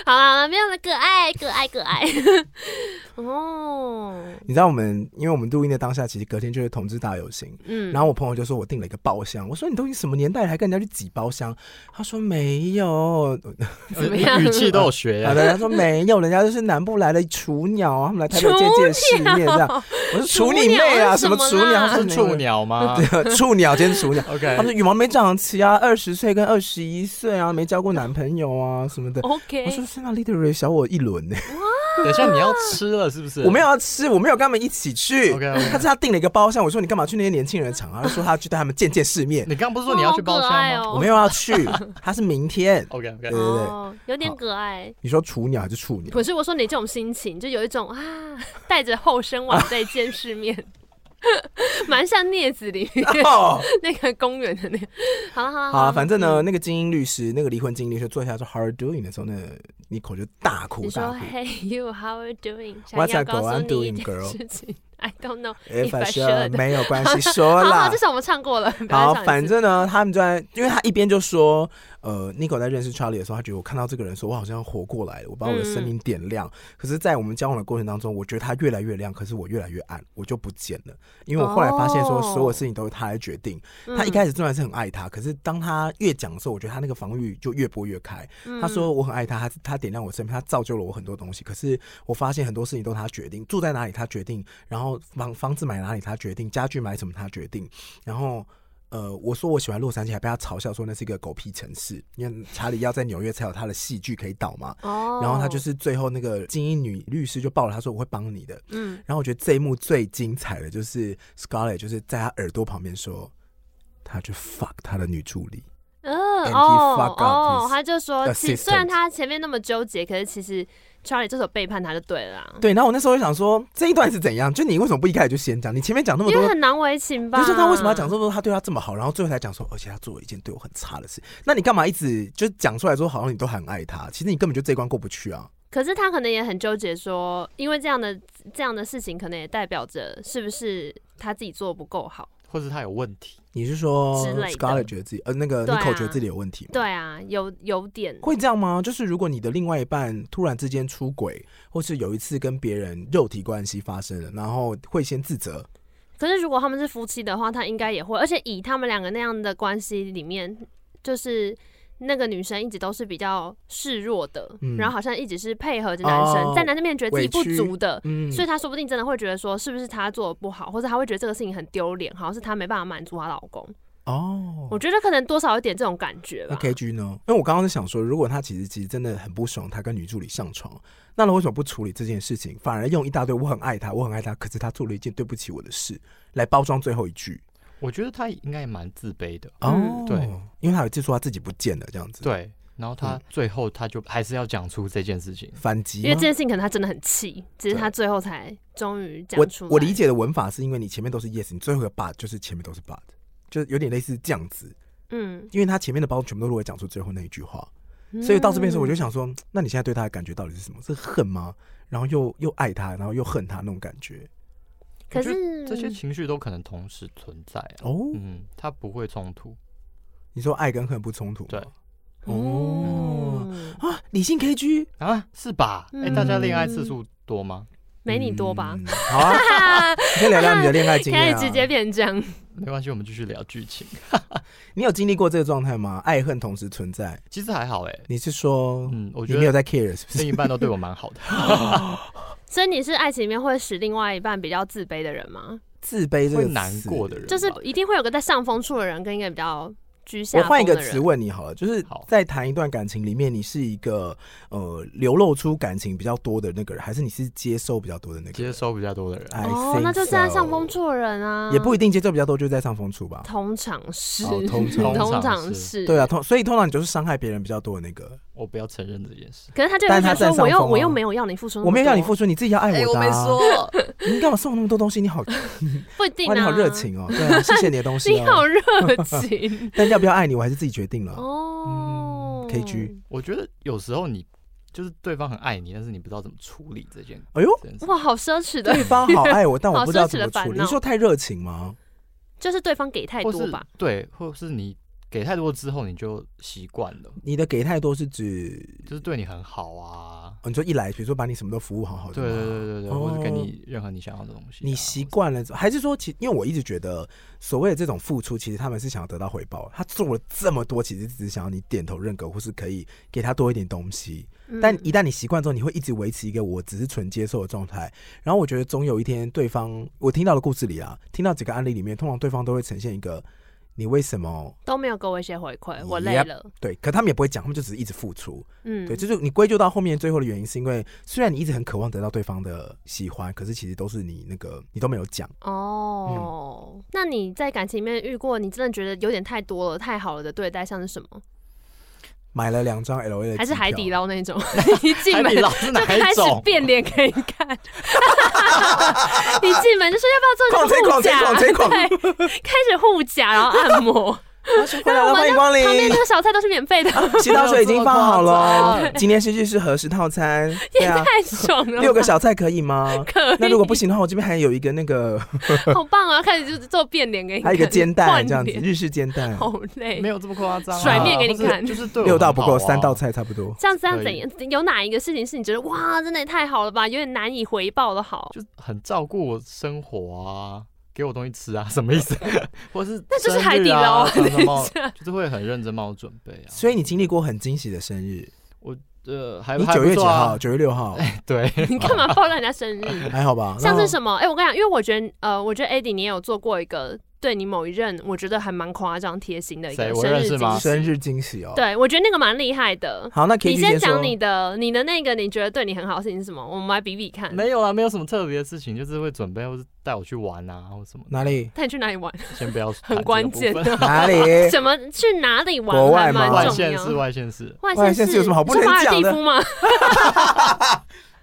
C: 好啦，没有了，可爱，可爱，可爱。 (laughs) 哦，
D: 你知道我们，因为我们录音的当下，其实隔天就是同志大游行。
C: 嗯，
D: 然后我朋友就说我订了一个包厢，我说你都已经什么年代了，还跟人家去挤包厢？他说没有，
C: (laughs) 怎么样
E: 语气都
D: (laughs)
E: 有学、
D: 好
E: 啊。
D: 的，他说没有，人家就是南部来的雏鸟啊，他们来台北见见世面这 (laughs) 样。我说
C: 雏
D: 雏你妹
C: 鸟
D: 啊，
C: 是
D: 什么
C: 什
D: 雏
C: 么
D: 鸟？
C: 啦
D: 他说
E: 是触
D: 没有，
E: 鸟吗
D: (laughs) 对，雏鸟兼雏鸟。 (laughs)
E: ？OK，
D: 他们说羽毛没长齐啊，二十岁跟二十一岁啊，没交过男朋友啊什么的。
C: OK，
D: 我说是那 literally 小我一轮呢、
E: 等一下你要吃了是不是？
D: 我没有要吃，我没有跟他们一起去。
E: OK，OK
D: 他是他订了一个包厢，我说你干嘛去那些年轻人的场啊？他说他要去带他们见见世 (laughs) 面。
E: 你刚刚不是说你要去包
C: 好
E: 厢
C: 可爱
E: 吗、
C: 哦
D: 我没有要去，他是明天。
E: o k OK，
D: 对对对
C: 哦，有点
D: 好
C: 可爱。
D: 你说雏鸟还是
C: (laughs)
D: 处鸟？
C: 可是我说你这种心情，就有一种啊， (laughs) 带着后生往再见世面， (laughs) 蛮像《镊子》里 (laughs) 面
D: 哦，
C: 那个公园的那个。好了好了
D: 好了，
C: 了，
D: 反正呢，那个精英律师，那个离婚精英律师坐下说 “How are you doing” 的时候，那 n i c o 就大哭
C: 你
D: 大
C: 说哎
D: 哭。
C: “Hey you, how are you doing？” 想
D: What's
C: 要
D: that go
C: 告诉
D: on
C: 你一
D: doing,
C: 件
D: girl？
C: 事情。I (laughs) don't know
D: If I
C: should
D: should，没有关系，说
C: 好 (laughs) 好，
D: 啦
C: 这。首我们唱过了。不要
D: 好
C: 再唱一，次
D: 反正呢，他们就在，因为他一边就说，呃 n i c o 在认识 Charlie 的时候，他觉得我看到这个人说，我好像活过来了，我把我的生命点亮。
C: 嗯
D: 可是，在我们交往的过程当中，我觉得他越来越亮，可是我越来越暗，我就不见了。因为我后来发现说，
C: 哦
D: 所有事情都是他来决定。
C: 嗯
D: 他一开始虽然是很爱他，可是当他越讲的时候，我觉得他那个防御就越拨越开。
C: 嗯
D: 他说我很爱他，他他点亮我生命，他造就了我很多东西。可是我发现很多事情都是他决定，住在哪里他决定，然后房房子买哪里他决定，家具买什么他决定，然后。呃，我说我喜欢洛杉矶，还被他嘲笑说那是一个狗屁城市，因为查理要在纽约才有他的戏剧可以导嘛。
C: 哦，
D: 然后他就是最后那个精英女律师就抱了他说我会帮你的，
C: 嗯，
D: 然后我觉得这一幕最精彩的就是 Scarlett 就是在他耳朵旁边说，他去 fuck 他的女助理，
C: 嗯
D: And he
C: 哦
D: fuck up
C: 哦
D: his，
C: 他就说，其实
D: assistant
C: 虽然他前面那么纠结，可是其实 Charlie 这首背叛他就对了啊啦，
D: 对。然后我那时候就想说这一段是怎样？就你为什么不一开始就先讲？你前面讲那么
C: 因为
D: 多。
C: 很啊难为情吧？
D: 就是他为什么要讲这么多？他对他这么好，然后最后才讲说，而且他做了一件对我很差的事。那你干嘛一直就讲出来说，好像你都很爱他？其实你根本就这一关过不去啊！
C: 可是他可能也很纠结说，因为这样的这样的事情，可能也代表着是不是他自己做的不够好？
E: 或者他有问题，
D: 你是说
C: 之类的
D: Scarlett 觉得自己呃那个
C: 对啊
D: Nicole 觉得自己有问题吗？
C: 对啊，有有点，
D: 会这样吗？就是如果你的另外一半突然之间出轨，或是有一次跟别人肉体关系发生了，然后会先自责，
C: 可是如果他们是夫妻的话，他应该也会，而且以他们两个那样的关系里面，就是。那个女生一直都是比较示弱的，
D: 嗯
C: 然后好像一直是配合着男生，
D: 哦
C: 在男生面前觉得自己不足的，
D: 嗯，
C: 所以他说不定真的会觉得说，是不是他做的不好，或者他会觉得这个事情很丢脸，好像是他没办法满足她老公。
D: 哦
C: 我觉得可能多少有点这种感觉吧。
D: 那 K G 呢？因为我刚刚是想说，如果他其实其实真的很不爽，他跟女助理上床，那他为什么不处理这件事情，反而用一大堆“我很爱他，我很爱他”，可是他做了一件对不起我的事来包装最后一句？
E: 我觉得他应该也蛮自卑的。
C: 嗯
D: 哦，
E: 对，
D: 因为他有一次说他自己不见了，这样子，，
E: 对，然后
D: 嗯
E: 他最后他就还是要讲出这件事情。
D: 反击吗，
C: 因为这件事情可能他真的很气，只是
D: 对
C: 他最后才终于讲
D: 我
C: 出来
D: 我理，解的文法是因为你前面都是 yes，你最后一个 but 就是前面都是 but，就是有点类似这样子，
C: 嗯，
D: 因为他前面的包全部都如果讲出最后那一句话，所以到这边的时候我就想说，那你现在对他的感觉到底是什么？是恨吗？然后又又爱他，然后又恨他那种感觉
C: 嗯，可是
E: 这些情绪都可能同时存在啊。
D: 哦。
E: 嗯，它不会冲突。
D: 你说爱跟恨不冲突吗？
E: 对
D: 哦
C: 嗯
D: 啊，理性 KG
E: 啊，是吧？哎、大家恋爱次数多吗？
C: 没你多吧？
D: 嗯好啊，你可以聊聊你的恋爱经
C: (laughs) 开
D: 验、啊。
C: 始直接，变这样，
E: 没关系，我们继续聊剧情。
D: 你有经历过这个状态吗？爱恨同时存在，
E: 其实还好哎、
D: 你是说
E: 嗯，我
D: 你
E: 觉
D: 没有
E: 得
D: 在 care 是不
E: 另
D: 是？
E: 一半都对我蛮好的。 (laughs)
C: 所以你是爱情里面会使另外一半比较自卑的人吗？
D: 自卑这
E: 会
D: 个
E: 难
D: 词
E: 过的人吧，
C: 就是一定会有个在上风处的人跟一个比较居下
D: 我
C: 风的
D: 换一
C: 人。
D: 个词问你好了，就是
E: 好
D: 在谈一段感情里面，你是一个呃流露出感情比较多的那个人，还是你是接受比较多的那个
E: 接
D: 人？
E: 收比较多的人，
D: I
C: 哦，那就是在
D: think
C: 上风
D: so
C: 处的人啊，
D: 也不一定接受比较多，就是在上风处吧。
C: 通常是，
D: 哦通
E: 常
C: 通
E: 是
C: 是，
D: 对啊，。通所以通常你就是伤害别人比较多的那个。
E: 我不要承认这件事。
C: 可是他就
D: 但
C: 会
D: 是他
C: 觉得
D: 占
C: 说，
D: 上
C: 我又
D: 风
C: 我
D: 啊
C: 又没有要你付出那么
D: 我没有让你
C: 多
D: 付出，你自己要爱
F: 哎、
D: 我
F: 我
D: 的、
F: 没
D: 啊。
E: (laughs)
F: 说，
D: 你干嘛送我那么多东西？你好，
C: 不一定
D: 哇，
C: 啊，
D: 你好热，情哦。对啊，谢谢你的东西、
C: (laughs) 你
D: 哦。
C: 好热情
D: 但要不要爱你，我还是自己决定了。
C: 哦
D: 嗯。，KG
E: 我觉得有时候你就是对方很爱你，但是你不知道怎么处理这件
D: 哎呦，
E: 这件事。
C: 哇，好奢侈的，
D: 对方好爱我，但我
C: 好
D: 不知道
C: 奢侈
D: 怎
C: 的
D: 么处
C: 烦
D: 理。
C: 恼
D: 你说太热情吗？
C: 就是对方给太
E: 或
C: 多
E: 是
C: 吧？
E: 对，或是你给太多之后，你就习惯了，
D: 你的给太多是指，
E: 就是对你很好啊。
D: 哦你说一来，比如说把你什么都服哦务好好的
E: 对
D: 吗。
E: 对对对对，或是给
D: 哦
E: 你任何你想要的东西啊、
D: 你习惯了，还是说其因为我一直觉得所谓的这种付出，其实他们是想要得到回报。他做了这么多，其实只是想要你点头认可，或是可以给他多一点东西。
C: 嗯
D: 但一旦你习惯之后，你会一直维持一个我只是纯接受的状态。然后我觉得总有一天，对方我听到的故事里啊，听到几个案例里面，通常对方都会呈现一个你为什么
C: 都没有给我一些回馈，我累
D: Yep
C: 了。
D: 对，可他们也不会讲，他们就只是一直付出。
C: 嗯，
D: 对，就是你归咎到后面最后的原因，是因为虽然你一直很渴望得到对方的喜欢，可是其实都是你那个你都没有讲。
C: 哦。嗯那你在感情里面遇过你真的觉得有点太多了、太好了的对待，像是什么？
D: 买了两张 L A 的
C: 还是
D: 机
C: 海
D: 票
C: 底捞那
D: (laughs)
C: 种？一进
E: 海
C: 门
E: 底捞是
C: 就
E: 哪
C: 开
E: 一
C: 始
E: 种？
C: 变脸给你看，
D: (laughs)
C: 一进门就说要不要做这个护
D: 狂吹
C: 甲？
D: 狂吹狂吹狂 (laughs)
C: 对，开始护甲，然后按摩，
D: 回来了，欢迎光临。
C: 旁边那个小菜都是免费的，
D: 洗澡水已经放好
C: (laughs)
E: 啊
D: 了，今天是日式和食套餐， (laughs) 对
C: 也
D: 啊，
C: 太爽了吧，
D: 六个小菜可以吗？
C: (laughs) 可以。
D: 那如果不行的话，我这边还有一个那个，
C: 好棒啊，开始就是做变脸给你看，
D: 还有一个煎蛋
C: 换
D: 这样子，
C: 脸
D: 日式煎蛋，
C: 好累
E: 没。有这么夸张啊、
C: 甩面给你看
E: 或是就是对我
D: 六道不够，
E: 很好啊
D: 三道。菜差不多。
C: 这样这样
E: 可
C: 怎
E: 以
C: 样？有哪一个事情是你觉得哇，真的也太好了吧？有点难以回报的好，
E: 就很照顾我生活啊，给我东西吃啊，什么意思？ (laughs) 或是
C: 那就是
E: 生日
C: 海底捞
E: 啊，
C: 啊
E: 什么什么
C: 等一下
E: 就是会很认真帮我准备啊。
D: 所以你经历过很惊喜的生日，
E: 呃，还
D: 你
E: 还
D: 九
E: 不
D: 月几
E: 错啊
D: 号？？九月六号，
E: 对，
C: (laughs) 你干嘛报到人家
E: (laughs)
C: 生日？
D: 还好
C: (laughs)
D: 吧？
C: 像
D: 那
C: 是什么？哎、我跟你讲，因为我觉得呃，我觉得 Eddie 你也有做过一个对你某一任，我觉得还蛮夸张贴心的一个
E: 谁我
C: 生
E: 认
C: 日
E: 识
C: 惊
E: 吗
C: 喜。
D: 生日惊喜哦？，
C: 对，我觉得那个蛮厉害的。
D: 好，那可以
C: 你先
D: 说
C: 讲你的，你的那个你觉得对你很好的事情是什么？我们来比比看。
E: (laughs) 没有啊，没有什么特别的事情，就是会准备或是带我去玩啊，或什么的。
D: 哪
C: (laughs)
D: 里
C: 带你去哪里玩？
E: 先不要
C: 很关键
E: 的。
D: 哪里。
C: 怎么去哪里玩？
D: 国外
C: 还蛮
D: 吗
E: (laughs) 哎外
C: 重
E: 县
C: 要
E: 市，外
D: (laughs)
E: 县市，
C: 外
D: 外
C: 县
D: 县市有什么好不
C: 是
D: 能
C: 华尔
D: 讲
C: 蒂
D: 的
C: 夫吗？ (laughs)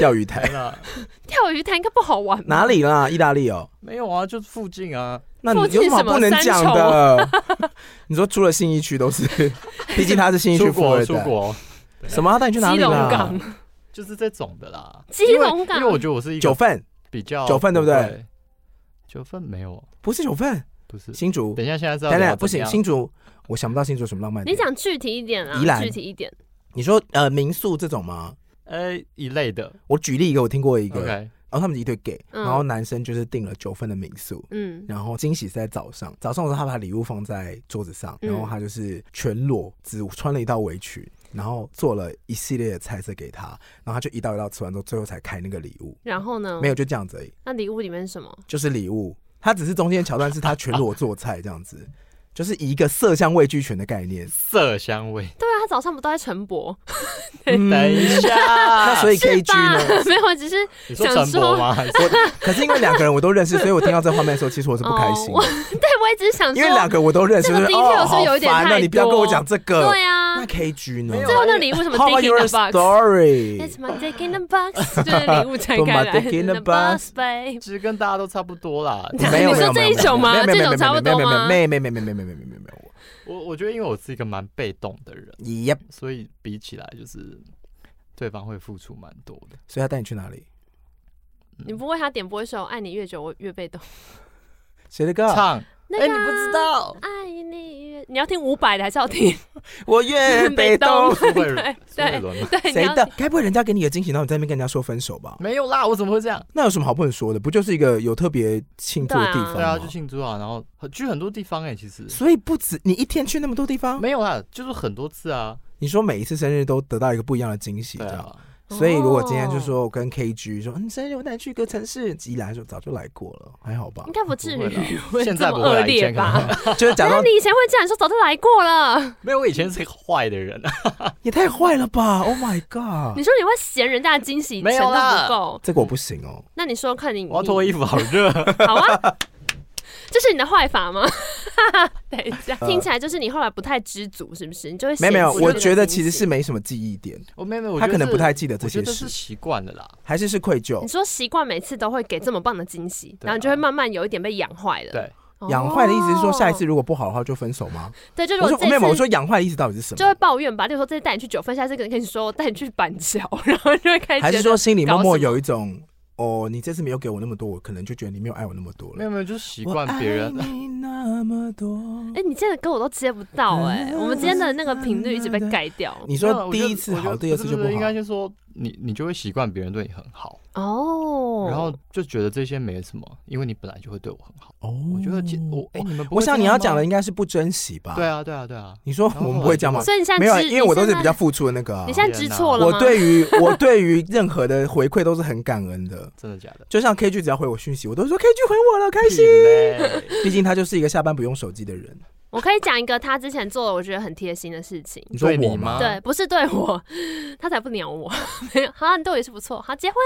D: 钓鱼台
E: 没了，
C: 钓鱼台应该不好玩吧。
D: 哪里啦？意大利哦。
E: 没有啊，就附近啊。
D: 那你
C: 附近
D: 有什么
C: 什么
D: 不能讲
C: 三
D: 的？ (laughs) 你说除了信义区都
C: (laughs)
D: 是，毕竟他是信义区
E: 出
D: 富二
E: 国，出
D: 代。
E: 国，
D: 什么？带你去哪
C: 基
D: 里
C: 隆
D: 啦？
C: 啊港，
E: 就是这种的啦。
C: 基隆港
E: 因为因为我觉得我是一
D: 九
E: 个
D: 份
E: 比较
D: 九份对不对？
E: 九份没有，啊
D: 不是九份，
E: 不
D: (laughs)
E: 是。
D: 新竹。
E: 等一下，现在知道
D: 等
E: 聊
D: 等，
E: 怎
D: 不行，
E: 样
D: 新竹，我想不到新竹有什么浪漫。
C: (laughs) 你，讲具体一点啊
D: 宜，兰
C: 具体一点。
D: 你说呃民宿这种吗？
E: 呃一类的
D: 我举例一个，我听过一个，然
E: ，OK，
D: 后他们一对 gay，
C: 嗯
D: 然后男生就是订了九份的民宿，
C: 嗯，
D: 然后惊喜是在早上，早上的时候他把礼物放在桌子上，
C: 嗯
D: 然后他就是全裸，只穿了一道围裙，然后做了一系列的菜色给他，然后他就一道一道吃完之后，最后才开那个礼物，
C: 然后呢？
D: 没有就这样子而已，
C: 那礼物里面是什么？
D: 就是礼物。他只是中间的桥段是他全裸做菜这样子，就是以一个色香味俱全的概
C: (laughs)
D: 念。
E: 色香味。
C: 对啊，他早上不都在晨勃？
D: 嗯
E: 等一下，
D: 那所以 KG 呢？
C: (laughs) 没有，我只是
E: 你说
C: 想
E: 陈
C: 说
E: 博吗？还是
D: 可是因为两个人我都认识，所以我听到这画面的时候，其实我是不开心
C: 哦我
D: 的，
C: 对我也只是想说，
D: 因为两个我都认识，
C: 这个
D: 就是
C: detail
D: 哦，
C: 是不是有一点
D: 好烦啊
C: 太
D: 你不要跟我
C: 多
D: 讲这个。
C: 对啊
D: 那。KG 呢？
C: 最后那礼物什么
D: How about
C: dick in
D: your
C: the box。
D: story？
C: It's my dick in the box，就是 (laughs) 礼物拆
D: Put
C: 开
D: my
C: 来
D: dick in the box
C: babe。
E: 其实跟大家都差不
C: (laughs)
E: 多啦。
D: 没有
C: 你
D: 没
C: 说
D: 有没
C: 这
D: 有
C: 一种吗？
D: 没有
C: 这
D: 没有
C: 种
D: 没
C: 差不
D: 有没
C: 多
D: 有没有
C: 吗？
D: 没有没有没有没有没有没有没有没有没有没有。
E: 我我觉得，因为我是一个蛮被动的人，
D: 耶！
E: 所以比起来就是对方会付出蛮多的。
D: 所以他带你去哪里？
C: 你不为他点播一首《爱你越久我越被动》？
D: 谁的歌？
E: 唱，
C: 那
E: 哎、
C: 个，
E: 你不知道
C: 爱你越，你要听伍佰的还是要听？ (laughs)
D: 我越
C: 北
D: 北
C: 东
D: 东。
E: 苏
C: (laughs)
E: 慧伦
C: 哦对
E: 苏慧
C: 对
E: 伦吗？
C: 对，你
D: 谁
C: 要
D: 的？该不会人家给你个惊喜，然后你在那边跟人家说分手吧？
E: 没有啦，我怎么会这样？
D: 那有什么好不能说的？不就是一个有特别庆祝的地方
E: 对啊，
D: 吗
E: 就？庆祝啊，然后很去很多地方哎、其实
D: 所以不止你一天去那么多地方，
E: 没有啦，就是很多次啊，
D: 你说每一次生日都得到一个不一样的惊喜，
E: 对
D: 这样。
E: 啊，
D: 所以如果今
C: 哦
D: 天就说我跟 KG 说，嗯，生日我带你去一个城市，一来说早就来过了，还好吧
C: 应？该不至
E: 不会啦
C: 于 (laughs) 会
E: 现
C: 这
E: 在
C: 么
E: 不会
C: 恶
E: 啦，以
C: 劣
E: 前可
C: 吧？
E: 能 (laughs)
D: 就是假
C: 那
D: 装
C: 哎你以前会这样说，早就来过
D: (laughs)
C: 了。
E: 没有，我以前是个坏的人，啊
D: 也太坏了吧！Oh my god！
C: 你说你会嫌人家的惊喜
E: 没
C: 程
E: 有
C: 度
E: 啦
C: 不够，
D: 这个我不行哦。
C: 那你说看你
E: 我要脱衣服，好
D: (laughs)
E: 热。
C: 你好啊？这是你的坏法吗？ (laughs) 等一下，听起来就是你后来不太知足，是不是？你就会
D: 呃没有没有，
C: 嫌弃
D: 我
C: 这个
D: 觉得
C: 惊
D: 其实
C: 喜
D: 是没什么记忆点，
E: 我没有没有，我
D: 他
E: 觉
D: 可
E: 得
D: 能不
E: 是
D: 太记得这
E: 我觉
D: 些
E: 得是
D: 事，
E: 习惯了啦。
D: 还是是愧疚
C: 你。说习惯每次都会给这么棒的惊喜，
E: 对
C: 然
E: 啊
C: 后你就会慢慢有一点被养坏了。
E: 对，
C: 哦
D: 养坏的意思是说，下一次如果不好的话就分手吗？
C: 对，就是
D: 我说
C: 这
D: 没有，没有我
C: 次
D: 说养坏的意思到底是什
C: 就会
D: 么？
C: 抱怨吧。例如说，这次带你去九份，下次可能跟你说我带你去板桥， (laughs) 然后就会开始
D: 还是
C: 觉得
D: 说心里默
C: 搞
D: 默
C: 什么
D: 有一种哦，你这次没有给我那么多，我可能就觉得你没有爱我那么多
E: 没
D: 了。
E: 有没有，就是习
D: 我
E: 惯别人
D: 爱你那么多。
C: 哎、你今天的歌我都接不到哎、
D: 嗯
C: 我们今天的那个频率一直被盖掉。
D: 你
E: 没有啊
D: 说
E: 我
D: 第
E: 觉
D: 一
E: 得
D: 次
E: 我觉
D: 好，
E: 得
D: 第二次
E: 是
D: 就
E: 不
D: 不
E: 是应该
D: 好。
E: 就说你你就会习惯别人对你很好，
C: 哦，
E: 然后就觉得这些没什么，因为你本来就会对我很好。
D: 哦，
E: 我觉得其我哎、你们不
D: 我
E: 会这
D: 想你要
E: 样吗
D: 讲的应该是不珍惜吧？
E: 对。啊对啊对啊，
D: 你说
E: 然后
D: 我们不
E: 后来
D: 会
E: 就
D: 讲吗？
C: 所以你现在
D: 没有啊，
C: 知
D: 因为我都是
C: 你
D: 比
C: 现
D: 较
C: 在
D: 付出的那个啊
C: 你。现在
E: 天
C: 知
E: 哪
C: 错了
D: 我
C: 吗？
D: 对于我对于任何的回馈都是很感恩的。
E: 真的假的？
D: 就像 K G 只要回我讯息，我都说 K G 回我了，开
E: 屁
D: 心。
E: 嘞
C: (laughs)
D: 毕竟他就是一个下班不用手机的人。
C: 我可以讲一个他之前做的我觉得很贴心的事情。
D: 你说
E: 对你
D: 我吗？
E: 吗
C: 对，不是对我， (laughs) 他才不鸟我。没有，好，你对我也是不错。好，结婚，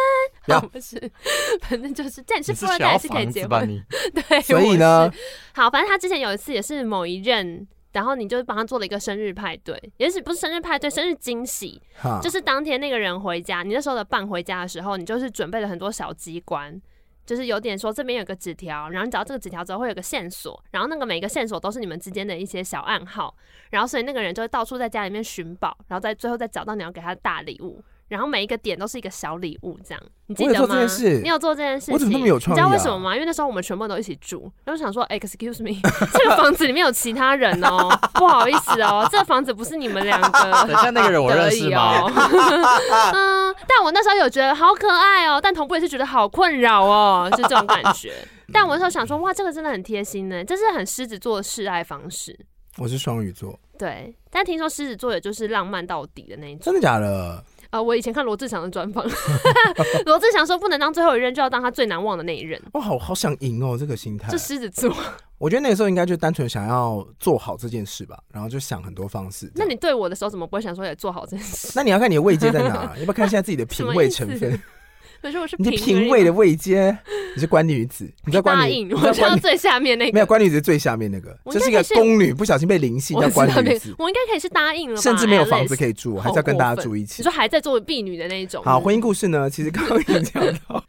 D: 呀
C: 好不是， (laughs) 反正就是，但你是
E: 你
C: 富
E: 是
C: 二
E: 想
C: 代还
E: 要
C: 是可以
E: 房
C: 结
E: 子吧
C: 婚。
E: 你？
C: 对，
D: 所以
C: 我
D: 呢
C: 是，好，反正他之前有一次也是某一任，然后你就帮他做了一个生日派对，也是不是生日派对，生日惊喜，
D: 哈
C: 就是当天那个人回家，你那时候的伴回家的时候，你就是准备了很多小机关。就是有点说这边有个纸条，然后你找到这个纸条之后会有个线索，然后那个每个线索都是你们之间的一些小暗号，然后所以那个人就会到处在家里面寻宝，然后在最后再找到你要给他的大礼物。然后每一个点都是一个小礼物，这样你记
D: 我有
C: 得
D: 做
C: 吗？
D: 这件事
C: 你有做这件事情？
D: 我怎么那么有创意
C: 你知道为
D: 啊
C: 什么吗？因为那时候我们全部都一起住，然后想说，excuse 哎 me，这个房子里面有其他人哦， (laughs) 不好意思哦，这个房子不是你们两个。
E: 等一下那个人我认识吗？
D: (laughs)
C: 得意哦嗯，但我那时候有觉得好可爱哦，但同步也是觉得好困
D: (laughs)
C: 扰哦，就这种感觉。但我那时候想说，哇，这个真的很贴心呢，这是很狮子座的示爱方式。
D: 我是双鱼座，
C: 对，但听说狮子座也就是浪漫到底的那一种。
D: 真的假的？
C: 啊、我以前看罗志祥的专
D: (laughs)
C: 访，罗志祥说不能当最后一任，就要当他最难忘的那一
D: (laughs)
C: 任。
D: 我好好想赢哦，这个心态
C: 这。狮子座，
D: 我觉得那个时候应该就单纯想要做好这件事吧，然后就想很多方式这
C: 那
D: 样。
C: 你对我的时候怎么不会想说哎也做好这件
D: (laughs)
C: 事？
D: 那你要看你的位阶在
C: (laughs)
D: 哪，啊要不要看一下自己的品味成
C: 什么
D: 分？
C: 可是我是
D: (laughs) 你的品
C: 而已
D: 味的位阶，你是官女子，你知道
C: 答
D: 官女，
C: 应，
D: 你知
C: 我
D: 道
C: 知道
D: 官女
C: 最下面那个
D: 没有，官女子是最下面那个，
C: 我
D: 这
C: 应该
D: 是一个
C: 可以是
D: 宫女，不小心被灵性
C: 我
D: 叫
C: 知道
D: 官
C: 那
D: 女
C: 个
D: 子，，
C: 我应该可以是答应了吧，
D: 甚至没有房子可
C: 以
D: 以住，还是要跟大家住一
C: 你
D: 起。
C: 说还在做婢女的那一种，
D: 好，婚姻故事呢，其实刚刚已经讲到，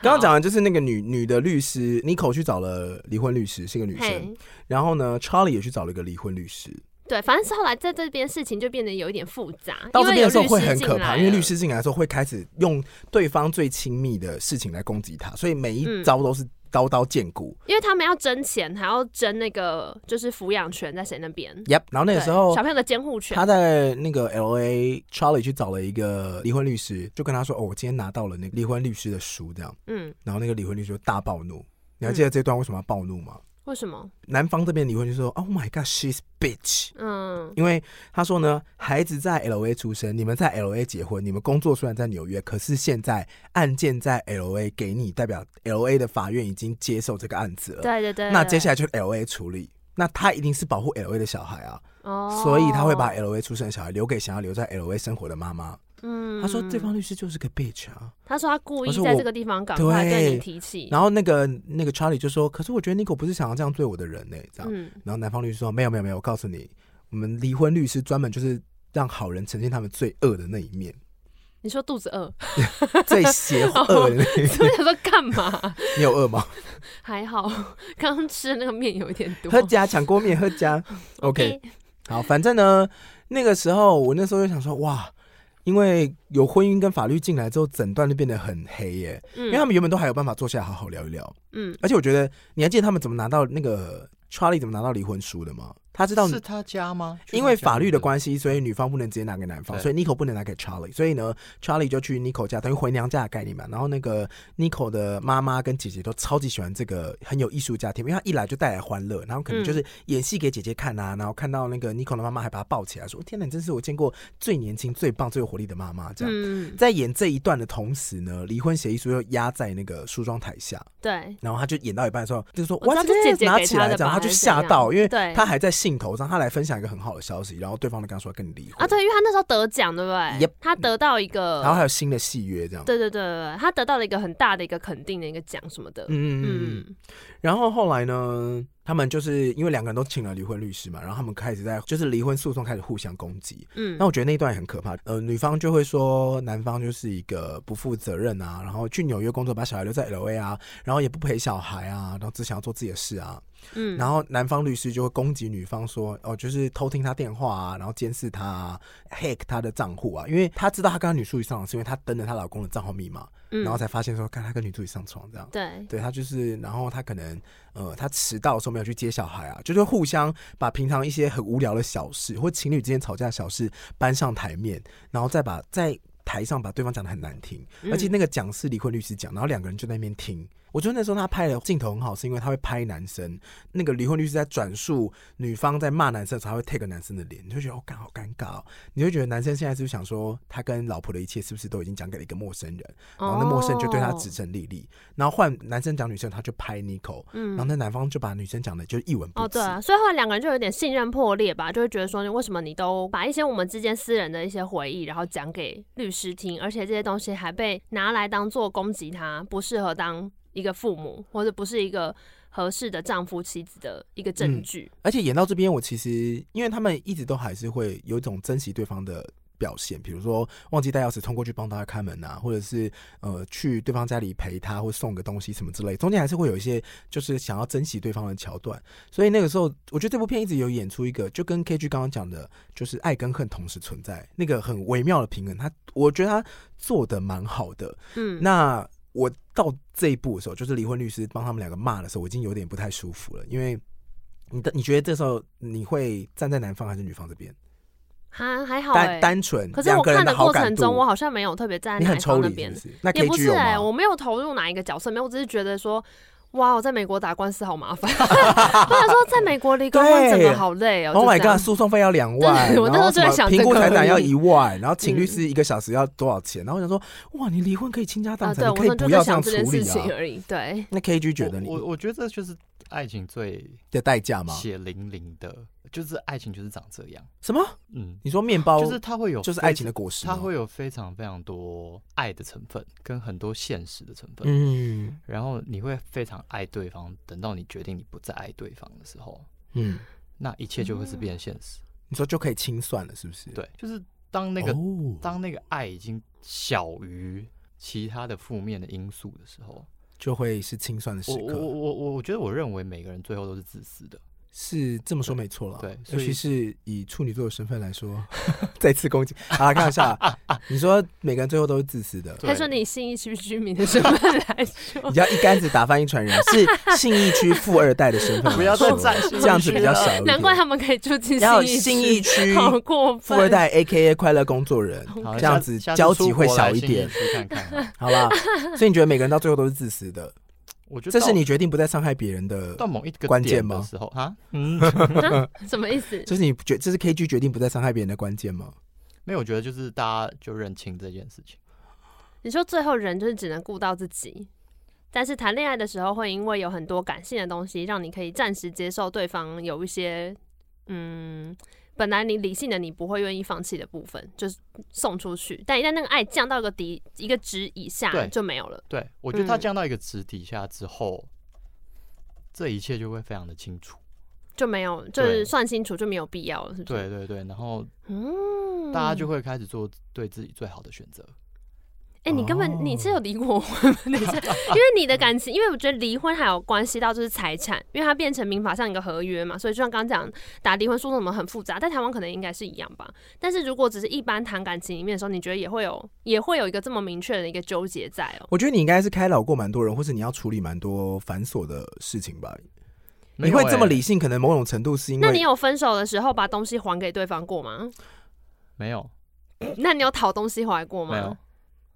D: 刚刚讲的就是那个女女的律师，Nico 去找了离婚律师，是个女生
C: 嘿，，
D: 然后呢，Charlie 也去找了一个离婚律师。
C: 对，反正是后来在这边事情就变得有一点复杂，
D: 到这边的时候
C: 因
D: 会
C: 为有律
D: 很
C: 师进
D: 可怕，
C: 来
D: 因为律
C: 了
D: 师进来的时候会开始用对方最亲密的事情来攻击他，所以每一
C: 嗯
D: 招都是刀刀见骨。
C: 因为他们要争钱，还要争那个就是抚养权在谁那边。
D: Yep，然后那个
C: 对
D: 时候
C: 小朋友的监护权，
D: 他在那个 L A Charlie 去找了一个离婚律师，就跟他说：“哦，我今天拿到了那个离婚律师的书，这样。
C: 嗯”，
D: 然后那个离婚律师就大暴怒。你还记得这段为什么要暴怒吗？
C: 为什么？
D: 男方这边离婚就说：“Oh my god, she's bitch。”
C: 嗯，
D: 因为他说呢，孩子在 L A 出生，你们在 L A 结婚，你们工作虽然在纽约，可是现在案件在 L A 给你，代表 L A 的法院已经接受这个案子了。
C: 对对对。
D: 那接下
C: 来，
D: 来就是 L A 处理，那他一定是保护 L A 的小孩啊，
C: 哦
D: 所以他会把 L A 出生的小孩留给想要留在 L A 生活的妈妈。
C: 嗯
D: 他说对方律师就是个 bitch 啊，
C: 他说他故
D: 我
C: 意
D: 说
C: 在
D: 我
C: 这个地方赶快对
D: 对
C: 你提起，
D: 然后那个那个 Charlie 就说，可是我觉得 Nico 不是想要这样对我的人呢、这样。
C: 嗯，
D: 然后男方律师说：“没有没有没有，我告诉你，我们离婚律师专门就是让好人呈现他们最恶的那一面，
C: 你说肚子饿， (laughs)
D: 最邪
C: 哦
D: 恶的那一面。
C: 所以想说干嘛？
D: 你有饿吗？
C: 还好，刚刚吃的那个面有一点多。
D: 喝家抢锅面，喝家。OK，好，反正呢，那个时候我那时候就想说，哇。”因为有婚姻跟法律进来之后，整段就变得很黑耶。因为他
C: 嗯
D: 们原本都还有办法坐下来好好聊一聊，
C: 嗯，
D: 而且我觉得你还记得他们怎么拿到那个 Charlie 怎么拿到离婚书的吗？他知道
E: 是他家吗？
D: 因为
E: 去他家
D: 法律的
E: 吗
D: 关系，所以女方不能直接拿给男方，
E: 对
D: 所以 Nico 不能拿给 Charlie，所以呢，Charlie 就去 Nico 家，等于回娘家的概念嘛。然后那个 Nico 的妈妈跟姐姐都超级喜欢这个很有艺术家庭，因为他一来就带来欢乐，然后
C: 嗯
D: 可能就是演戏给姐姐看啊，然后看到那个 Nico 的妈妈还把他抱起来说：“天哪，你真是我见过最年轻、最棒、最有活力的妈妈。”这样。
C: 嗯，
D: 在演这一段的同时呢，离婚协议书又压在那个梳妆台下，
C: 对，
D: 然后他就演到一半的时候，就说：“
C: 我知
D: 哇，
C: 道
D: 这
C: 是姐姐
D: 拿
C: 给
D: 起
C: 他
D: 来
C: 的
D: 这样，他
C: 吧
D: 就
C: 还是
D: 吓
C: 怎样
D: 到，因为
C: 对
D: 他还在兴头上，他来分享一个很好的消息，然后对方就跟他说要跟你离婚
C: 啊，对，因为他那时候得奖，对不对
D: Yep？
C: 他得到一个，
D: 然后还有新的契约这样。
C: 对对对对，对他得到了一个很大的一个肯定的一个奖什么的。
D: 嗯嗯嗯嗯。
C: 嗯，
D: 然后后来呢，他们就是因为两个人都请了离婚律师嘛，然后他们开始在就是离婚诉讼开始互相攻击。
C: 嗯
D: 那我觉得那一段也很可怕。呃，女方就会说男方就是一个不负责任啊，然后去纽约工作，把小孩留在 L A 啊，然后也不陪小孩啊，然后只想要做自己的事啊。
C: 嗯
D: 然后男方律师就会攻击女方说，哦，就是偷听他电话啊，然后监视他、啊、，hack 他的账户啊，因为他知道他跟他女助理上床，是因为他登了她老公的账号密码，
C: 嗯
D: 然后才发现说，看他跟女助理上床这样。
C: 对，
D: 对他就是，然后他可能呃，他迟到的时候没有去接小孩啊，就是互相把平常一些很无聊的小事或情侣之间吵架的小事搬上台面，然后再把在台上把对方讲的很难听，而且那个讲是离婚律师讲，然后两个人就在那边听。我觉得那时候他拍的镜头很好，是因为他会拍男生，那个离婚律师在转述女方在骂男生的时候，他会 take 男生的脸，你就觉得哦，干好尴尬、哦，你会觉得男生现在是不是想说他跟老婆的一切是不是都已经讲给了一个陌生人，然后那陌生人就对他指
C: 哦
D: 证莉莉，然后换男生讲女生，他就拍 Nico，、然后
C: 嗯。
D: 那男方就把女生讲的就一文不
C: 哦，
D: 值。
C: 对啊，所以后来两个人就有点信任破裂吧，就会觉得说，为什么你都把一些我们之间私人的一些回忆，然后讲给律师听，而且这些东西还被拿来当做攻击他，不适合当一个父母，或者不是一个合适的丈夫妻子的一个证
D: 嗯
C: 据。
D: 而且演到这边，我其实因为他们一直都还是会有一种珍惜对方的。表现，比如说忘记带钥匙冲过去帮他开门啊，或者是呃去对方家里陪他，或送个东西什么之类，中间还是会有一些就是想要珍惜对方的桥段。所以那个时候，我觉得这部片一直有演出一个，就跟 K G 刚刚讲的，就是爱跟恨同时存在，那个很微妙的平衡。他我觉得他做的蛮好的。
C: 嗯，
D: 那我到这一步的时候，就是离婚律师帮他们两个骂的时候，我已经有点不太舒服了，因为你的你觉得这时候你会站在男方还是女方这边？
C: 还还好哎、
D: 单单纯
C: 可是
D: 两
C: 我
D: 个人
C: 看
D: 的
C: 的
D: 好
C: 过
D: 感
C: 程
D: 度
C: 中，，我好像没有特别站
D: 你
C: 在
D: 很
C: 男
D: 抽
C: 方那
D: 离，是
C: 边
D: 不，是？那
C: 也不
D: KG
C: 是
D: 有
C: 哎、
D: 吗？
C: 我没有投入哪一个角色，没有，我只是觉得说，哇，我在美国打官司好麻烦。 (laughs) 我想说，在美国离公
D: 对
C: 婚整个好累哦。
D: Oh
C: 就
D: my
C: 这样
D: god！诉讼费要两万，
C: 对我那时候就在
D: 然后什么
C: 想
D: 评估
C: 这个
D: 财产要
C: 而已
D: 一万，然后请律
C: 嗯
D: 师一个小时要多少钱？然后我想说，哇，你离婚可以倾家荡
C: 啊，
D: 产，你
C: 对，我
D: 可以
C: 说就
D: 不
C: 在
D: 要这样
C: 想
D: 处
C: 这件事
D: 理
C: 情
D: 啊。
C: 而已。对，
D: 那 KG 觉
E: 我
D: 得你
E: 我我觉得这就是爱情最
D: 的代价吗？
E: 血淋淋的，就是爱情就是长这样，
D: 什么？
E: 嗯，
D: 你说面包
E: 就是它会有
D: 就是
E: 非
D: 爱情的果实吗？
E: 它会有非常非常多爱的成分，跟很多现实的成分。
D: 嗯
E: 然后你会非常爱对方，等到你决定你不再爱对方的时候，
D: 嗯，
E: 那一切就会是变现实。
D: 你说就可以清算了，是不是？
E: 对，就是当那个、
D: 嗯哦
E: 当那个爱已经小于其他的负面的因素的时候，
D: 就会是清算的时
E: 我我
D: 刻，
E: 我我我觉得我认为每个人最后都是自私的。
D: 是这么说没错了。
E: 对所
D: 尤
E: 以
D: 其是以处女座的身份来说， (laughs) 再次攻击啊！开玩笑啊，
E: (laughs)
D: 你说每个人最后都是自私的，
E: 对
C: 他说你信义区居民的身
D: (laughs)
C: 份来说
D: 你，要一竿子打翻一船人，
E: (laughs)
D: 是信义区富二代的身份来说，
E: 不要再占信义区
D: 这样子比较小一点。
C: (laughs) 难怪他们可以住进
D: 要有
C: 信
D: 信
C: 义
D: 义
C: 区，
D: 区
C: 好过分。
D: 富二代 A K A 快乐工作人，
E: 好
D: 这
E: 下
D: 样子
E: 下次
D: 交
E: 出
D: 集会
E: 国来
D: 小一
E: 信义
D: 点
E: 区看看啊
D: (laughs)
E: 哈
D: 好吧？所以你觉得每个人到最后都是自私
E: (laughs)
D: 的，
E: 我觉得
D: 这是
E: 到
D: 你决定不再伤害别人的
E: 到某一个
D: 关键
E: 点的
D: 吗
E: 时候
D: (laughs)
E: 啊，嗯，
C: 啊什么意思？
D: 这是你决，这是 K G 决定不再伤害别人的关键吗？
E: 没有，我觉得就是大家就认清这件事情。
C: 你说最后人就是只能顾到自己，但是谈恋爱的时候会因为有很多感性的东西，让你可以暂时接受对方有一些，嗯，本来你理性的你不会愿意放弃的部分，就是送出去。但一旦那个爱降到一个底一个值以下，
E: 对
C: 就没有了。
E: 对，我觉得它
C: 嗯
E: 降到一个值底下之后，这一切就会非常的清楚。
C: 就没有，就是算清楚就没有必要了，是不是？
E: 对，对对，然后
C: 嗯，
E: 大家就会开始做对自己最好的选择。
C: 哎、你根
D: 哦
C: 本你是有离过婚吗？ (laughs) 等一下，因为你的感情，因为我觉得离婚还有关系到就是财产，因为它变成民法上一个合约嘛，所以就像刚刚讲打离婚诉讼什么很复杂，在台湾可能应该是一样吧。但是如果只是一般谈感情里面的时候，你觉得也会有也会有一个这么明确的一个纠结在哦、
D: 我觉得你应该是开导过蛮多人，或是你要处理蛮多繁琐的事情吧。
E: 没
D: 你
E: 有
D: 会这么
E: 欸
D: 理？性，可能某种程度是因
C: 那你
D: 为
C: 有分手的时候把东西还给对方过吗？
E: 没有，
C: 那你有讨东西回来过
E: 没有
C: 吗？，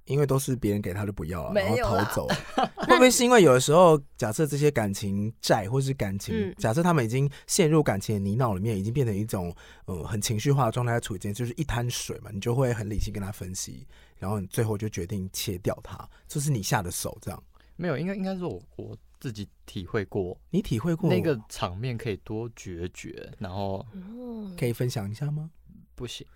D: 因为都是别人给他就不要了，
C: 没
D: 然后
C: 有
D: 逃
C: 啦 (laughs)
D: 走。啊会不会是因为有的时候，假设这些感情债或是感情，
C: 嗯
D: 假设他们已经陷入感情的泥淖里面，已经变成一种呃很情绪化的状态在处境，就是一滩水嘛，你就会很理性跟他分析，然后你最后就决定切掉它，就是你下的手这样。
E: 没有，应该应该说我我自己体会过
D: 你体会过
E: 那个场面可以多决绝，然后
C: 嗯，
D: 可以分享一下吗？
E: 不行。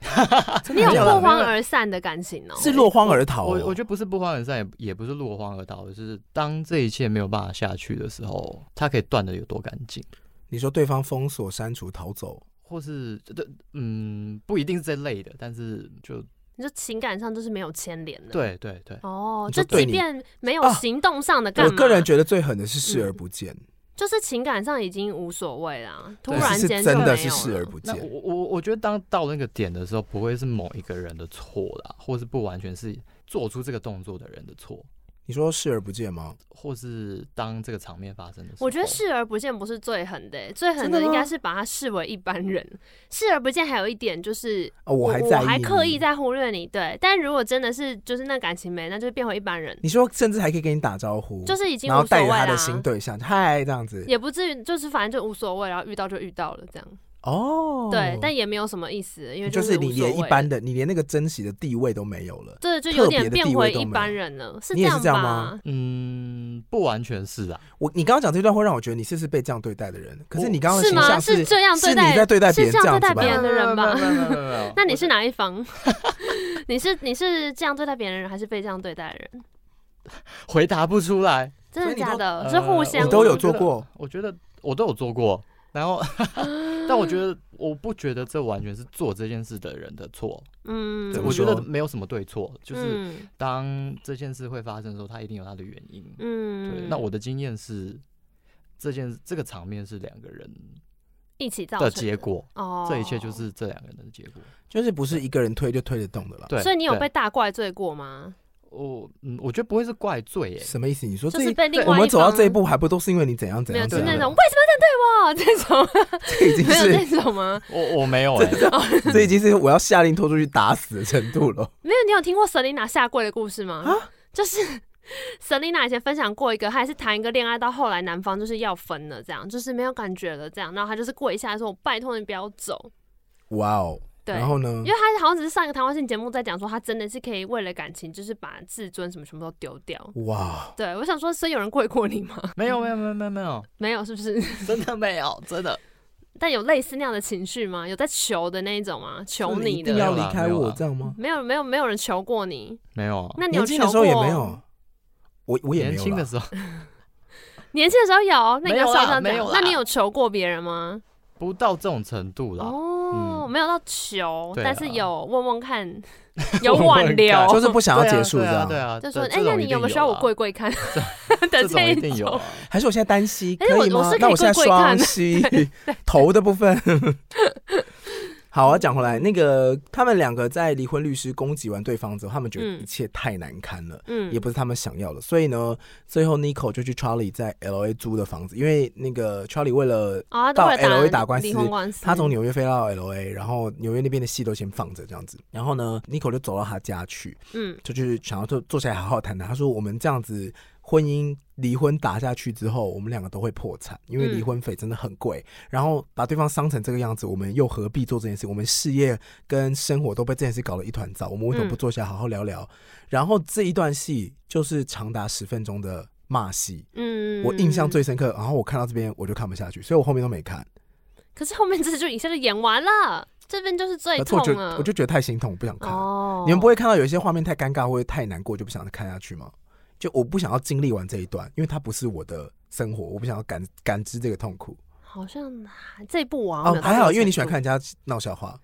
C: 你
D: (laughs)
C: 有
D: 没有啦
C: 不欢而散的感情哦、
D: 是落荒而逃哦、
E: 我我觉得不是不欢而散，也也不是落荒而逃，就是当这一切没有办法下去的时候，它可以断的有多干净。
D: 你说对方封锁、删除、逃走，
E: 或是这嗯，不一定是这类的，但是就
C: 你说情感上就是没有牵连的。。
E: 对对对，
C: 哦，
D: 你
C: 就
D: 说对
C: 即
D: 你
C: 便没有
D: 啊
C: 行动上的干
D: 我
C: 嘛，
D: 个人觉得最狠的是视而
C: 嗯
D: 不见，
C: 就是情感上已经无所谓啦，突
E: 对
C: 然
D: 是
C: 间就
D: 真
C: 没有
D: 的
C: 了。
D: 是视而不
E: 那
D: 见。
E: 我我我我觉得当到那个点的时候，不会是某一个人的错啦，或是不完全是做出这个动作的人的错，
D: 你说视而不见吗？
E: 或是当这个场面发生的时候，
C: 我觉得视而不见不是最狠的欸、最狠
D: 真
C: 的
D: 的
C: 应该
D: 吗
C: 是把他视为一般人。视而不见还有一点就是，
D: 哦，我还
C: 还
D: 在意，
C: 我刻意。在忽略你，对。但如果真的是就是那感情没，那就变回一般人，
D: 你说甚至还可以跟你打招呼，
C: 就是已经
D: 然
C: 无
D: 后
C: 所
D: 带
C: 谓
D: 着
C: 啦、
D: 他的新对象，嗨这样子。
C: 也不至于就是反正就无所谓，然后遇到就遇到了这样，
D: 哦，
C: 对。但也没有什么意思，因为
D: 就是是你
C: 无所
D: 连一
C: 谓
D: 般
C: 了。
D: 的，你连那个珍惜的地位都没有了。
C: 对，就
D: 特
C: 有
D: 别
C: 点
D: 的
C: 变
D: 地位
C: 回
D: 都
C: 一
D: 没
C: 般
D: 有
C: 人了，是
D: 你也是这样
C: 吧？
E: 嗯，不完全是啦，
D: 我你刚刚讲这段会让我觉得你是不是被这样对待的人？可是你刚刚的
C: 是
D: 形
C: 吗？
D: 象
C: 是这样对
D: 是你在
C: 待，
D: 对待别人
C: 是这
D: 子
C: 样对待
D: 吧？
C: 别人的人吧
E: (laughs) 没有没有没有没有没有
C: (laughs) 那你是哪一方？你是你是这样对待别人，还是被这样对待的人？
E: 回答不出来？
C: 真
D: 所以
C: 的
D: 你都
C: 假的？
E: 呃
C: 是互相
D: 你都有做过，
E: 我觉得我都有做过，然
C: 啊
E: 后， (laughs) 但我觉得我不觉得这完全是做这件事的人的错，
C: 嗯
D: 怎么
E: 我觉得
D: 说
E: 没有什么对错，就是
C: 嗯
E: 当这件事会发生的时候，它一定有它的原因。对，
C: 嗯，
E: 那我的经验是，这件这个场面是两个人
C: 一起造成
E: 的结果，
C: 哦，
E: 这一切就。是这两个人的结果。
D: 就是不是一个人推就推得动的了。
E: 对，
C: 所以你有
E: 对
C: 被大怪罪过吗？
E: 我嗯，我觉得不会是怪罪耶，
D: 什么意思？你说
C: 就
D: 这
C: 是
D: 一
C: 被另外
D: 我们
C: 一
D: 走到
C: 方
D: 这一，步，还不都是因为你怎样怎
C: 没有，
D: 样
C: 就
D: 怎
C: 是
D: 样
C: 那
D: 的？
C: 种为什么这样对我 (laughs)
D: 这已经
C: 这种，没有
D: 啊是
C: 这种吗？
E: 我我没有哎，
D: 这已经是我要下令拖出去打死的程度了。
C: 没有，你有听过 Selina 下跪的故事吗？
D: 啊
C: 就是 (laughs) Selina 以前分享过一个，她也是谈一个恋爱，到后来男方就是要分了，这样就是没有感觉了，这样，然后她就是跪下来说：“我拜托你不要走。
D: 哇哦！”
C: 对，
D: 然后呢
C: 因为？她好像只是上一个谈话性节目在讲说，她真的是可以为了感情，就是把自尊什么什么都丢
D: 哦
C: 掉。
D: 哇，
C: 对，我想说，真有人跪过你吗？ (laughs)
E: 没有没有没有没有没有，
C: 没有，是不是？ (laughs)
E: 真的没有，真的。
C: 但有类似那样的情绪吗？有在求的那一种吗？求
D: 就是
C: 你
D: 一定
C: 的？
D: 要离开
E: 没有啦
D: 我这样吗？
C: 没有，没有，没有人求过你。
E: 没有啊，
C: 那你有
D: 年轻
C: 求
D: 的
C: 过？
D: 时候也没有，我我也
E: 年
D: 没
E: 轻
D: 有
E: 的
D: 啦。
E: 时候
C: 年轻的时候有，那你
E: 没有
C: 稍
E: 啦
C: 微这样
E: 没有
C: 讲。
E: 啦
C: 那你有求过别人吗？
E: 不到这种程度啦。
C: 哦，
E: 嗯
C: 没有到求，
E: 对啊
C: 但是有问
D: (laughs)
C: 问看，有
E: 问问
C: 挽留，
E: 看
D: 就是不想要结束
E: 对
D: 这
E: 啊
D: 样
E: 对。啊，
C: 就
E: 对
C: 说，
E: 这
C: 哎，那
E: 种
C: 你
E: 一
C: 有
E: 定
C: 没有需要我
E: 啊
C: 跪
D: (laughs)
C: 跪看 (laughs) 的
E: 这种
C: 这
E: 一定有
C: 种？
E: 啊。
D: 还是我现在单膝
C: 哎我
D: 可以
C: 我
D: 吗
C: 是可以？
D: 那我现在
C: 跪跪看
D: 双
C: (laughs)
D: 膝头的部分。 (laughs) 好，我要讲回来，那个他们两个在离婚律师攻击完对方之后，他们觉得
C: 嗯
D: 一切太难堪了。
C: 嗯
D: 也不是他们想要的，所以呢，最后 Nico 就去 Charlie 在 L A 租的房子，因为那个 Charlie 为了
C: 啊，
D: 到
C: 他都
D: LA
C: 会
D: 打官司
C: 离婚官司，
D: 他从纽约飞到 L A，然后纽约那边的戏都先放着这样子，然后呢，Nico 就走到他家去，
C: 嗯
D: 就去想要坐坐下来好好谈谈。他说：“我们这样子婚姻离婚打下去之后，我们两个都会破产，因为
C: 嗯
D: 离婚费真的很贵。然后把对方伤成这个样子，我们又何必做这件事？我们事业跟生活都被这件事搞得一团糟，我们为什么不坐下好好聊聊？”然后这一段戏就是长达十分钟的骂戏，
C: 嗯，
D: 我印象最深刻。然后我看到这边我就看不下去，所以我后面都没看。
C: 可是后面这就一下就演完了，这边就是最
D: 可是
C: 痛
D: 我就
C: 了，
D: 我就觉得太心痛，我不想看。
C: 哦，
D: 你们不会看到有一些画面太尴尬或者太难过就不想看下去吗？就我不想要经历完这一段，因为它不是我的生活，我不想要感感知这个痛苦。
C: 好像还这部我像没
D: 哦，
C: 有
D: 还
C: 到这
D: 好，
C: 个
D: 因为你
C: 程
D: 喜欢
C: 度
D: 看人家闹笑
C: (laughs)
D: 话，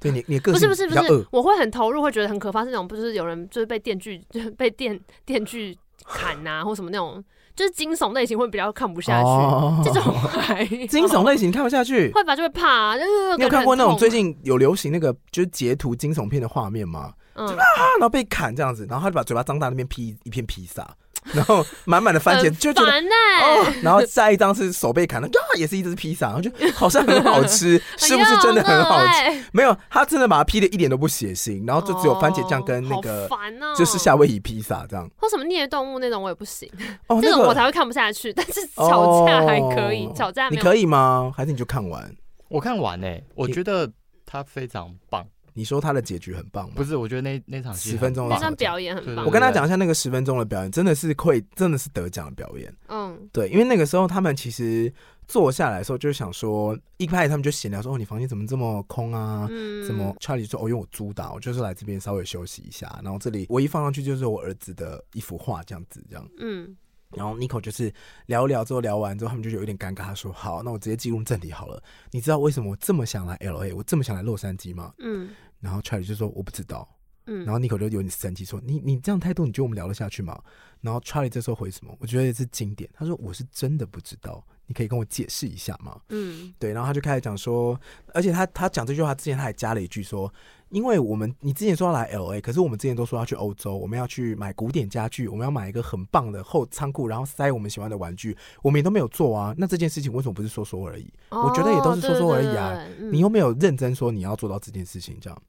D: 对你你的个
C: 不是
D: 性
C: 不是
D: 比
C: 不
D: 较
C: 是
D: 恶，，
C: 我会很投入，会觉得很可怕。是那种不是有人就是被电 (laughs) 锯，就是被电电锯砍呐、 (laughs) 或什么那种，就是惊悚类型会比较看不下去。
D: 哦
C: 这种还
D: 惊悚类型看不下去。
C: 会吧就会怕、啊。就是
D: 你有看过那种最
C: 近、
D: 近有流行那个就是截图惊悚片的画面吗？
C: 嗯、
D: 啊，然后被砍这样子，然后他就把嘴巴张大，那边披一片披萨，然后满满的
C: (laughs)
D: 番茄，
C: 很
D: 就觉得
C: 烦哎、
D: 哦，然后下一张是手被砍了，啊，也是一只披萨，然后就好像很好
C: (laughs)
D: 吃，是不是真的很好吃？
C: 吃？
D: 没有，他真的把它劈的一点都不血腥，然后就只有番茄酱跟那
C: 哦
D: 个
C: 好烦哦、
D: 就是夏威夷披萨这样。
C: 或什么虐动物那种我也不行，
D: 哦，
C: 这
D: 那
C: 种我
D: 个
C: 才会看不下去。但是吵架还可以，
D: 哦
C: 吵架
D: 你
C: 没有
D: 可以吗？还是你就看完？
E: 我看完诶，我
D: 你
E: 觉得他非常棒。
D: 你说他的结局很棒吗
E: 不？是，我觉得那那场戏
D: 10
E: 很
D: 分钟
E: 棒
C: 那
D: 了
C: 段表演很
E: 对
C: 棒。
D: 我跟他讲一下那个十分钟的表演，真的是愧，真的是得奖的表演。
C: 嗯
D: 对，因为那个时候他们其实坐下来的时候，就想说，一开始他们就闲聊说：“哦，你房间怎么这么空啊？
C: 嗯，
D: 怎么？Charlie 说：“哦，因为我租的啊，我就是来这边稍微休息一下。然后这里我一放上去就是我儿子的一幅画，这样子，这样。
C: 嗯
D: 然后 Nico 就是聊一聊之后，聊完之后他们就有点尴尬，他说：好，那我直接进入正题好了。你知道为什么我这么想来 LA，我这么想来洛杉矶吗？
C: 嗯
D: 然后 Charlie 就说：我不知道。
C: 嗯，
D: 然后 Nico 就有点生气说：你你这样态度，你觉得我们聊得下去吗？然后 Charlie 这时候回什么？我觉得也是经典。他说：我是真的不知道，你可以跟我解释一下吗？
C: 嗯
D: 对，然后他就开始讲说，而且他他讲这句话之前，他还加了一句说，因为我们你之前说要来 L A，可是我们之前都说要去欧洲，我们要去买古典家具，我们要买一个很棒的后仓库，然后塞我们喜欢的玩具，我们也都没有做啊。那这件事情为什么不是说说而已？我觉得也都是说说而已啊
C: 哦。对对对对对
D: 你又没有认真说你要做到这件事情，这样。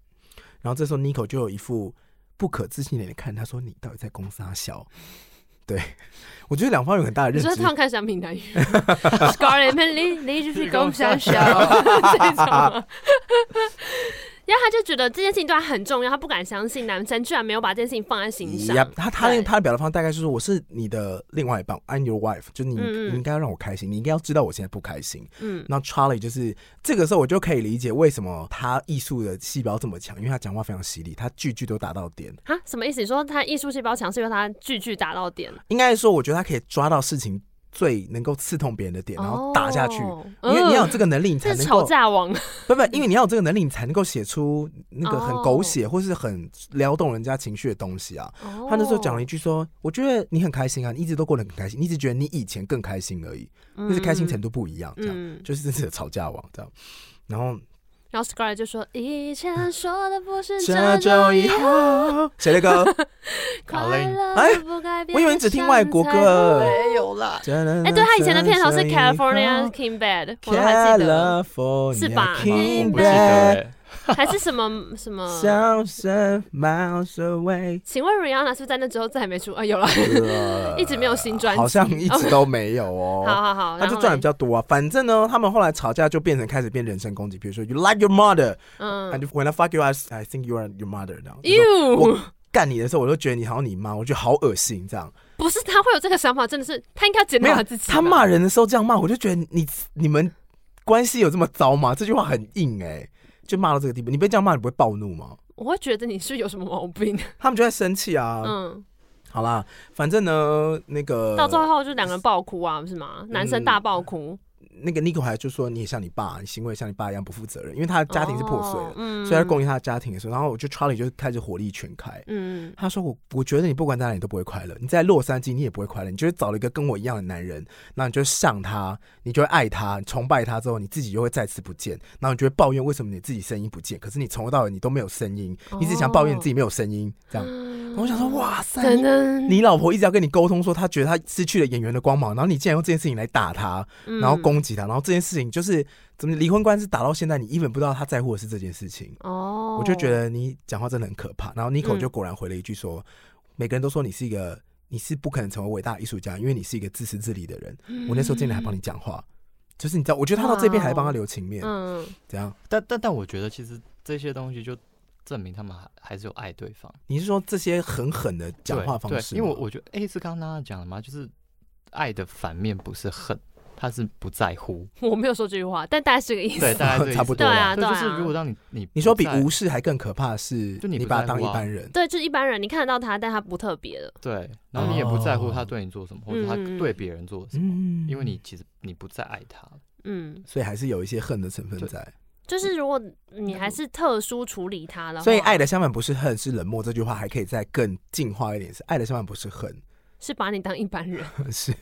D: 然后这时候 Nico 就有一副不可置信的脸看，他说：“你到底在攻杀小？”对， (laughs) 我觉得两方有很大的
C: 你
D: 认
C: 说
D: 知
C: 他。们开始
D: (laughs)
C: 讲闽南语，Scarlet Man，你你就是公山小这种吗。然后他就觉得这件事情对他很重要，他不敢相信男生居然没有把这件事情放在心上。
D: 呀他他那
C: 对
D: 个他的表达方式大概就是说我是你的另外一半，I'm your wife，就你、
C: 嗯嗯
D: 你应该要让我开心，你应该要知道我现在不开心。
C: 嗯
D: 那 Charlie 就是这个时候我就可以理解为什么他艺术的细胞这么强，因为他讲话非常犀利，他句句都打到点。
C: 啊，什么意思？你说他艺术细胞强是因为他句句打到点？
D: 应该说，我觉得他可以抓到事情最能够刺痛别人的点，然后打下去。
C: 哦
D: 因为你要有
C: 嗯
D: 这个能力，你才
C: 这是
D: 能
C: 吵
D: 够
C: 架王，
D: 不不，因为你要有这个能力，你才能够写出那个很
C: 哦
D: 狗血或是很撩动人家情绪的东西啊。
C: 他
D: 他那时候讲
C: 哦
D: 了一句说：“我觉得你很开心啊，你一直都过得很开心，你一直觉得你以前更开心而已，但是开心程度不一样。”这样
C: 哦嗯，
D: 就是真正的吵架王这样。然后
C: 然后 Scarlett 就说：“以前说的不是
D: 这
C: 这
D: 周
C: 种
D: 以
C: 以后，啊
D: 后谁的歌？
C: 快乐
D: 哎
C: 不该变
D: 我以为你只听外国
C: 得像才
D: 歌。
E: 没有啦，
D: 哎
C: 哎，对他以前的片头是 California King Bad，我都还记得，
D: California
C: 是吧嗯
D: King
E: 我
D: Bad,
E: 记得哎，
C: 还是什么
D: (laughs)
C: 什么。”
D: thousand miles away
C: 请问 Rihanna 是不是在那之后再也没出？啊，
D: (laughs)
C: 有了， (laughs) 一直没有新专辑，
D: 好像一直都没有哦。
C: (laughs) 好好好，
D: 他
C: 然
D: 就
C: 后
D: 赚的
C: 嘞
D: 比较多啊。反正呢，他们后来吵架就变成开始变人身攻击，比如说 “You like your mother”，
C: 嗯
D: and when I fuck you, I I think you are your mother。这样就说
C: ，You
D: 我干你的时候，我都觉得你好像你妈，我觉得好恶心。这样
C: 不是他会有这个想法，真的是他应该检
D: 没
C: 讨
D: 有
C: 自己吧。
D: 他骂人的时候这样骂，我就觉得你你们关系有这么糟吗？这句话很硬哎、就骂到这个地步。你被这样骂，你不会暴怒吗？
C: 我会觉得你是不是有什么毛
D: (laughs)
C: 病。
D: 他们就在生气啊。
C: 嗯，
D: 好啦，反正呢，那个
C: 到最后就两个人爆哭啊，是吗？
D: 嗯
C: 男生大爆哭，
D: 那个 Nico 还就说你也像你爸，你行为像你爸一样不负责任，因为他的家庭是破碎的
C: 哦，嗯
D: 所以他攻击他的家庭的时候，然后我就 Charlie 就开始火力全开。
C: 嗯，
D: 他说我：“我觉得你不管在哪里都不会快乐，你在洛杉矶你也不会快乐，你就会找了一个跟我一样的男人，然后你就上他，你就会爱他，你崇拜他之后，你自己就会再次不见，然后你就会抱怨为什么你自己声音不见，可是你从头到尾你都没有声音，你只想抱
C: 哦
D: 怨你自己没有声音，这
C: 嗯
D: 样。然后我想说，哇塞，
C: 等
D: 你
C: 等，
D: 你老婆一直要跟你沟通说，她觉得她失去了演员的光芒，然后你竟然用这件事情来打她，
C: 嗯
D: 然后攻击她，然后这件事情就是怎么离婚官司打到现在，你根本不知道她在乎的是这件事情。
C: 哦，
D: 我就觉得你讲话真的很可怕。然后 Nico
C: 嗯
D: 就果然回了一句说：“每个人都说你是一个，你是不可能成为伟大艺术家，因为你是一个自私自利的人。”我那时候真的还帮你讲话，就是你知道，我觉得他到这边还帮他留情面，
C: 嗯， (laughs)
D: 怎样？
E: 但但但我觉得其实这些东西就证明他们还还是有爱对方。
D: 你是说这些狠狠的讲话方
E: 对
D: 式
E: 对
D: 吗？
E: 因为我我觉得 A 是刚刚娜娜讲的嘛，就是爱的反面不是恨，他是不在乎。
C: 我没有说这句话，但大概是这个意
E: 对，
C: 思。 (laughs)
D: (laughs)
E: 大概这个意思
D: 差不
C: 对
D: 多
C: 啊，
E: 对，
C: 对
E: 就是
C: 啊
E: 如。果让你你
D: 你说比
E: 不在
D: 无视还更可怕的是，
E: 就你不
D: 把他
E: 在
D: 当
E: 乎
D: 一
E: 啊
D: 般人。
C: 对，就是一般人，你看得到他，但他不特别的。
E: 对，然后你也不在乎他
D: 哦
E: 对你做什么，或者他
C: 嗯
E: 对别人做什么，
D: 嗯
E: 因为你其实你不再爱他了。
C: 嗯，
D: 所以还是有一些恨的成分
E: 对
D: 在。
C: 就是如果你还是特殊处理他的话，
D: 所以爱的相反不是恨，是冷漠。这句话还可以再更进化一点，是爱的相反不是恨， (laughs)
C: 是把你当一般人，
D: 是
C: 啊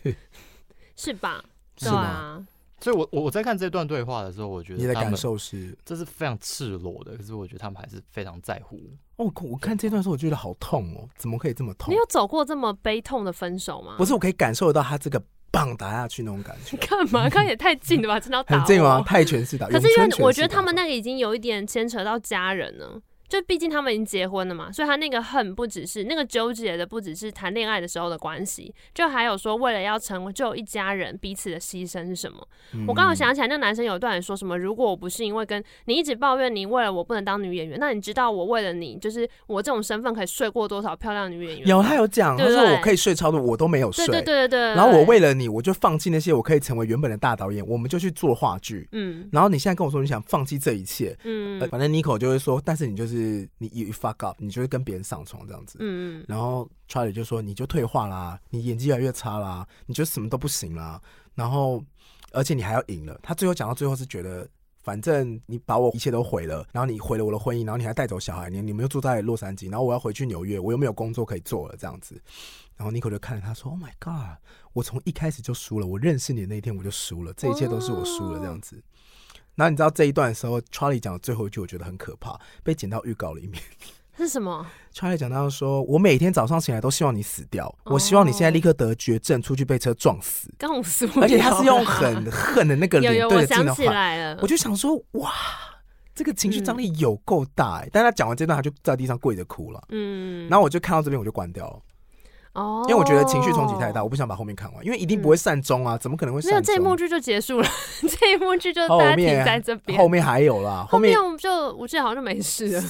C: 是吧？
D: 是
C: 对
D: 吗？
C: 啊，
E: 所以我，我我在看这段对话的时候，我觉
D: 你
E: 得
D: 的
E: 他
D: 感
E: 们
D: 受是？
E: 这是非常赤裸的，可是我觉得他们还是非常在乎。
D: 哦，我我看这段时候我觉得好痛哦，怎么可以这么痛
C: 你？有走过这么悲痛的分手吗？
D: 不是，我可以感受到他这个棒打下去那种感觉，
C: (laughs) 干嘛？刚也太近了吧，真的要 (laughs) 打
D: 很近吗？
C: 我
D: 泰拳式打，
C: 可是因
D: 咏春
C: 为
D: 拳
C: 我觉得
D: 式打
C: 他们那个已经有一点牵扯到家人了，就毕竟他们已经结婚了嘛，所以他那个恨不只是那个纠结的，不只是谈恋爱的时候的关系，就还有说为了要成为就一家人彼此的牺牲是什么。
D: 嗯
C: 我刚好想起来，那男生有一段也说什么，如果我不是因为跟你一直抱怨你为了我不能当女演员，那你知道我为了你就是我这种身份可以睡过多少漂亮女演员？
D: 有他有讲，他
C: 对
D: 说
C: 对
D: 我可以睡超多，我都没有
C: 对
D: 睡。
C: 对对对对对。
D: 然后我为了你，我就放弃那些我可以成为原本的大导演，我们就去做话剧。
C: 嗯
D: 然后你现在跟我说你想放弃这一切，
C: 嗯
D: 呃反正 Nico 就会说，但是你就是你 you fuck up，你就是跟别人上床这样子。
C: 嗯
D: 然后 Charlie 就说：“你就退化啦，你演技越来越差啦，你就什么都不行啦。然后，而且你还要赢了。”他最后讲到最后是觉得，反正你把我一切都毁了，然后你毁了我的婚姻，然后你还带走小孩，你你们又住在洛杉矶，然后我要回去纽约，我又没有工作可以做了这样子。然后 Nico 就看着他说：“Oh my god！我从一开始就输了，我认识你的那一天我就输了，这一切都是我输了这样子。”然后你知道这一段的时候，Charlie 讲的最后一句，我觉得很可怕，被剪到预告里面。
C: 是什么？
D: Charlie 讲到说，我每天早上醒来都希望你死掉，
C: 哦
D: 我希望你现在立刻得绝症，出去被车撞
C: (laughs)
D: 死。
C: 告诉我。
D: 而且他是用很恨的那个
C: 有
D: 脸
C: 有，
D: 对
C: 我
D: 着镜
C: 想
D: 头
C: 起
D: 喊，
C: 来了嗯
D: 我。就想说，哇，这个情绪张力有够大、欸。但他讲完这段，他就在地上跪着哭了。
C: 嗯，
D: 然后我就看到这边，我就关掉了，
C: 哦，
D: 因为我觉得情绪冲击太大，。我不想把后面看完，因为一定不会善终啊，怎么可能会
C: 嗯没有
D: 善
C: 这一幕
D: 终？
C: 剧就结束了， (laughs) 这一幕剧就
D: 后
C: 大家停
D: 面
C: 在这
D: (laughs)
C: 边。
D: 后面还有
C: (laughs)
D: 啦，后面
C: 我们就我记得好像就没事了。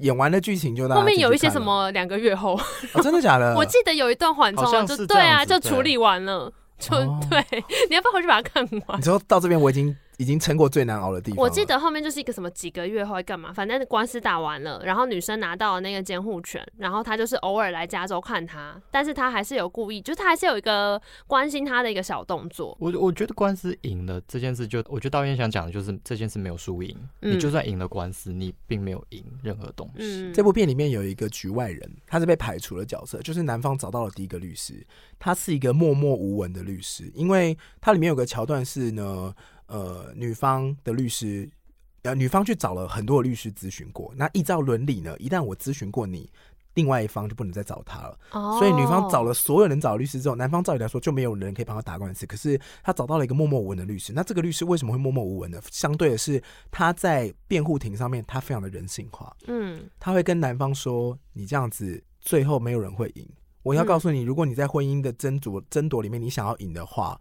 D: 演完的剧情就大家
C: 后面
D: 自己
C: 有一
D: 去
C: 些
D: 啊看
C: 什
D: 了、
C: 么两个月后，
D: 哦真的假的？
C: (laughs) 我记得有一段缓冲
E: 好
C: 啊，
E: 像
C: 就是对啊，
E: 这
C: 就
E: 样子
C: 处理完了，就
D: 哦
C: (laughs)
D: 啊
C: 对。你要不要回去把它看完
D: 你？说到这边我已经已经撑过最难熬的地方了。
C: 我记得后面就是一个什么几个月后干嘛，反正官司打完了，然后女生拿到了那个监护权，然后她就是偶尔来加州看他，但是她还是有故意，就是她还是有一个关心他的一个小动作。
E: 我我觉得官司赢了这件事就，我觉得导演想讲的就是这件事没有输赢，
C: 嗯
E: 你就算赢了官司，你并没有赢任何东西。
C: 嗯，
D: 这部片里面有一个局外人，他是被排除的角色，就是男方找到了第一个律师，他是一个默默无闻的律师，因为它里面有个桥段是呢，呃，女方的律师。呃，女方去找了很多的律师咨询过，那依照伦理呢，一旦我咨询过你，另外一方就不能再找他了。
C: 哦
D: 所以女方找了所有能找的律师之后，男方照理来说就没有人可以帮他打官司。可是他找到了一个默默无闻的律师，那这个律师为什么会默默无闻呢？相对的是，他在辩护庭上面他非常的人性化，
C: 嗯
D: 他会跟男方说：“你这样子，最后没有人会赢。我
C: 嗯
D: 要告诉你，如果你在婚姻的争夺争夺里面，你想要赢的话，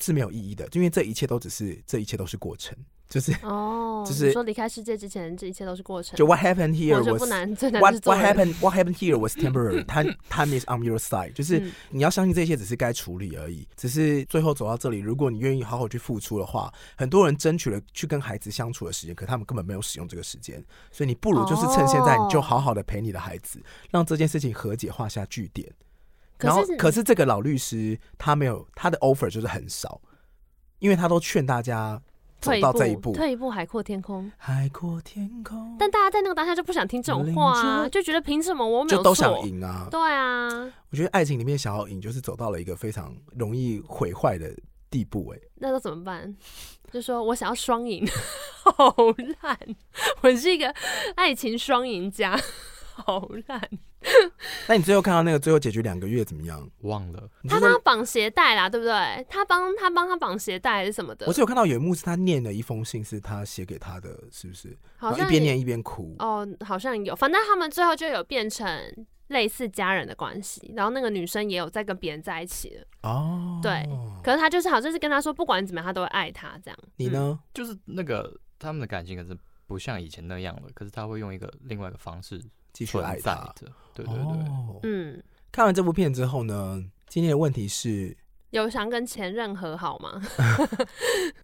D: 是没有意义的，因为这一切都只是这一切都是过程，就是
C: 哦，
D: 就是
C: 你说离开世界之前，这一切都是过程。
D: 就 what happened here
C: (laughs) 我觉得
D: was
C: 不难，最难是
D: what
C: 做
D: what
C: 人
D: happened what happened here was temporary.
C: (laughs)
D: time time is on your side，就是
C: 嗯
D: 你要相信这些只是该处理而已，只是最后走到这里，如果你愿意好好去付出的话，很多人争取了去跟孩子相处的时间，可他们根本没有使用这个时间，所以你不如就是趁现在，
C: 哦
D: 你就好好的陪你的孩子，让这件事情和解，画下句点。
C: 可
D: 然后
C: 是，
D: 可是这个老律师他没有他的 offer 就是很少，因为他都劝大家走
C: 退
D: 到这一步
C: 步，，退一步海阔天空。
D: 海阔天空，
C: 但大家在那个当下就不想听这种话
D: 领
C: 啊，
D: 着
C: 就觉得凭什么我没有
D: 就都想
C: 错？
D: 赢啊，
C: 对啊，
D: 我觉得爱情里面想要赢，就是走到了一个非常容易毁坏的地步、欸。
C: 那都怎么办？就说我想要双赢， (laughs) 好烂！我是一个爱情双赢家， (laughs) 好烂。
D: 那你最后看到那个最后解决两个月怎么样？
E: 忘了，
D: 你就
C: 他帮他
D: 说，
C: 绑鞋带啦，对不对？他帮他帮他绑鞋带还是什么的
D: 我？是有看到有一幕是他念了一封信，是他写给他的，是不是？然
C: 好
D: 后一
C: 像
D: 边
C: 也
D: 念一边哭。
C: 哦，好像有，反正他们最后就有变成类似家人的关系，然后那个女生也有在跟别人在一起了，
D: 哦，
C: 对可是他就是好像是跟他说，不管怎么样，他都会爱他这样。
D: 你
C: 嗯？
D: 呢？
E: 就是那个他们的感情可是不像以前那样了，可是他会用一个另外一个方式
D: 继续
E: 存
D: 爱
E: 在
D: 他。
E: 着。对对对，
D: 哦
C: 嗯，
D: 看完这部片之后呢，今天的问题是
C: 有想跟前任和好吗？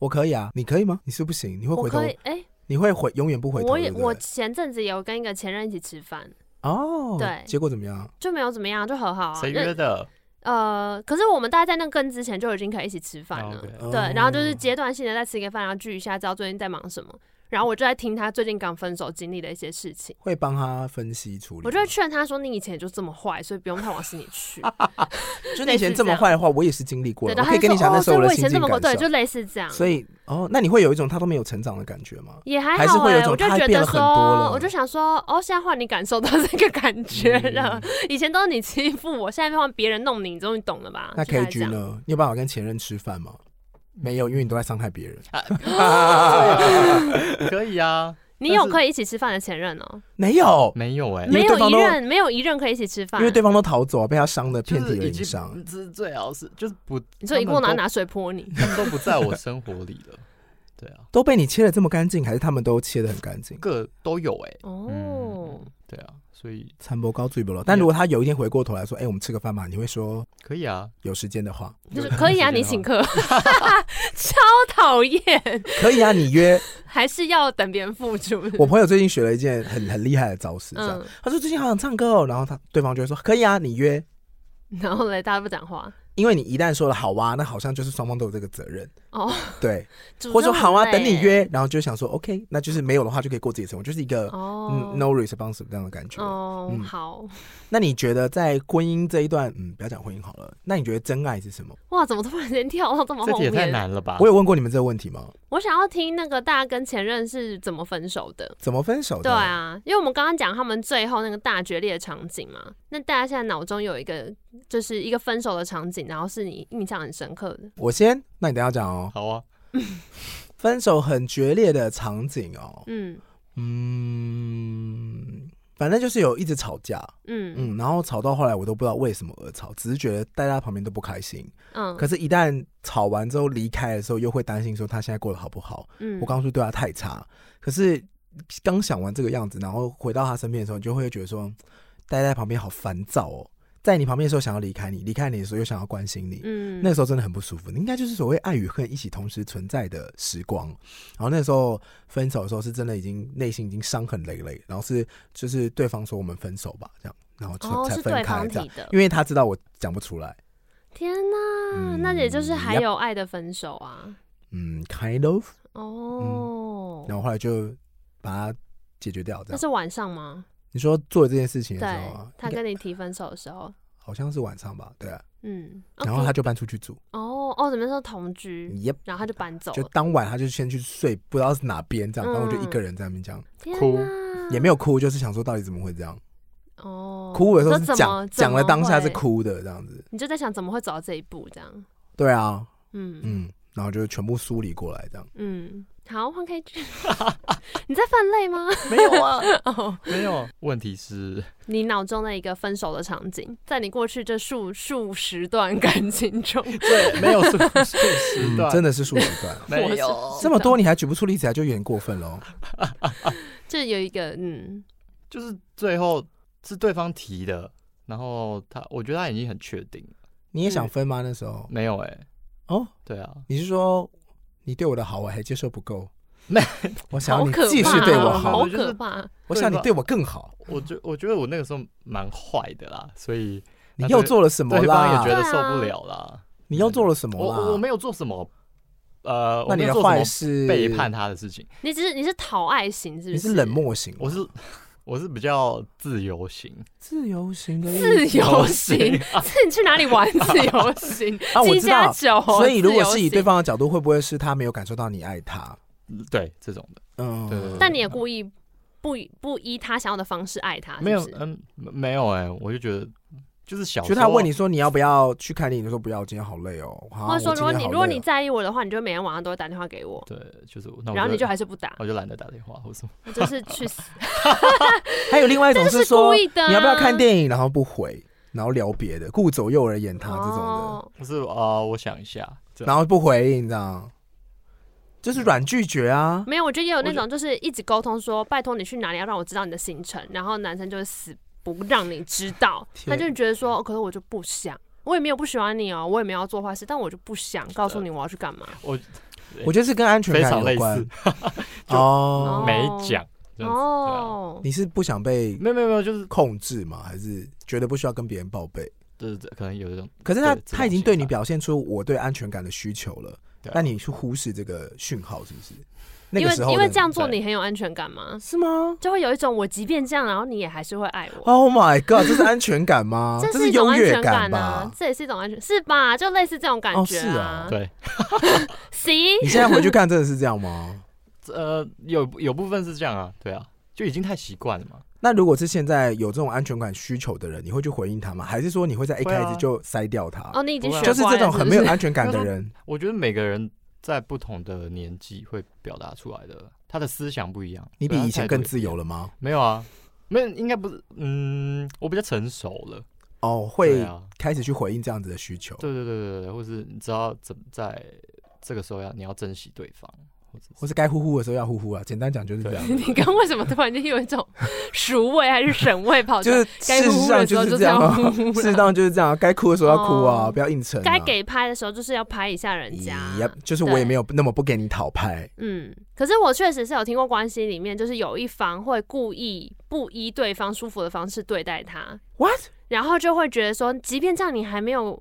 D: 我可以啊，你可以吗？你是不行，你 (laughs) 会
C: 我
D: 回头
C: 可，以，哎、
D: 你会回永远不回头。
C: 我也
D: 对不对
C: 我前阵子有跟一个前任一起吃饭，
D: 哦，
C: 对
D: 结果怎么样？
C: 就没有怎么样，就和好啊。
E: 谁
C: 那
E: 约的？
C: 呃，可是我们大概在那更之前就已经可以一起吃饭
E: 啊
C: 了。
E: ，OK
C: 对，然后就是
D: 哦
C: 阶段性的再吃个饭，然后聚一下，知道最近在忙什么。然后我就在听他最近刚分手经历的一些事情，
D: 会帮他分析处理吗。
C: 我就会劝他说：“你以前也就这么坏，所以不用太往心里去。
D: 就你以前这么坏的 (laughs) 话，我也是经历”过
C: 对，
D: 的，
C: 然后
D: 可以
C: 他
D: 跟
C: 就
D: 你
C: 说：“
D: 讲那
C: 哦，
D: 时
C: 所以
D: 候
C: 我
D: 的
C: 以
D: 心
C: 前这
D: 境
C: 么过，
D: 感
C: 对，
D: 受。
C: 就类似这样。”
D: 所以哦，那你会有一种他都没有成长的感觉吗？
C: 也还
D: 还是
C: 好
D: 会有
C: 哎、
D: 一种
C: 我就
D: 他
C: 觉
D: 变了
C: 得
D: 很多了嗯
C: 说，我就想说，哦，现在换你感受到这个感觉了。以前都是你欺负我，现在换别人弄你，你终于懂了吧？
D: 那
C: 就大
D: K
C: 概这
D: G
C: 样？
D: 呢？你有办法跟前任吃饭吗？没有，因为你都在伤害别人。
C: 呃
D: 呃
E: 可以啊，
C: 你
E: 但
C: 有
E: 是
C: 可以一起吃饭的前任哦、
D: (laughs) 没有，
E: 没有哎、
D: 因为
C: 没
D: 对
C: 有
D: 方
C: 一
D: 都
C: 任，没有一任可以一起吃饭
D: 因为。对方都逃走，被他伤的
E: 就
D: 遍体
E: 是已
D: 鳞
E: 经
D: 伤。
E: 这是最好是就是不，
C: 你说一
E: 他
C: 共
E: 们
C: 拿
E: 都
C: 拿水泼你，
E: 他们都不在我生活里了。对啊，
D: 都被你切的这么干净，还是他们都切的很干净？
E: 个都有哎、
C: 哦 (laughs)
E: 嗯，，对啊，所以
D: 残博高最不了。但如果他有一天回过头来说：“哎、我们吃个饭吧。”你会说
E: 可以啊，
D: 有时间的话，
C: 就是
D: (laughs)
C: 可以啊，你请客，
D: 啊
C: (laughs) 超讨厌，
D: 可以啊，你
C: (laughs)
D: 约。
C: 还是要等别人付出。
D: 我朋友最近学了一件很很厉害的招式，这样、
C: 嗯，
D: 他说最近好想唱歌哦，然后他对方就会说：“可以啊，你约。”
C: 然后嘞，大家不讲话
D: 因为你一旦说了好啊，那好像就是双方都有这个责任，
C: 哦， (laughs)
D: 对，
C: 主
D: 或者说
C: 动很
D: 好啊，
C: 累
D: 等你约，然后就想说 OK，那就是没有的话就可以过自己的生活，就是一个、
C: 哦
D: 嗯 no response 这样的感觉。
C: 哦
D: 嗯
C: 好
D: 那你觉得在婚姻这一段，嗯，不要讲婚姻好了，那你觉得真爱是什么？
C: 哇，怎么突然间跳到这么
E: 这
C: 后
E: 题也太
C: 面？
E: 难了吧？
D: 我有问过你们这个问题吗？
C: 我想要听那个大家跟前任是怎么分手的。
D: 怎么分手的？
C: 对，啊，因为我们刚刚讲他们最后那个大决裂的场景嘛，那大家现在脑中有一个就是一个分手的场景，然后是你印象很深刻的。
D: 我先，那你等一下讲哦。
C: (laughs)
E: 好啊，
D: 分手很决裂的场景哦，
C: 嗯
D: 嗯，反正就是有一直吵架，
C: 嗯
D: 嗯，然后吵到后来我都不知道为什么而吵，只是觉得大家旁边都不开心。
C: 嗯，
D: 可是，一旦吵完之后离开的时候，又会担心说他现在过得好不好？
C: 嗯
D: 我刚说对他太差，可是刚想完这个样子，然后回到他身边的时候，你就会觉得说，待在旁边好烦躁哦。在你旁边的时候想要离开你，离开你的时候又想要关心你，
C: 嗯，
D: 那个时候真的很不舒服。应该就是所谓爱与恨一起同时存在的时光。然后那时候分手的时候，是真的已经内心已经伤痕累累，然后是就是对方说我们分手吧，这样，然后才、
C: 哦
D: 才
C: 是
D: 分
C: 对
D: 开
C: 方
D: 这样
C: 提。的，
D: 因为他知道我讲不出来，
C: 天哪，
D: 嗯
C: 那也就是还
D: Yep
C: 有爱的分手啊，
D: 嗯，kind of，
C: 哦，
D: 然后后来就把它嗯解决掉。这
C: 那
D: 样，
C: 是晚上吗？
D: 你说做这件事情的时
C: 对
D: 候啊，
C: 他
D: 应该
C: 跟你提分手的时候，
D: 好像是晚上吧，对啊、
C: 嗯，
D: 然后他
C: OK
D: 就搬出去住，
C: 哦哦，怎么说同居，
D: 也、
C: 然后他就搬走
D: 就
C: 了，
D: 当晚他就先去睡，不知道是哪边这样，
C: 嗯
D: 然后我就一个人在那边讲，
C: 天
E: 哭
C: 哪，
D: 也没有哭，就是想说到底怎么会这样。
C: 哦，
D: 哭的时候
C: 你
D: 是
C: 说怎么
D: 讲讲了当下是，
C: 怎么会
D: 哭的这样子，
C: 你就在想怎么会走到这一步这样，
D: 对啊，
C: 嗯嗯
D: 嗯，然后就全部梳理过来这样。
C: 嗯，好，换 K G，你在犯累吗？ (laughs)
E: 没有啊，
C: 哦。
D: (laughs)
E: 没有。问题是，
C: 你脑中的一个分手的场景，在你过去这数数十段感情中，
E: (laughs) 对，没有是
D: (laughs)
E: 不是时段，
D: 嗯真
E: 的
D: 的 (laughs) 是数十段，
C: (laughs)
E: 没
C: 我
E: 有
C: 是。
D: 这么多你还举不出例子来，就有点过分哦喽。
C: 这有一个嗯，
E: 就是最后是对方提的，然后他，我觉得他已经很确定了，
D: 你也
C: 嗯
D: 想分吗？那时候
E: 没有哎、
D: 哦，
E: 对啊，
D: 你是说你对我的好我还接受不够？
E: 没，
D: 我想
C: 好
D: 要你
C: 可怕，哦
D: 继续对我
E: 我
D: 好，
C: 好
E: 就是
C: 可怕，
D: 我想你对我更好。
E: 我觉我觉得我那个时候蛮坏的啦，所以
D: 你
E: 那
D: 又
E: 对
D: 做了什么
E: 对方也
D: 啦
E: 觉？得受不了啦。
D: 你又做了什么
E: 我我我
D: 啦？
E: 没有做什么，呃，
D: 那
E: 我
D: 你
E: 没
D: 的
E: 有做什
D: 坏
E: 么
D: 事
E: 背叛，他的事情，
C: 你只是你是讨爱型，是
D: 你
C: 不是？
D: 是冷漠型，
E: 我是我是比较自由
D: (laughs)
E: 型，
D: 自由型的意思
C: 自由
E: 自由
C: 行，自 (laughs) 你去哪里玩自由行？
D: (laughs) 啊，我
C: 七
D: 知道
C: 加。九哦，
D: 所以如果是以
C: 自由行
D: 对，方的角度，会不会是他没有感受到你爱他？
E: (laughs) 对这种的，
D: 嗯，
E: 对对对
C: 但你也故意不以不依他想要的方式爱他，是不
E: 没有
C: 啊是
E: 嗯没没有哎、我就觉得就是小时
D: 就
E: 候，
D: 他问你说你要不要去看电影，你就说不要，今天好累哦。
C: 或
D: 或
C: 者说如果你如果
D: 哦
C: 你在意我的话，你就每天晚上都会打电话给我，
E: 对，就是那我
C: 然后你就还是不打，
E: 我就懒得打电话或什么，
C: 我就是去死，
D: 还有另外一种
C: 这个是
D: 说
C: 故意的啊
D: 你要不要看电影，然后不回，然后聊别的，顾左右而言啊他这种的，
C: 哦
E: 不是啊、呃我想一下，这样
D: 然后不回应，你知道，就是软拒绝啊。
C: 没有，我觉得也有那
E: 我觉
C: 种就是一直沟通说，拜托你去哪里，要啊让我知道你的行程，然后男生就是死不让你知道，他
D: 天
C: 就觉得说，哦可是我就不想，我也没有不喜欢你哦，我也没有要做坏事，但我就不想告诉你我要去干嘛。
E: 对
D: 我觉得是跟安全
E: 非
D: 感
E: 常类
D: 有关
E: 似，
D: (laughs) 哦。
E: 没讲这样子
C: 哦，
D: 你是不想被
E: 没有没有没有，就是
D: 控制吗？还是觉得不需要跟别人报备？
E: 对对，可能有一种
D: 可是他
E: 对这种
D: 他已经对
E: 心
D: 你
E: 态
D: 表现出我对安全感的需求了，
E: 对啊
D: 但你去忽视这个讯号，是不是？那
C: 因
D: 个
C: 为
D: 时候
C: 因为
D: 的
C: 这样做
E: 对
C: 你很有安全感吗？
D: 是吗？
C: 就会有一种我即便这样，然后你也还是会爱我。
D: Oh my god，这是安全感
C: (laughs)
D: 吗？这
C: 是一
D: 优
C: 种安
D: 越
C: 全
D: 吧
C: 啊？，这也是一种安全，是吧？就类似这种感
D: 哦
C: 觉
D: 是啊
C: 啊。
D: (laughs)
E: 对，
C: 行，
D: 你现在回去看，真的是这样吗？
E: 呃，有有部分是这样啊，对啊，就已经太习惯了嘛。
D: 那如果是现在有这种安全感需求的人，你会去回应他吗？还是说你会在一
E: 会啊
D: 开始就筛掉他？
C: 哦，你已经
E: 不会
C: 学乖
E: 啊
D: 就
C: 了，
D: 是这种很没有
C: 是
D: 安全感的
E: (laughs)
D: 人，
E: 我觉得每个人在不同的年纪会表达出来的，他的思想不一样。
D: 你比以前更自由
E: 了？
D: 了吗？
E: 没有啊，没有，应该不是。嗯，我比较成熟了。
D: 哦，
E: 对
D: 会
E: 啊，
D: 开始去回应这样子的需求。
E: 对对对对对，或是你知道怎么在这个时候要你要珍惜对方，或者
D: 或是该呼呼的时候要呼呼啊，简单讲就是这样，
E: 对
C: 你刚为什么突然间有一种
D: (laughs)
C: 熟味还是省味跑出
D: 就
C: 来？
D: 是
C: 该
D: 事
C: 呼
D: 实
C: 呼的
D: 上
C: 时候
D: 是
C: 就
D: 这样啊
C: 是要呼
D: (laughs)
C: 呼，啦
D: 事实上就是这样啊，该哭的时候要哭啊，
C: 哦
D: 不要硬撑啊。
C: 该给拍的时候就是要拍一下人家。
D: Yep，就是我也没有那么不给你讨拍，
C: 嗯，可是我确实是有听过关系里面，就是有一方会故意不依对方舒服的方式对待他
D: What？
C: 然后就会觉得说，即便这样你还没有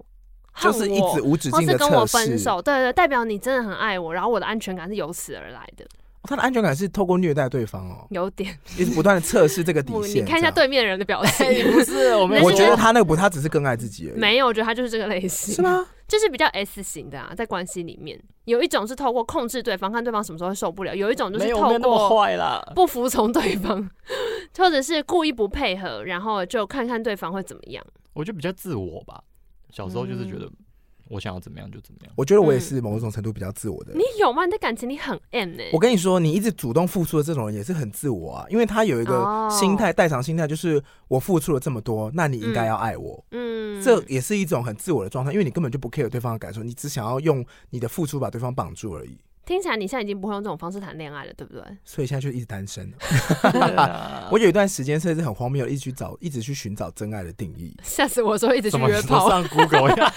C: 恨
D: 就
C: 我，
D: 是一直无止
C: 或
D: 境的
C: 是跟
D: 测
C: 我
D: 试
C: 分。手，对对对，代表你真的很爱我，然后我的安全感是由此而来的，
D: 哦他的安全感是透过虐待对方哦，
C: 有点。
D: 一直不断的测试这个底
C: 不
D: 线。
C: (laughs) 你看一下
D: 这样，
C: 对面人的表情，
E: 哎不是，我
C: 没有
D: 我
C: 那
D: 觉得
C: 我
D: 他那个不，他只是更爱自己而已。
C: 没有，我觉得他就是这个类型，
D: 是吗？
C: 就是比较 S 型的啊，在关系里面，有一种是透过控制对方，看对方什么时候会受不了；有一种就是
E: 没有没
C: 透
E: 有那么
C: 过
E: 坏啦。
C: 不服从对方，或者是故意不配合，然后就看看对方会怎么样。
E: 我觉得比较自我吧，小时候就是觉得
C: 嗯
E: 我想要怎么样就怎么样。
D: 我觉得我也是某种程度比较自我的人。
C: 你有吗？你的感情你很 M 欸呢、
D: 我跟你说，你一直主动付出的这种人也是很自我啊，因为他有一个
C: 哦
D: 心态，代偿心态就是我付出了这么多，那你应该要爱我。
C: 嗯
D: 这也是一种很自我的状态，因为你根本就不 care 对方的感受，你只想要用你的付出把对方绑住而已。
C: 听起来你现在已经不会用这种方式谈恋爱了，对不对？ (laughs)
D: 所以现在就一直单身。(laughs)
E: 啊
D: 我有一段时间甚至很荒谬，一直去找，一直去寻找真爱的定义。
C: 吓死我说一直去
E: 怎么啊
C: 约
E: 说
C: 炮，(laughs)
E: 上 Google 呀？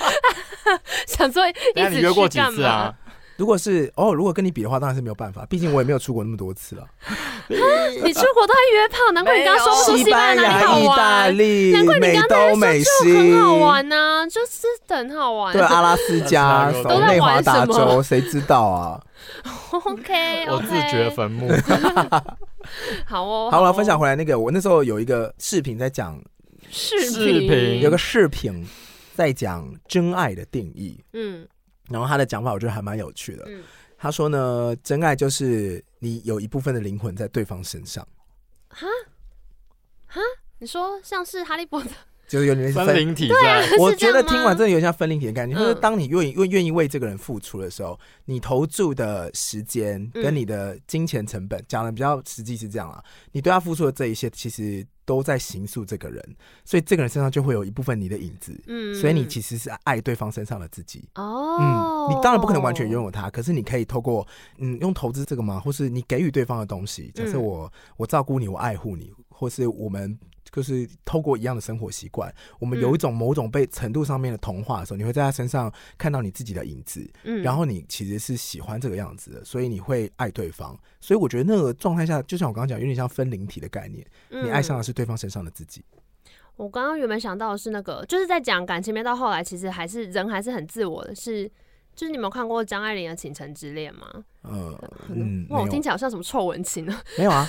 C: 想说一
E: 那你
C: 直
E: 约过
C: 去
E: 几
C: 干
E: 次
C: 嘛
E: 啊？？
D: 如果是哦，如果跟你比的话，当然是没有办法，毕竟我也没有出国那么多次了。
E: (laughs)
C: 你出国都在约炮，难怪你刚刚说不出哦西
D: 班
C: 牙哪里
D: 牙、
C: 好
D: 意大
C: 玩。
D: 利
C: 难怪、你
D: 美
C: 刚
D: 东、
C: 刚
D: 美
C: 在说
D: 西
C: 就很好玩
E: (laughs) 啊
C: 呐、就是很好玩。啊
D: (laughs) 对阿拉斯加、
E: 都
D: 什
E: 在
D: 么内华
C: 玩
D: 达
C: 什么
D: 州，谁知道啊？
C: OK，
E: 我自掘坟
C: (laughs)
E: 墓。
C: 好哦。
D: 好
C: 哦
D: 了，分享回来那个，我那时候有一个视频在讲，
C: 视
E: 视频
C: 嗯
D: 有个视频在讲真爱的定义，
C: 嗯
D: 然后他的讲法我觉得还蛮有趣的。
C: 嗯
D: 他说呢，真爱就是你有一部分的灵魂在对方身上，
C: 哈，你说像是哈利波特，
D: 就是有点类似
E: 森
D: 分。
E: 林体在，
D: 我
C: 是这
D: 觉
C: 样
D: 得听完
C: 吗
D: 真的有点像分灵体的概念，就是
C: 嗯
D: 当你愿意愿愿意为这个人付出的时候，你投注的时间跟
C: 嗯
D: 你的金钱成本，讲的比较实际是这样啦，你对他付出的这一些，其实都在形塑这个人，所以这个人身上就会有一部分你的影子，
C: 嗯，
D: 所以你其实是爱对方身上的自己。
C: 哦
D: 嗯，，你当然不可能完全拥有它，可是你可以透过嗯用投资这个嘛，或是你给予对方的东西，假设
C: 嗯
D: 我、我照顾你，我爱护你，或是我们就是透过一样的生活习惯，我们有一
C: 嗯
D: 种某种被程度上面的同化的时候，你会在他身上看到你自己的影子，
C: 嗯，
D: 然后你其实是喜欢这个样子的，所以你会爱对方。所以我觉得那个状态下，就像我刚刚讲，有点像分灵体的概念，你爱上的
C: 嗯
D: 是对方身上的自己。
C: 我刚刚原本想到的是那个，就是在讲感情面到后来，其实还是人还是很自我的，是就是你们有看过张爱玲的《倾城之恋》吗？
D: 呃，
C: 可能
D: 嗯，
C: 哇，我
D: 没有
C: 听起来好像什么臭文青啊。
D: 没有啊，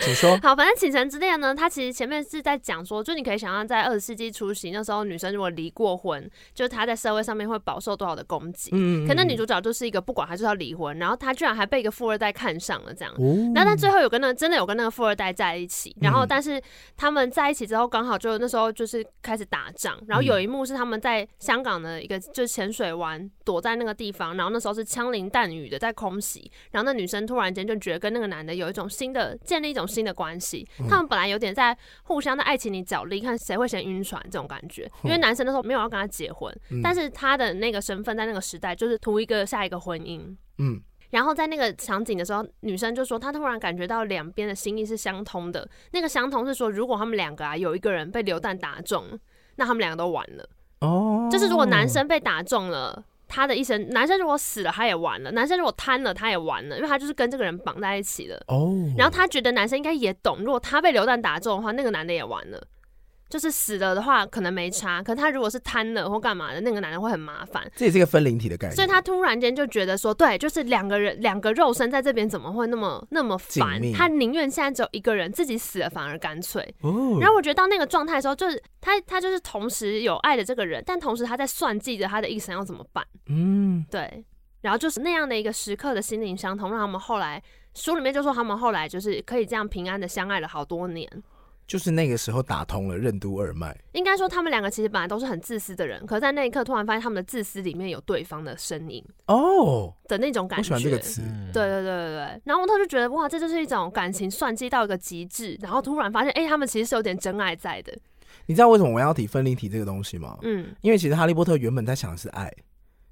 D: 请说。 (laughs)
C: 好，反正《倾城之恋》呢，它其实前面是在讲说，就你可以想象，在二十世纪初期，那时候女生如果离过婚，就是她在社会上面会饱受多少的攻击。
D: 嗯
C: 可那女主角就是一个不管，她就是要离婚，然后她居然还被一个富二代看上了这样。
D: 哦，
C: 然后但最后有跟那个真的有跟那个富二代在一起，然后
D: 嗯
C: 但是他们在一起之后，刚好就那时候就是开始打仗，然后有
D: 嗯
C: 一幕是他们在香港的一个就是浅水湾躲在那个地方，然后那时候是枪林弹雨的在空袭，然后那女生突然间就觉得跟那个男的有一种新的建立一种新的关系，
D: 嗯
C: 他们本来有点在互相在爱情里角力，看谁会先晕船这种感觉，因为男生那时候没有要跟她结婚，
D: 嗯
C: 但是他的那个身份在那个时代就是图一个下一个婚姻，
D: 嗯
C: 然后在那个场景的时候，女生就说她突然感觉到两边的心意是相通的。那个相通是说，如果他们两个啊有一个人被流弹打中，那他们两个都完了。
D: 哦，
C: 就是如果男生被打中了。他的一生，男生如果死了，他也完了；男生如果瘫了，他也完了，因为他就是跟这个人绑在一起了。
D: 哦，
C: 然后他觉得男生应该也懂，如果他被流弹打中的话，那个男的也完了。就是死了的话，可能没差；可是他如果是瘫了或干嘛的，那个男的会很麻烦。
D: 这也是一个分灵体的概念，
C: 所以他突然间就觉得说，对，就是两个人两个肉身在这边怎么会那么那么烦
D: 紧密？
C: 他宁愿现在只有一个人，自己死了反而干脆。
D: 哦，
C: 然后我觉得到那个状态的时候，就是他他就是同时有爱的这个人，但同时他在算计着他的一生要怎么办。
D: 嗯，
C: 对，然后就是那样的一个时刻的心灵相通，让他们后来书里面就说他们后来就是可以这样平安的相爱了好多年。
D: 就是那个时候打通了任督二脉，
C: 应该说，他们两个其实本来都是很自私的人，可是在那一刻突然发现他们的自私里面有对方的身影
D: 哦，
C: 的那种感
D: 我
C: 觉。
D: 喜欢这个词，
E: 嗯
C: 对对对对对，然后他就觉得哇，这就是一种感情算计到一个极致，然后突然发现，哎、他们其实是有点真爱在的，
D: 你知道为什么我要提分灵体这个东西吗？
C: 嗯，
D: 因为其实哈利波特原本在想的是爱，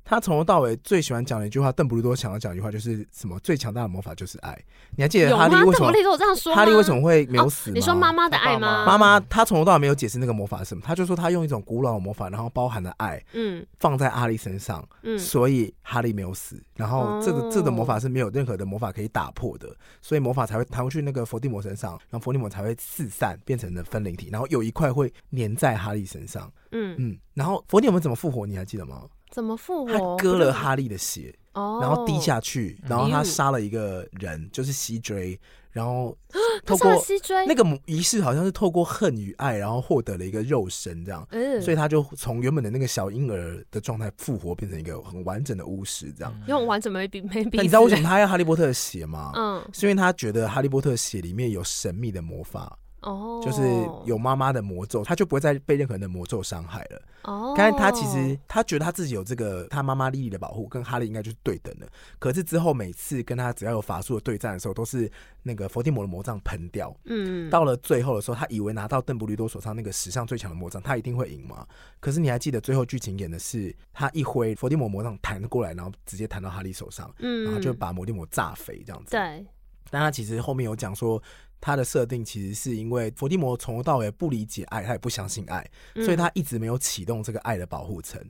D: 他从头到尾最喜欢讲的一句话，邓布利多想要讲的一句话就是什么？最强大的魔法就是爱。你还记得
C: 有
D: 哈
C: 吗？
D: 利为什
C: 邓布
D: 么？
C: 利多有这样说吗？哦
D: 哈利为什么会没有死吗？
C: 你说妈妈的爱吗？
D: 妈妈，她从头到尾没有解释那个魔法是什么，她就说她用一种古老的魔法，然后包含了爱，
C: 嗯
D: 放在阿丽身上，
C: 嗯
D: 所以哈利没有死，然后这个、
C: 哦
D: 这个魔法是没有任何的魔法可以打破的，所以魔法才会弹回去那个伏地魔身上，然后伏地魔才会四散变成了分灵体，然后有一块会粘在哈利身上，
C: 嗯，
D: 嗯，然后伏地魔怎么复活你还记得吗？
C: 怎么复
D: 他
C: 活？
D: 割了哈利的血，
C: 哦，
D: 然后滴，下去，然后
C: 哎
D: 他
C: 呦
D: 杀了一个人，就是西追，然后
C: (gasps) 他
D: 透
C: 上
D: 过
C: 了西追，
D: 那个仪式好像是透过恨与爱，然后获得了一个肉身这样。
C: 嗯，
D: 所以他就从原本的那个小婴儿的状态复活，变成一个很完整的巫师这样。
C: 嗯用完整没比没比，
D: 那你知道为什么？他要哈利波特的血吗？
C: 嗯
D: 是因为他觉得哈利波特的血里面有神秘的魔法，
C: 哦，
D: 就是有妈妈的魔咒，他就不会再被任何人的魔咒伤害了。
C: 哦，
D: 但是他其实他觉得他自己有这个他妈妈莉莉的保护，跟哈利应该就是对等的。可是之后每次跟他只要有法术的对战的时候，都是那个伏地魔的魔杖喷掉。
C: 嗯，
D: 到了最后的时候，他以为拿到邓布利多手上那个史上最强的魔杖，他一定会赢嘛。可是你还记得最后剧情演的是他一挥伏地魔魔杖弹过来，然后直接弹到哈利手上，
C: 嗯，
D: 然后就把伏地魔炸飞这样子。
C: 对，
D: 但他其实后面有讲说，他的设定其实是因为伏地魔从头到尾不理解爱，他也不相信爱，
C: 嗯哦
D: 所以他一直没有启动这个爱的保护层。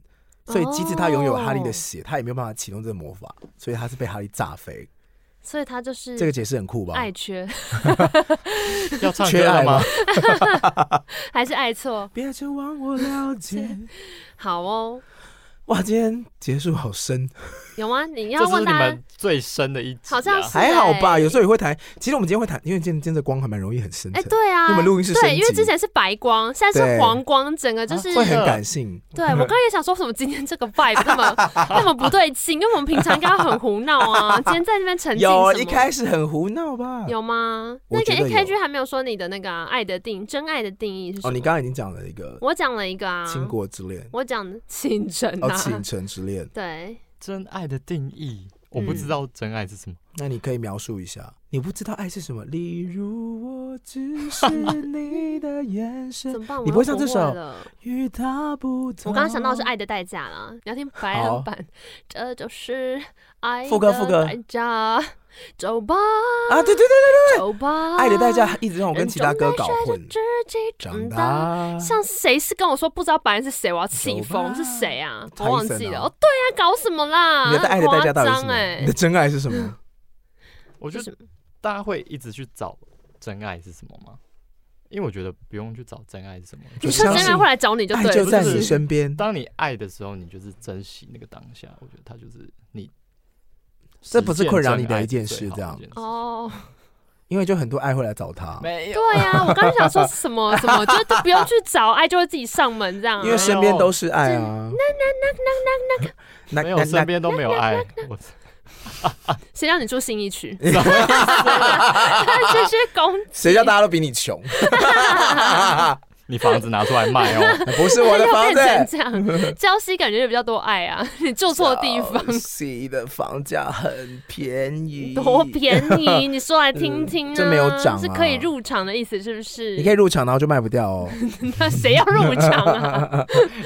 D: 所以即使他拥有哈利的血，他也没有办法启动这个魔法，所以他是被哈利炸飞。
C: 所以他就是
D: 这个解释很酷吧？
C: 嗯爱缺 (laughs)
E: 要唱
D: 缺
E: 歌
D: 爱
E: 了吗？
C: 还是爱错？
D: 别指望我了解。
C: 好哦，
D: 哇，今天结束好深，
C: 有吗？你
E: 这
C: 要
E: 是
C: 问
E: 你
C: 大家
E: 们最深的一集、啊，
C: 好像是
D: 还好吧？
C: 欸
D: 有时候也会谈。其实我们今天会谈，因为今天今天这光还蛮容易很深
C: 哎、
D: 沉，
C: 对
D: 因
C: 啊，
D: 为我们录音室升
C: 对，因为
D: 级
C: 之前是白光，现在
D: 对
C: 是黄光，整个就是、
D: 会很感性。
C: 对我刚刚也想说，为什么今天这个 vibe 那么 (laughs) 那么不对劲？因为我们平常应该很胡闹
D: (laughs)
C: 啊，今天在那边沉浸
D: 有
C: 什
D: 一
C: 么
D: 开始很胡闹吧？
C: 有吗？
D: 我
C: 那个
D: 觉得
C: A K
D: 有
C: G 还没有说你的那个、啊、爱的定真爱的定义是什么？
D: 哦，你刚刚已经讲了一个
C: 我讲了一个啊，
D: 《倾国之恋》
C: 我讲的清晨
D: 哦，
C: 啊，
D: 《倾城之恋》，
C: 对，
E: 真爱的定义，我
C: 嗯
E: 不知道真爱是什么。
D: 那你可以描述一下，你不知道爱是什么？例如，我只是你的眼神
C: (laughs) 怎，么办？
D: 你不会
C: 我又
D: 唱这首
C: 会了
D: 与他不同。
C: 我刚刚想到的是《爱的代价》啦，你要听
D: (laughs)
C: 白
D: 好
C: 老板，这就是爱
D: 副歌副歌
C: 的代价，走吧，
D: 啊，对对对对
C: 走吧，
D: 对，《爱的代价》一直让我跟其他歌搞混
C: 人。终该随着自己
D: 长
C: 长大。
D: 大，
C: 嗯像谁是跟我说不知道白人是谁，我要气
D: 走吧
C: 疯是谁啊？我
D: Tyson
C: 忘记了。
D: 啊
C: 哦，对啊，搞什么啦？
D: 你的爱的代价到底是什
C: 很夸张
D: 么？
C: 哎
D: 你的真爱是什么？
E: 我觉
C: 是
E: 得大家会一直去找真爱是什么吗？因为我觉得不用去找真爱是什么，
D: 就
C: 你说
E: 就是
D: 相
C: 真
D: 信
C: 爱会来找你就
D: 爱
C: 对
D: 就
C: 了，
D: 在
C: 是
D: 你
C: 不是
D: 身边，
E: 当你爱的时候，你就是珍惜那个当下。我觉得他就是你，
D: 这不是困扰你的一件
E: 件
D: 事这样
C: 哦，
D: 因为就很多爱会来找他，
E: 没有，
C: 对呀，我刚刚想说
D: (laughs)
C: 什么什么，就是都不用去找，爱就会自己上门这样啊。
D: 因为身边都是爱啊。那
E: 没
D: 那
E: 有，
D: 那那
E: 身边都没有爱。我
C: 谁让你住新一
D: (laughs)
C: 区？ (laughs) 这是公
D: 谁叫大家都比你穷？
E: 你房子拿出来卖哦，
D: 不是我的房
C: 要变
D: 子，
C: 成这
D: (laughs)
C: 样，礁溪感觉就比较多爱啊，你住错地方，
D: 西的房价很便宜，
C: 多便
D: (laughs)
C: 宜，你说来听听、啊
D: 嗯这没有涨啊
C: 是可以入场的意思，是不是？
D: 你可以入场，然后就卖不掉哦。
C: (laughs) 那谁要入场
D: (laughs)
C: 啊？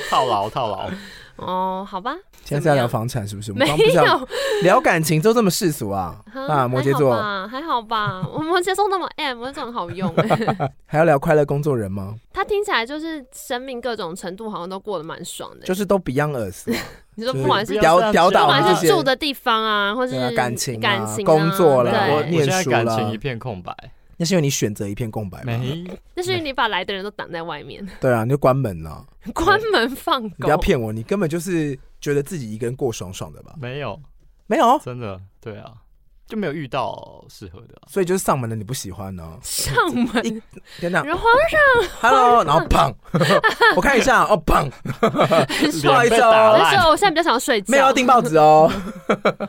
E: 套牢套牢。
C: 哦，好吧，
D: 现在是要聊房产是不是？我
C: 没
D: 们刚刚不是
C: 有
D: (laughs) 要聊感情都这么世俗啊？啊，摩羯座
C: 还好吧，还好吧，我摩羯座那么 M，摩羯座很好用、 (laughs)
D: 还要聊快乐工作人吗？
C: 他听起来就是生命各种程度好像都过得蛮爽的。
D: 就是都 Beyond Us，
C: 你说
D: 就是
C: 不管是
E: 不要这
D: 屌
E: 样
D: 屌
E: 讲
C: 不
D: 打我
C: 管
D: 们
C: 是
D: 这些
C: 住的地方啊，或是
D: 对啊感情啊
C: 感情啊
D: 工作啦
C: 对
E: 我我
D: 念
E: 现在
D: 书
E: 感
D: 啦
E: 情一片空白，
D: 那是因为你选择一片空白嘛？
E: 没
C: 那是因为你把来的人都挡在外面，
D: 对啊，你就关门了。
C: 关门放
D: 你
C: 狗
D: 不要。骗我，你根本就是觉得自己一个人过爽爽的吧？
E: 没有，
D: 没有，
E: 真的对啊，就没有遇到适合的啊。
D: 所以就是上门的你不喜欢呢、
C: 上
D: 一
C: 门，
D: 天哪
C: 然后
D: ，Hello，然后砰， (laughs) 我看一下哦，砰，不好意思
E: 脸被
D: (laughs)
E: 打
D: 哦，
C: 那时候我现在比较想要睡觉，
D: 没有要订报纸哦，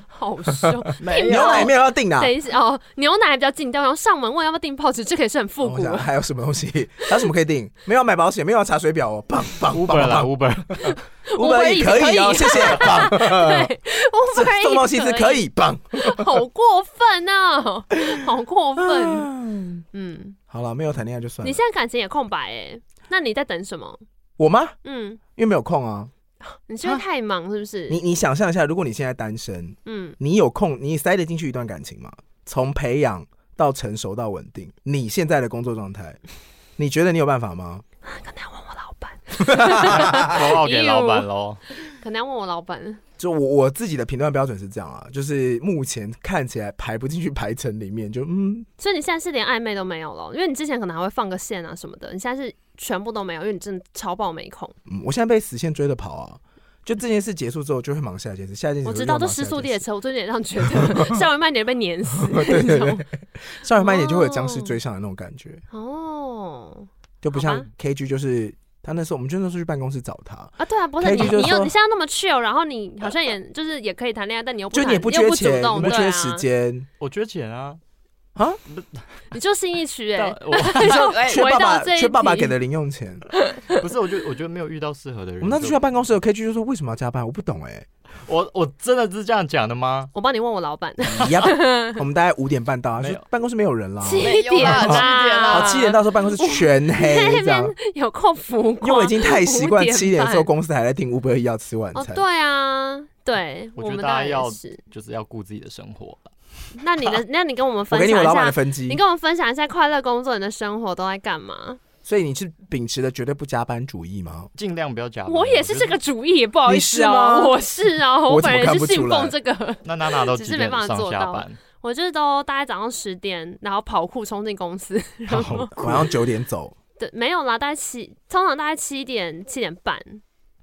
C: 好凶。
E: 没
C: (laughs)
D: 牛奶没有要订的、啊
C: 等。一下哦，牛奶比较近，但我要上门问要不要订报纸，这可以是很复
D: 我
C: 古啊
D: 想。还有什么东西？还有什么可以订？没有要买保险，没有要查水表哦，砰砰
E: Uber
D: 砰
E: 啦
D: 砰，
E: ，Uber
D: 五百亿
C: Uber
D: 可以
C: 也
D: 哦，
C: 可以
D: 谢谢，
C: (laughs)
D: 砰，
C: 对，我本
D: 送到西斯可
C: 以，
D: 以，砰。
C: (laughs) 好过分啊， (laughs) 好过分。
D: 嗯
C: 嗯，
D: 好了，没有谈恋爱就算
C: 你
D: 了。
C: 现在感情也空白哎，那你在等什么？
D: 我吗？
C: 嗯，
D: 因为没有空啊。
C: 你是因为太忙是不是？
D: 你你想象一下，如果你现在单身，
C: 嗯，
D: 你有空，你塞得进去一段感情吗？从培养到成熟到稳定，你现在的工作状态，你觉得你有办法吗？
C: 可能要问我老板，
E: 投报给老板喽。
C: 可能要问我老板。
D: 就我我自己的评断标准是这样啊，就是目前看起来排不进去排程里面，就嗯，
C: 所以你现在是连暧昧都没有了，因为你之前可能还会放个线啊什么的，你现在是全部都没有，因为你真的超爆没空。
D: 嗯我现在被死线追着跑啊。就这件事结束之后，就会忙下一件事，下一件事
C: 我知
D: 就
C: 道，
D: 会
C: 这
D: 忙下
C: 失
D: 一件
C: 速列
D: 事，
C: 车，我最近也让觉
D: (laughs)
C: 得稍微慢点被碾死那种。
D: 稍微慢一点就会有僵尸追上的那种感觉，
C: 哦，
D: 就不
C: 好
D: 像
C: 吧
D: KG，就是他那时候我们就那时候去办公室找他，
C: 啊，对啊，不是
D: Peggy
C: 你，
D: 就
C: 你又
D: 说
C: 你现在那么 chill，然后你好像也就是也可以谈恋爱，但你又不
D: 就
C: 谈，
D: 你也不
C: 又
D: 缺
C: 不主
D: 钱，
C: 动，啊
D: 你不
C: 对
D: 缺
C: 啊
D: 时，间，
E: 我缺钱啊，
C: 你就新一区哎、
E: 但我
D: 你知道缺爸
C: 回
D: 爸
C: 到这一
D: 缺爸爸
C: 题
D: 给的零用钱，
E: 不是，我就我觉得没有遇到适合的人。
D: 我们那次去
E: 就
D: 到办公室有 K G 就说为什么要加班，我不懂哎、
C: (laughs)
E: 我我真的是这样讲的吗？
C: 我帮你问我老板，
D: 呀，我们大概五点半到，
E: 没有
D: 就办公室没有人啦，
C: (laughs) 七
F: 没有
C: 点
F: 啦七点
C: 啦，
F: 啦
D: 哦，七点
C: (laughs)
D: 到时候办公室全黑这样，
C: 有空浮夸，
D: 因为我已经太习惯
C: 五点半
D: 七点的时候公司还在订 Uber 要吃晚
C: 哦，
D: 餐，
C: 对啊，对，我
E: 我觉得
C: 们
E: 大家
C: 当然
E: 要
C: 也是。
E: 就是要顾自己的生活吧。
C: 那你的，那你跟我们
D: 我
C: 分
D: 给你
C: 享
D: 我
C: 一
D: 老板的
C: 下，
D: 分机
C: 你，跟我们分享一下快乐工作人的生活都在干嘛？
D: 所以你是秉持的绝对不加班主义
C: (laughs)
D: 吗？
E: 尽量不要加班。
C: 我也是
E: 觉
C: 这
E: 得
C: 个主意，不好意思
D: 你是
C: 哦
D: 吗，
C: 我是哦，
D: 我
C: 我
D: 怎么
C: 本人
D: 看不
C: 是
D: 出
C: 信
D: 来
C: 奉这个，
E: 那娜娜都
C: 只
E: 几
C: 是没
E: 点
C: 办法
E: 上
C: 做
E: 下
C: 到 (laughs)
E: 班？
C: 我就是都大概早上十点，然后跑酷冲进公司， (laughs)
E: 然后
D: (laughs) 晚上九点走，
C: 对，没有啦，大概七，通常大概七点七点半，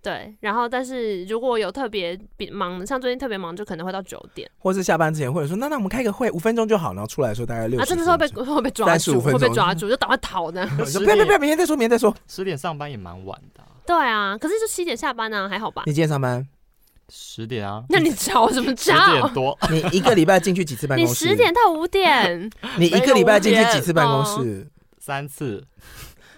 C: 对，然后但是如果有特别比忙的，像最近特别忙，就可能会到九点
D: 或是下班之前，或者说那那我们开个会五分钟就好，然后出来的时候大概六
C: 啊，
D: 十
C: 真
D: 分
C: 的
D: 钟，
C: 是会被会被抓
D: 35
C: 住，
D: 分
C: 会被
D: 钟
C: 抓住，就赶快逃呢。
D: 你说不要不要不要，明天再说，明天再说。
E: 十点上班也蛮晚的啊、
C: 对啊，可是就七点下班啊，还好吧？
D: 你今天上班，
E: 十点啊，
C: (laughs) 那你吵什么
E: 十
C: 吵
E: 点？多， (laughs)
D: 你一个礼拜进去几次办
C: (laughs) 你
D: 公室？啊
C: 十点到
D: (laughs)
C: 五点，。
D: 你一个礼拜进去几次办公室？
E: 三次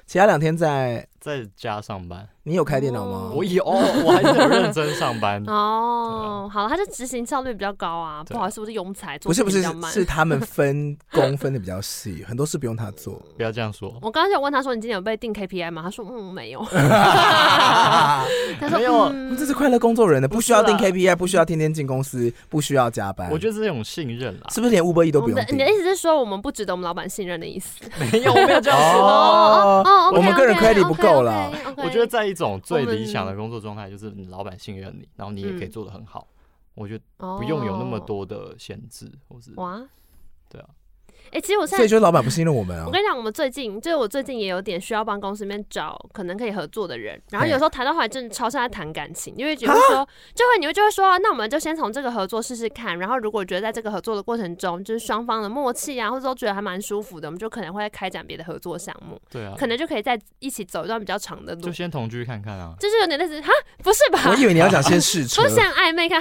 D: 其他两天在
E: 在家上班。
D: 你有开电脑吗？
E: 我有，我还是有认真上班
C: (laughs) 哦，好了，他就执行效率比较高啊。
E: 对
C: 不好意思，我是庸才，做
D: 不是
C: 事
D: 不
C: 情
D: 是
C: 比较，慢。
D: 是他们
C: (laughs)
D: 分工分的比较细，很多事不用他做。
E: 不要这样说，
C: 我刚刚有问他说：“你今天有被定 KPI 吗？”他说：“嗯，
D: (laughs)
C: 没有。”他说：“
E: 没有
C: 嗯
D: 啊这是快乐工作人的，不需
C: 啊
D: 要定
E: 不是啦
D: KPI，不需要天天进公司，不需要加班。
E: 我觉得是一种信任啦。
D: 是不是连 Uber E 都不
C: 哦我
D: 用
C: 们的
D: 定
C: 你的？意思是说我们不值得我们老板信任的意思？
E: 没有，我没有这样说。
C: 哦
D: 哦，
C: 哦，OK，
D: 我们个人
C: OK，OK，
D: credit 不够啦
C: OK，OK，OK
E: 我觉得在一种最理想的工作状态，就是你老板信任你，然后你也可以
C: 嗯
E: 做的很好。我觉得不用有那么多的限制，或是
C: 哦哇。
E: 对啊，
C: 哎，其实我现
D: 所
C: 在
D: 以就是老板不信任我们啊
E: 哦
C: 我。跟你讲，我们最近就是我最近也有点需要帮公司里面找可能可以合作的人，然后有时候谈到后来真的超像在谈感情，因为比如
E: 啊
C: 说就会你会就会说，啊那我们就先从这个合作试试看，然后如果觉得在这个合作的过程中，就是双方的默契啊，或者都觉得还蛮舒服的，我们就可能会开展别的合作项目，
E: 对啊，
C: 可能就可以在一起走一段比较长的路
E: 就，先同居看看啊。
C: 就是有点类似哈，不是吧？
D: 我以为你要讲先试车
C: 不，想暧昧看
E: (laughs)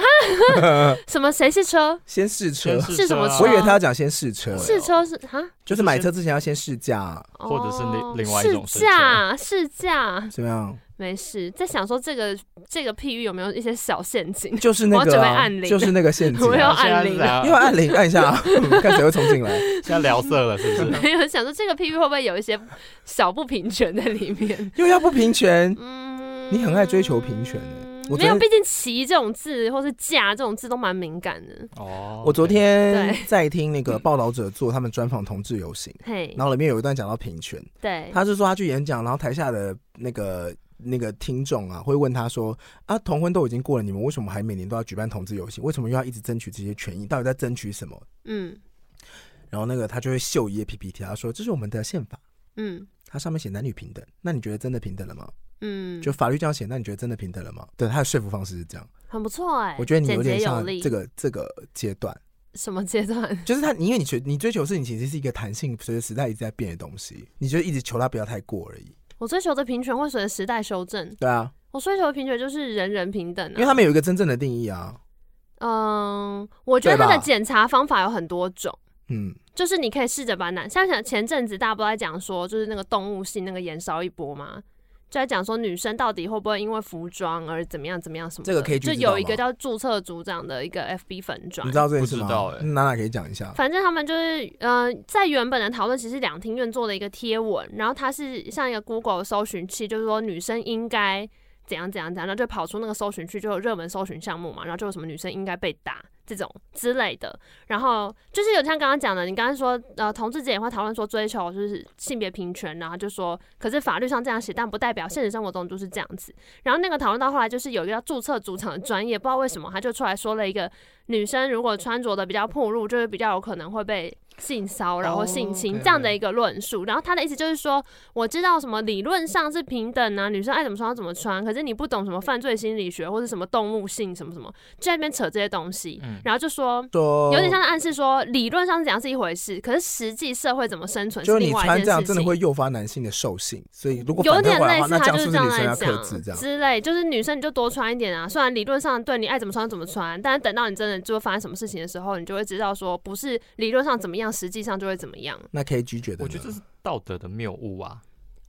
C: 哈，什么谁是车？
D: 先试车。
E: 先试
C: 是什么
E: 车啊
D: 我以为他要讲先试车，
C: 试车是哈，
D: 就是买车之前要先试驾，
E: 或者是另
C: 哦
E: 另外一种
C: 试
E: 试
C: 驾，试驾
D: 怎么样？
C: 没事，在想说这个这个譬喻有没有一些小陷阱？
D: 就是那
C: 我
D: 个
C: 准备
D: 啊
C: 按，铃
D: 就是那个陷阱
C: (laughs) 我要
D: 啊。
C: 按铃
E: 现在是怎样
D: 又要按铃，按一下
C: (laughs)
D: 啊，看谁会冲进来。
E: 现在聊色了是不是？
C: 没有想说这个譬喻会不会有一些小不平权在里
D: (laughs)
C: 面？
D: 又要不平权，
C: 嗯，
D: 你很爱追求平权欸我昨
C: 没有，
D: 天
C: 毕竟“骑”这种字或是“驾”这种字都蛮敏感的。
E: 哦，
D: 我昨天
C: 对
D: 在听那个报道者做他们专访同志游行，
C: 嘿，
D: 然后里面有一段讲到平权，
C: 对，
D: 他是说他去演讲，然后台下的那个那个听众啊会问他说啊，同婚都已经过了，你们为什么还每年都要举办同志游行？为什么又要一直争取这些权益？到底在争取什么？
C: 嗯
D: 然后那个他就会秀一页 PPT，他说这是我们的宪法，
C: 嗯
D: 它上面写男女平等，那你觉得真的平等了吗？
C: 嗯，
D: 就法律这样写，那你觉得真的平等了吗？对，他的说服方式是这样。
C: 很不错哎。
D: 我觉得你
C: 简
D: 有
C: 洁
D: 点像
C: 力
D: 这个这个阶段，
C: 什么阶段？ (laughs)
D: 就是他，你因为你觉你追求的事情其实是一个弹性，随着时代一直在变的东西，你就一直求它不要太过而已。
C: 我追求的平权会随着时代修正。
D: 对啊，
C: 我追求的平权就是人人平等、啊，
D: 因为他们有一个真正的定义啊，
C: 嗯，我觉得
D: 对吧
C: 它的检查方法有很多种，
D: 嗯，
C: 就是你可以试着把男，像想前阵子大家不都在讲说，就是那个动物性那个延烧一波嘛，就在讲说女生到底会不会因为服装而怎么样怎么样什么的，
D: 这个可以去
C: 就
D: 知道
C: 有一个
D: 吗
C: 叫注册组长的一个 FB 粉
D: 你
C: 专
D: 知。道这件事吗？
E: 啊不知道欸
D: 娜娜可以讲一下。
C: 反正他们就是，呃，在原本的讨论其实两厅院做了一个贴文，然后它是像一个 Google 搜寻器，就是说女生应该怎样怎样怎样，然后就跑出那个搜寻区，就有热门搜寻项目嘛，然后就有什么女生应该被打这种之类的。然后就是有像刚刚讲的，你刚刚说，呃，同志节也会讨论说追求就是性别平权，然后就说，可是法律上这样写，但不代表现实生活中就是这样子。然后那个讨论到后来，就是有一个叫注册主场的专业，不知道为什么他就出来说了一个，女生如果穿着的比较暴露，就是比较有可能会被性骚扰或性侵这样的一个论述。然后他的意思就是说，我知道什么理论上是平等啊，女生爱怎么穿就怎么穿，可是你不懂什么犯罪心理学或者什么动物性什么什么，就在那边扯这些东西，
E: 嗯
C: 然后就说。
D: 说
C: 有点像在暗示说，理论上是讲是一回事，可是实际社会怎么生存
D: 就是是
C: 另
D: 你
C: 外
D: 穿
C: 一
D: 这样
C: 件
D: 真
C: 事
D: 的
C: 情。
D: 会诱发男性的兽性，所以如果
C: 有
D: 反
C: 点
D: 过来
C: 类
D: 的话，
C: 似，
D: 那这
C: 他
D: 样
C: 就是
D: 不
C: 这
D: 是
C: 样
D: 女生
C: 来
D: 要克
C: 讲
D: 制这样？
C: 之类，就是女生你就多穿一点啊。虽然理论上对你爱怎么穿就怎么穿，但是等到你真的就会发生什么事情的时候，你就会知道说，不是理论上怎么样，上实际上就会怎么样。
D: 那 KG 觉得呢，
E: 我觉得这是道德的谬误啊。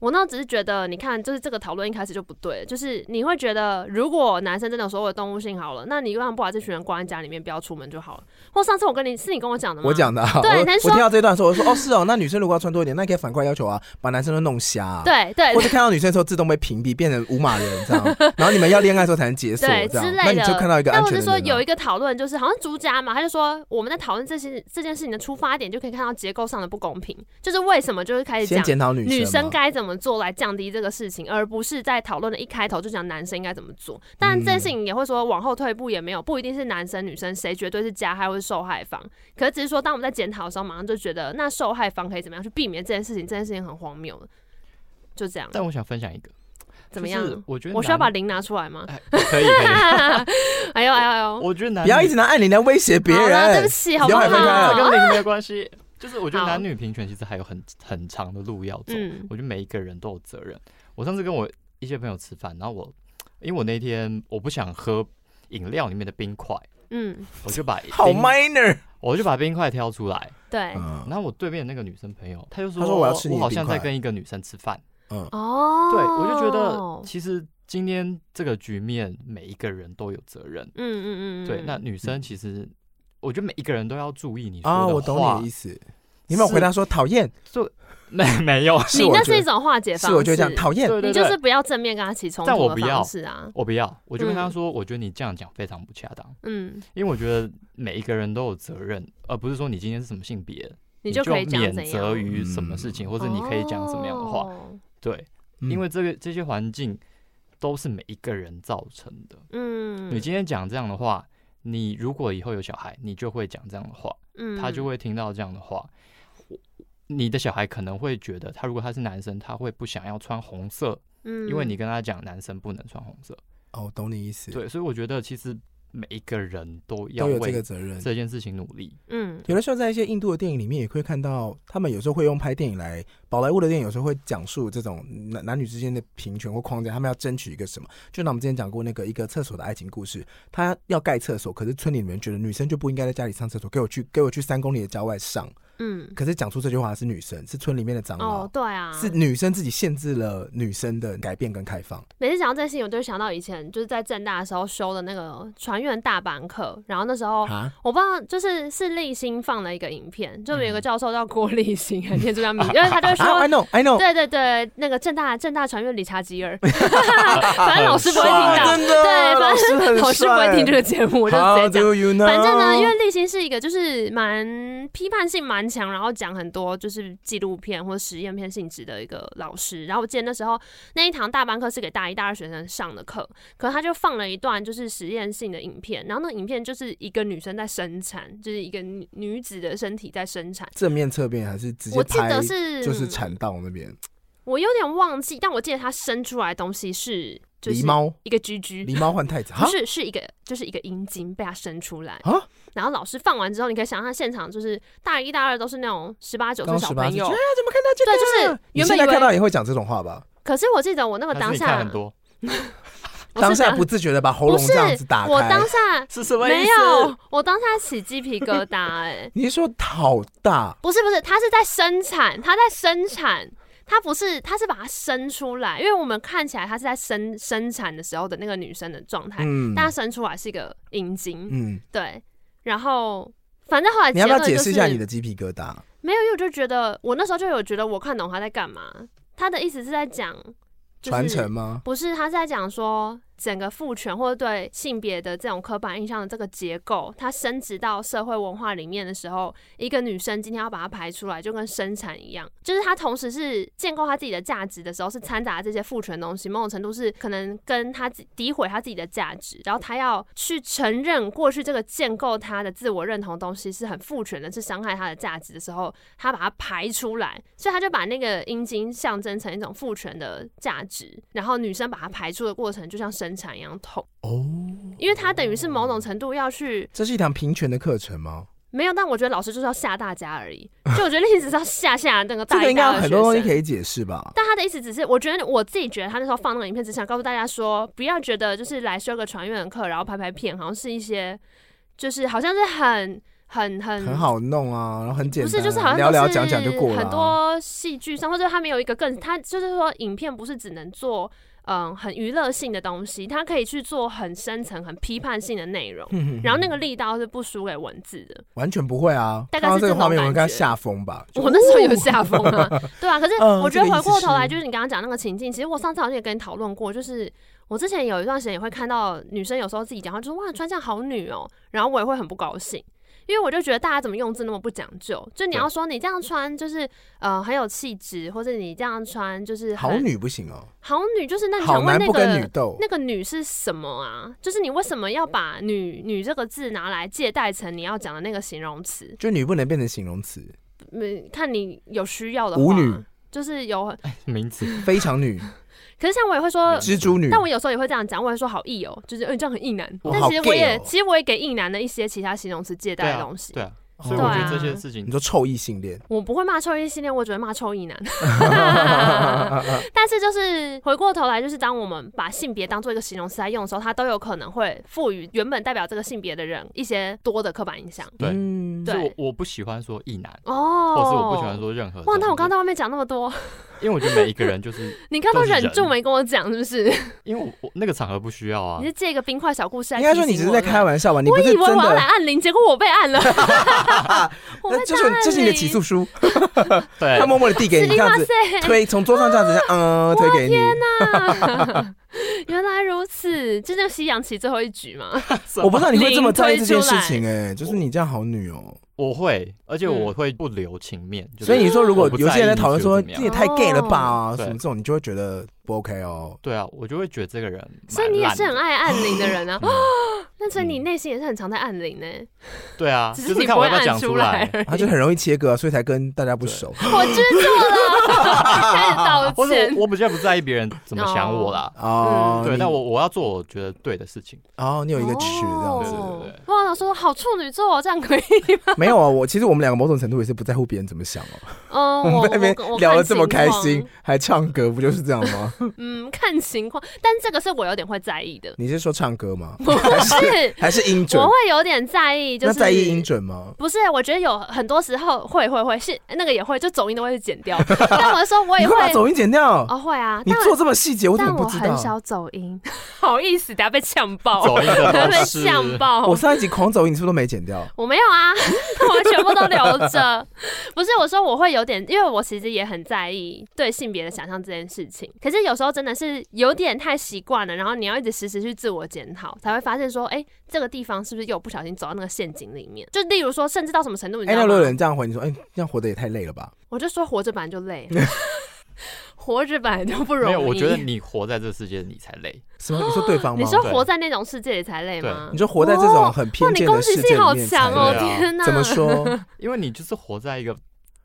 C: 我那只是觉得，你看，就是这个讨论一开始就不对，就是你会觉得，如果男生真的有所有的动物性好了，那你为什么不把这群人关在家里面，不要出门就好了？或上次我跟你是你跟我讲的吗？
D: 我讲的、啊，
C: 对
D: 我
C: 男
D: 我
C: 生
D: 听到这段的时候，我说哦是哦，那女生如果要穿多一点，那可以反过来要求啊，把男生都弄瞎、啊。，
C: 对对
D: 或者看到女生的时候自动被屏蔽，变成无码人
C: (laughs)
D: 这样，然后你们要恋爱的时候才能解锁
C: 对
D: 这
C: 之
D: 样，
C: 类
D: 那
C: 的。
D: 你就看到一个
C: 但
D: 安
C: 我
D: 全
C: 是
D: 的
C: 说
D: 人
C: 有
D: 啊
C: 一。个讨论，就是好像朱家嘛，他就说我们在讨论这些这件事情的出发点，就可以看到结构上的不公平，就是为什么就是开始
D: 先
C: 讲
D: 检讨女啊
C: 女生
D: 嘛
C: 该怎么做来降低这个事情，而不是在讨论的一开头就讲男生应该怎么做。当然，这件事情也会说往后退一步也没有，不一定是男生女生谁绝对是加害或是受害方。可是只是说，当我们在检讨的时候，马上就觉得那受害方可以怎么样去避免这件事情，这件事情很荒谬的，就这样。
E: 但我想分享一个，
C: 怎么样？
E: 就是我觉得
C: 我需要把
E: 男
C: 零拿出来吗？
E: 哎可
C: (laughs)
E: 以可以，
C: 哎呦哎呦哎呦！
E: 我觉得男
D: 不要
E: 女
D: 一直拿爱你来威胁别
C: 好啦对不
D: 人，
C: 起，好
D: 不
C: 不
D: 要
C: 好？
D: 买分开了
E: 这跟零没有关系。就是我觉得
C: 啊好
E: 男女平权其实还有很很长的路要走，
C: 嗯
E: 我觉得每一个人都有责任。我上次跟我一些朋友吃饭，然后我因为我那天我不想喝饮料里面的冰块，
C: 嗯，
E: 我就把
D: 好
E: 冰
D: minor。
E: 我就把冰块挑出来。
C: 对，
D: 嗯
E: 然后我对面那个女生朋友，她就说
D: 她说我要吃你的
E: 好像
D: 冰块
E: 在跟一个女生吃饭。
D: 嗯，
C: 哦，
E: 对，我就觉得其实今天这个局面每一个人都有责任。
C: 嗯嗯嗯嗯，
E: 对，那女生其实我觉得每一个人都要注意你说
D: 啊，我
E: 的
D: 懂
E: 话
D: 你的意思。你有没有回答说讨厌？
E: 就没 (laughs) 没有，
D: 是
C: 你
D: 我
C: 那
D: 觉
C: 是
D: 得
C: 一种化解方
D: 是
C: 式，
D: 我就这样讨厌。
E: 对对
C: 你就
E: 对
C: 是不要正面跟他起冲
E: 但
C: 突
E: 我
C: 的
E: 不要
C: 方式啊。
E: 我不要，我就跟他
C: 嗯
E: 说，我觉得你这样讲非常不恰当，
C: 嗯，
E: 因为我觉得每一个人都有责任，而不是说你今天是什么性别，
C: 你
E: 就
C: 就可以讲
E: 免
C: 怎
E: 责
C: 样，哦
E: 于什么事情，或
C: 或
E: 者你可以讲什么样的话，对，
D: 嗯
E: 因为这个这些环境都是每一个人造成的。
C: 嗯，
E: 你今天讲这样的话，你如果以后有小孩，你就会讲这样的话，
C: 嗯
E: 他就会听到这样的话。我你的小孩可能会觉得，他如果他是男生，他会不想要穿红色，
C: 嗯，
E: 因为你跟他讲男生不能穿红色。
D: 哦，懂你意思。，
E: 对，所以我觉得其实每一个人都要
D: 都有这个
E: 为
D: 责任。
E: 这件事情努力。
C: 嗯
D: 有的时候在一些印度的电影里面也会看到，他们有时候会用拍电影来，宝莱坞的电影有时候会讲述这种男男女之间的平权或框架，他们要争取一个什么？就像我们之前讲过那个一个厕所的爱情故事，他要盖厕所，可是村里面觉得女生就不应该在家里上厕所，给我去给我去三公里的郊外上。
C: 嗯，
D: 可是讲出这句话的是女生，是村里面的长老。
C: 哦，对啊，
D: 是女生自己限制了女生的改变跟开放，
C: 每次讲到这件事情，我就会想到以前就是在正大的时候修的那个船员大班课，然后那时候
D: 啊
C: 我不知道，就是是立新放了一个影片，就有一个教授叫郭立新，还念出他
D: (laughs)
C: 名字，因为他就
D: 嗯啊！I
C: 说。
D: know, I know，
C: 对对对，那个正大正大船员理查吉
D: (laughs)
C: 尔，反正老师不会听
D: 帅
C: 到，
D: 真的，
C: 对，
D: 老
C: 反
D: 师很
C: 正 (laughs) 老师不会听这个节目，我就直
D: How
C: 接讲。
D: do you know？
C: (laughs) 反正呢，因为立新是一个就是蛮呃批判性蛮强，然后讲很多就是纪录片或实验片性质的一个老师。然后我记得那时候那一堂大班课是给大一、大二学生上的课，可他就放了一段就是实验性的影片，然后那影片就是一个女生在生产，就是一个女女子的身体在生产。
D: 正面侧面还是直接
C: 我记
D: 拍
C: 得是
D: 就是产道那边，
C: 我有点忘记，但我记得她生出来的东西是就是
D: 狸猫，
C: 一个居居，
D: 狸猫换太子，
C: 不
D: 哈
C: 是，是一个就是一个阴茎被他生出来
D: 啊，
C: 然后老师放完之后，你可以想象现场就是大一、大二都是那种十八九岁
D: 刚
C: 小
D: 十八
C: 朋
D: 岁，啊，
C: 友，
D: 怎么看到这个？
C: 对就是
D: 你
C: 原
D: 现
C: 本
D: 在
C: 以为
D: 看到也会讲这种话吧？
C: 可是我记得我那个
E: 但
C: 当
E: 是你看
C: 下
E: 很多
C: 我是
D: 当下
C: 想
D: 不自觉的把喉
C: 不
D: 咙
C: 是
D: 这样子打
C: 我当
D: 开，，
C: 下
E: 是什么
C: 没有，我当下起鸡皮疙瘩、哎
D: 你是说好大
C: (laughs) 不是不是，他是在生产，他在生产。他不是，他是把它生出来，因为我们看起来他是在生生产的时候的那个女生的状态，
D: 嗯
C: 但她生出来是一个阴茎，
D: 嗯，
C: 对。然后，反正后来
D: 你要不要
C: 结
D: 解
C: 论就
D: 释一下
C: 是
D: 你的鸡皮疙瘩？
C: 没有，因为我就觉得我那时候就有觉得我看懂他在干嘛。他的意思是在讲就是
D: 传承吗？
C: 不是他是在讲说整个父权或者对性别的这种刻板印象的这个结构，它升值到社会文化里面的时候，一个女生今天要把它排出来，就跟生产一样，就是她同时是建构她自己的价值的时候，是掺杂这些父权东西，某种程度是可能跟她自诋毁她自己的价值，然后她要去承认过去这个建构她的自我认同的东西是很父权的，是伤害她的价值的时候，她把它排出来，所以她就把那个阴茎象征成一种父权的价值，然后女生把它排出的过程就像生产一样痛，
D: 哦，
C: 因为她等于是某种程度要去
D: 这是一堂平权的课程吗？
C: 没有，但我觉得老师就是要吓大家而已。就我觉得历史是要吓吓那
D: (laughs)
C: 个
D: 这
C: 大
D: 个
C: 一、
D: 应该
C: 大
D: 有
C: 二
D: 很
C: 学
D: 多东西可
C: 生。
D: 以解释吧？
C: 但他的意思只是，我觉得我自己觉得他那时候放那个影片，只想告诉大家说，不要觉得就是来修个传院的课，然后拍拍片，好像是一些就是好像是很很很
D: 很好弄啊，然后很简
C: 不
D: 单，
C: 是，就是好像
D: 聊聊
C: 是
D: 讲讲就过了啊、(laughs)
C: 很多戏剧上，或者他们有一个更，他就是说，影片不是只能做嗯很娱乐性的东西，它可以去做很深层、很批判性的内容。
D: 哼哼哼
C: 然后那个力道是不输给文字的。
D: 完全不会啊，
C: 大概
D: 看到
C: 是
D: 这个
C: 这
D: 画面，
C: 种
D: 我应该
C: 感觉
D: 吓疯吧？就
C: (laughs)
D: 哦
C: 我那时候有下风啊，对啊。可是
D: 嗯
C: 我觉得
D: 这个
C: 回
D: 意思
C: 过头来，
D: 是
C: 就是你刚刚讲那个情境，其实我上次好像也跟你讨论过，就是我之前有一段时间也会看到女生有时候自己讲话，就说哇穿这样好女哦、然后我也会很不高兴。因为我就觉得大家怎么用字那么不讲究，就你要说你这样穿就是呃很有气质，或者你这样穿就是
D: 好
C: 很
D: 女不行哦，
C: 好女，就是那你
D: 好
C: 想
D: 男
C: 问那
D: 不跟女
C: 个
D: 斗。
C: 那个女是什么啊？就是你为什么要把女女这个字拿来借代成你要讲的那个形容词？
D: 就女不能变成形容词， (laughs)
C: 嗯，看你有需要的
D: 舞
C: 话，
D: 女
C: 就是有。
E: (laughs) 名字
D: 非常
C: (laughs)
D: 女、
C: 可是像我也会说，
D: 蜘蛛女，
C: 但我有时候也会这样讲，我也说好意哦，就是嗯、你这样很意男。
D: 哦
C: 但
D: 好
C: 其实我
D: gay
C: 也、
D: 哦
C: 其实我也给意男的一些其他形容词借
E: 对
C: 代的
E: 啊
C: 东西。
E: 对啊，
D: 哦
E: 所以我觉
C: 对
E: 得
C: 啊
E: 这些事情
D: 你说臭异性恋，
C: 我不会骂臭异性恋，我只会骂臭
E: (laughs)
C: 意男。但是就是回过头来，就是当我们把性别当做一个形容词来用的时候，它都有可能会赋予原本代表这个性别的人一些多的刻板印象。
E: 对
D: 嗯
E: 就
C: 对
E: 我我不喜欢说异男，
C: 哦，
E: 或是我不喜欢。说任何这种。
C: 哇，那我刚刚在外面讲那么多，
E: 因为我觉得每一个人就是，
C: 你刚刚都
E: 都是
C: 忍
E: 人
C: 住没跟我讲，是不是？
E: 因为我我那个场合不需要啊
C: 你，是借一个冰块小故事来
D: 应
C: 提醒
D: 该
C: 我？
D: 说你只是在开玩笑吧？你不
C: 我
D: 是
C: 以为
D: 真
C: 我要来
D: 的，
C: 按铃，结果我
D: (laughs)
C: 被按了。 (laughs) 我被
D: 那就是
C: 打按
D: 这是你的
C: 铃
D: 起诉。书，
E: (laughs) 对
D: 他，默默的递给
C: 是
D: 你，这
C: 你
D: 样
C: (laughs) 哇
D: 子
C: 塞！
D: 推从桌上这样子这样，嗯，推给你。
C: 啊 (laughs) 原来如此，就那个西洋棋最后一
D: (laughs)
C: 局嘛。
D: 我不知道你会这么在意这件事
C: 零推
D: 情，哎，就是你这样好女哦。
E: 我会，而且
C: 嗯
E: 我会不留情面，就是
D: 所以你说，如果
E: 我不在
D: 有些人在讨论说
E: 意你觉得
D: 这也太 gay 了吧，
E: 哦
D: 什么这
E: 对
D: 种，你就会觉得不 OK
C: (laughs)
D: 哦。
E: 对啊，我就会觉得这个人，
C: 所以你也是很。爱按铃的人
D: (laughs)
C: 啊。那所以你
E: 嗯
C: 内心也是很常在按铃呢，
E: 对啊，
C: 只
E: 就是
C: 你
E: 看
C: 不
E: 我
C: 会
E: 要不要
C: 按
E: 讲
C: 出
E: 来
C: 来， (laughs) 而
D: 他
C: 已。
D: 就很容易切割，所以才跟大家不熟。
E: (laughs)
C: 我知错了， (laughs) 开始道
E: 或者
C: 歉。
E: 我我比较不在意别人怎么想我啦。
D: 哦，
C: 嗯
E: 对，
D: 你
E: 但我我要做我觉得对的事情。
D: 哦，你有一个尺这样子，
C: 哦
E: 对对
C: 哇，我说好处女座哦，这样可以吗？
D: (laughs) 没有啊。我其实我们两个某种程度也是不在乎别人怎么想哦。
C: 嗯，
D: 我
C: 我
D: (laughs) 们在那
C: 我我
D: 边聊
C: 看
D: 得这么
C: 情
D: 开
C: 况
D: 心，还唱歌，不就是这样吗？ (laughs)
C: 嗯，看情况，但这个是我有点会在
D: (laughs)
C: 意的，
D: 你是说唱歌吗？
C: 不是，
D: 还是音准
C: 我？会有点在意，就
D: 那
C: 是
D: 在意音准吗？
C: 不是，我觉得有很多时候会会会是那个也会，就走音都会剪掉。 (laughs) 但我说我
D: 你
C: 也
D: 会把
C: 会
D: 走音剪掉？
C: 哦会啊，
D: 你
C: 但
D: 做这么细节，我怎
C: 但
D: 么
C: 我
D: 不知
C: 很
D: 道？啊
C: 少走音， (laughs) 好意思，等下被呛爆，
E: 走
C: (laughs)
E: 一个
C: 等下
E: 方
C: 被
E: 式
C: 呛爆。
D: 我上一集狂走音，你是不是都没剪掉？
C: 我没有啊， (laughs) 我全部都留着。不是，我说我会有点，因为我其实也很在意对性别的想象这件事情。可是有时候真的是有点太习惯了，然后你要一直时时去自我检讨，才会发现说，哎、这个地方是不是又不小心走到那个陷阱里面？就例如说，甚至到什么程度，你
D: 哎，
C: 知
D: 那
C: 道
D: 如果
C: 吗？
D: 有人这样回你说，哎，这样活得也太累了吧？
C: 我就说活着本来就累， (laughs) 活着本来就不容易。
E: 没有，我觉得你活在这世界，你才累。
D: 什么？你说对方吗？
C: 你说
E: 对
C: 活在那种世界里才累
E: 对
C: 吗
D: 你？说活在这种很
C: 哇，
D: 偏
C: 你
D: 见
C: 攻
D: 的
C: 击
D: 世界
C: 性
D: 里
C: 好
D: 面
C: 强
D: 才
C: 哦！
E: 对啊
C: 天哪，
D: 怎么？
C: (laughs)
D: 说？
E: 因为你就是活在一个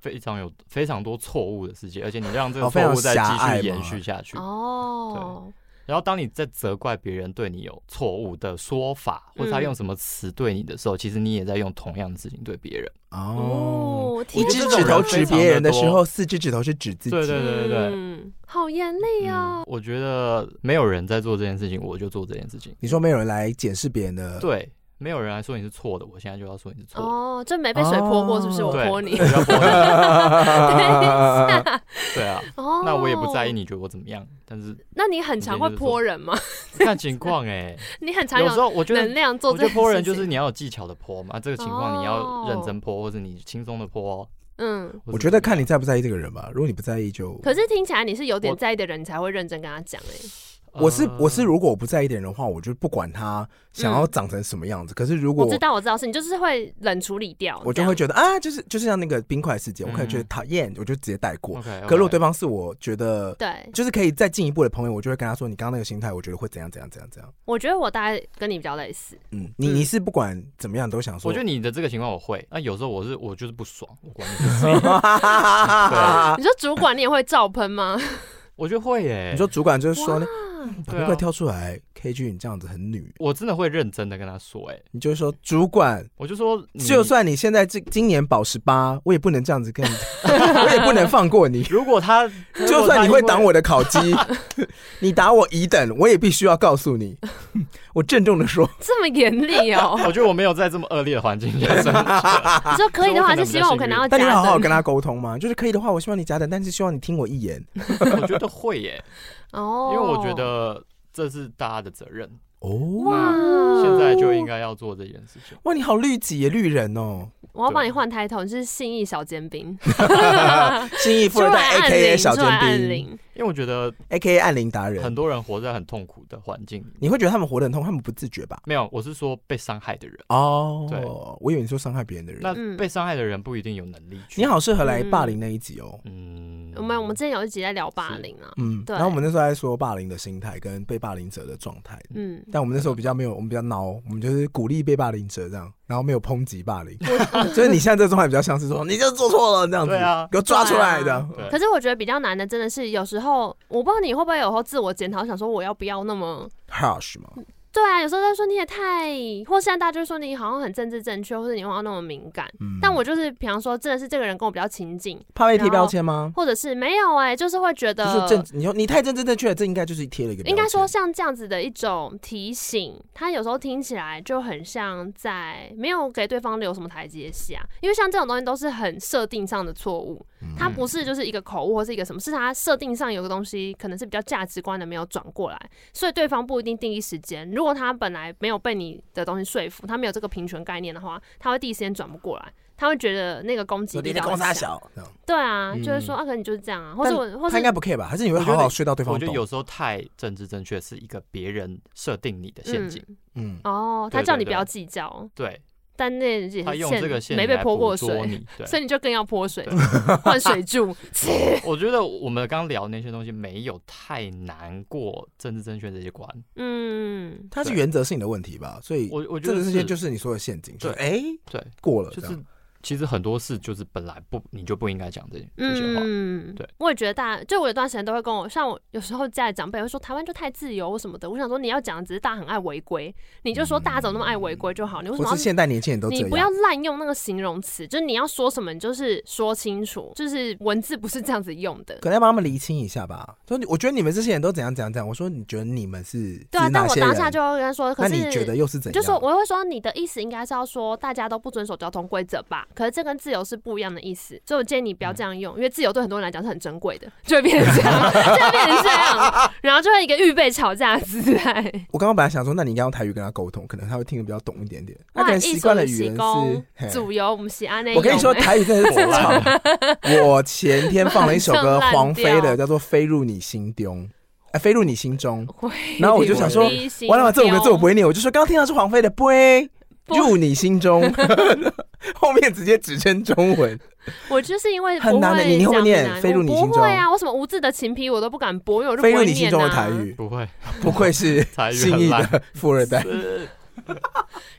E: 非常有非常多错误的世界，而且你让这
D: 哦
E: 个
D: 非常
E: 错误再
D: 狭隘
E: 继
D: 嘛
E: 续延续下去。
C: 哦，
E: 然后当你在责怪别人对你有错误的说法，或者他
C: 嗯
E: 用什么词对你的时候，其实你也在用同样的事情对别人。
C: 嗯
D: 哦，
C: 哦，
D: 一
C: 天
D: 只
C: 哪
D: 指头指别人的时
E: 非常
D: 候，
E: 多
D: 四只指头是指自己。
E: 对对对对对。
C: 嗯，好严厉哦。
E: 嗯我觉得没有人在做这件事情，我就做这件事情。
D: 你说没有人来检视别人的，
E: 对，没有人来说你是错的，我现在就要说你是错的。
C: 嗯哦，就没被水泼过，是不是？
D: 哦
C: 我
E: 对，
C: 泼你
E: 我，要泼
C: (laughs)
E: 你
C: 哦，
E: 对啊， (laughs) 那我也不在意。你觉得我怎么样，
C: (laughs)
E: 但是
C: 那你很常会泼人吗？ (laughs)
E: 看情况哎、
C: 你很常
E: 有时
C: 有
E: 候我觉
C: 能
E: 得。
C: 量做
E: 我
C: 这
E: 觉得
C: 件
E: 泼人
C: 事
E: 就是
C: 情哦
E: 你要有技巧的泼嘛，这个情况你要认真泼，或者你轻松的泼。哦
C: 嗯。
D: 我
E: 或是
D: 觉得看
E: 怎
D: 你在不在意这个人吧。如果你不在意就，
C: 可是听起来你是有点
E: 我
C: 在意的人，你才会认真跟他讲哎、
E: 么样，
D: 我是
E: 呃
D: 我是，如果我不在意的人的话，我就不管他想要长成什么样子。可是如果
C: 嗯我知道，我知道，是你就是会冷处理掉，
D: 我
C: 这
D: 就
C: 样
D: 会觉得啊，就是就是像那个冰块事件，我可能
E: 嗯
D: 觉得讨厌，我就直接带过。
E: OK，
D: 可如果对方是我觉得
C: 对。
D: 就是可以再进一步的朋友，我就会跟他说，你刚刚那个心态，我觉得会怎样怎样怎样怎样。
C: 我觉得我大概跟你比较类似，
D: 嗯，你
C: 嗯
D: 你是不管怎么样都想说，
E: 我觉
D: (laughs)
E: 得
D: 得
E: 你的这个情况我会，那有时候我是我就是不爽，我管你是谁。
C: 你说主管你也会照喷吗？ (laughs)
E: 我觉得会耶。
D: 你说主管就是说呢，把
E: 对
D: 冰
E: 啊
D: 块挑出来， K G 你这样子很女，
E: 我真的会认真的跟他说、欸，哎，
D: 你就说主管，
E: 我就说你，
D: 就算你现在这今年保十八，我也不能这样子跟你， (laughs) 我也不能放过
E: (laughs)
D: 你。
E: 如果他，
D: (laughs) 就算你会挡
E: 我，
D: 我的烤鸡， (laughs) 你打我乙等，我也必须要告诉你。 (laughs) 我郑重的说，
C: 这么严厉
E: (laughs)
C: 哦。
E: 我觉得我没有在这么恶劣的环境下生活。 (laughs)
C: 你说可以的话，
E: 所以我可能
C: 是希望我可能要
D: 但你
C: 加
D: 好好
C: 分
D: 跟他沟通嘛，就是可以的话，我希望你假等，但是希望你听我一言。
E: 我觉得会耶、
C: 哦
E: 因为我觉得这是大家的责任，
D: 哦，
C: 哇，
E: 现在就应该要做这件事情。
D: 哇，你好律己也律人哦，
C: 我要帮你换抬头，你是信义小尖兵，
D: 心意富二代 A K A 小
C: 出
D: 尖
C: 来按
D: 兵
C: 铃，
E: 因为我觉得
D: ，A K A 暗铃达人
E: 很。多人活在很痛苦的环境里，
D: 你会觉得他们活得很痛，他们不自觉吧？
E: 没有，我是说被伤害的人。
D: 哦，
E: 对
D: 我以为你说伤害别人的人。
E: 那被伤害的人不一定有能力去。
D: 你，好适合来
C: 嗯
D: 霸凌那一集哦。
E: 嗯
C: 我们我们之前有一集在聊霸凌啊，
D: 嗯，
C: 对
D: 然后我们那时候在说霸凌的心态跟被霸凌者的状态，
C: 嗯，
D: 但我们那时候比较没有，我们比较孬，我们就是鼓励被霸凌者这样，然后没有抨击
C: (laughs)
D: 霸凌。所以你现在这状态比较像是说，你就做错了这样子，
E: 对啊
D: 给我抓出来
C: 对
D: 的
C: 啊。
E: 对
C: 可是我觉得比较难的真的是有时候，我不知道你会不会有时候自我检讨，想说我要不要那么
D: harsh 嘛，
C: 对啊，有时候在说你也太，或现在大家就说你好像很政治正确，或者你好像那么敏感。
D: 嗯
C: 但我就是，比方说，真的是这个人跟我比较亲近，
D: 怕被贴标签吗？
C: 或者是没有哎、就是会
D: 就
C: 觉得
D: 是正，你说你太正正正确了，这应该就是贴了一个标签。
C: 应该说像这样子的一种提醒，他有时候听起来就很像在没有给对方留什么台阶下，因为像这种东西都是很设定上的错误，
D: 嗯
E: 嗯
C: 它不是就是一个口误或是一个什么，是它设定上有个东西可能是比较价值观的没有转过来，所以对方不一定第一时间，如果他本来没有被你的东西说服，他没有这个平权概念的话，他会第一时间转不过来。他会觉得那个攻击
D: 说
C: 力
D: 你的
C: 道
D: 公
C: 很
D: 差
C: 强，
D: 小，这样
C: 对啊，就会
E: 嗯
C: 说啊，可能你就是这样啊，或者我，或
D: 他
C: 者
D: 应该不 care 吧？还是你会
E: 我觉得
D: 好好睡到对方
E: 我
D: 的
E: 觉
D: 洞？
E: 得有时候太政治正确是一个别人设定你的陷阱，
D: 嗯，
C: 哦，他
E: 对
C: 叫
E: 对
C: 你不
E: 对
C: 要计较，
E: 对
C: 但那也是
E: 他用这个陷阱
C: 没被
E: 来
C: 泼过
E: 捕捉
C: 水， (laughs)
E: 你。对，
C: 所以你就更要泼水
E: 对
C: 换水柱。
E: (laughs) 我觉得我们刚聊那些东西没有太难过政治正确这些关，
C: 嗯，
D: 它是
E: 对
D: 原则性的问题吧？所以
E: 我我觉
D: 这
E: 得
D: 个事情就是是你说的陷阱，就是
E: 对
D: 哎
E: 对，
D: 过了，
E: 就
D: 这
E: 是
D: 样
E: 其实很多事就是本来不你就不应该讲这这些话，
C: 嗯
E: 对，
C: 我也觉得大家，就我有段时间都会跟我，像我有时候家里长辈会说台湾就太自由什么的，我想说你要讲，只是大家很爱违规，你就说大家怎么那么爱违规就好，你为什么
D: 不
C: 要
D: 是现代年轻人都这
C: 你
D: 样。
C: 不要滥用那个形容词，就是你要说什么，你就是说清楚，就是文字不是这样子用的。
D: 可能要帮他们厘清一下吧。说你，我觉得你们这些人都怎样怎样怎样。我说你觉得你们是
C: 对啊
D: 是，哪
C: 但我
D: 些
C: 当
D: 人
C: 下就会跟他说，可
D: 那
C: 是
D: 你觉得又是怎样？
C: 就说我会说你的意思应该是要说大家都不遵守交通规则吧，可是这跟自由是不一样的意思，所以我建议你
D: 嗯
C: 不要这样用，因为自由对很多人来讲是很珍贵的， (laughs) 就会变成这样， (laughs) 就会变成
D: (laughs)
C: 这样，然后就会一个预备吵架的姿态。
D: 我刚刚本来想说，那你应该用台语跟他沟通，可能他会听得比较懂一点点。他可
C: 哇
D: 能
C: 艺
D: 习
C: 术
D: 惯的
C: 不
D: 语
C: 是
D: 言
C: 功
D: 是。嘿
C: 主游我们喜安那，哎
D: 我跟你
C: (laughs)
D: 说，台语真的是很吵。我前天放了一首歌
C: (laughs) 马上烂
D: 黄飞
C: 掉
D: 的，叫做《飞入你心中》，哎，飞入你心
C: (laughs)
D: 中。
C: 会
D: 然后我就想说，
C: 历史
D: 完了，这首歌
C: 标
D: 这我不会念，我就说刚刚听到是黄飞的《不会
C: 不
D: 入你心
C: (laughs)
D: 中》，后面直接指称中文。
C: 我就是因为
D: 很
C: 不
D: 难的
C: 会
D: 你你会不会
C: 讲
D: 念
C: 闽南
D: 飞
C: 语
D: 入你
C: 我
D: 心
C: 不会
D: 中
C: 啊，我什么无字的琴皮我都不敢播，因为我就不
D: 飞入
C: 会
D: 你心
C: 念
D: 中的
C: 啊。
D: 台语，
E: (laughs) 不会，
D: 不愧是
E: 台语很
D: 信义
E: 烂
D: 的富二代。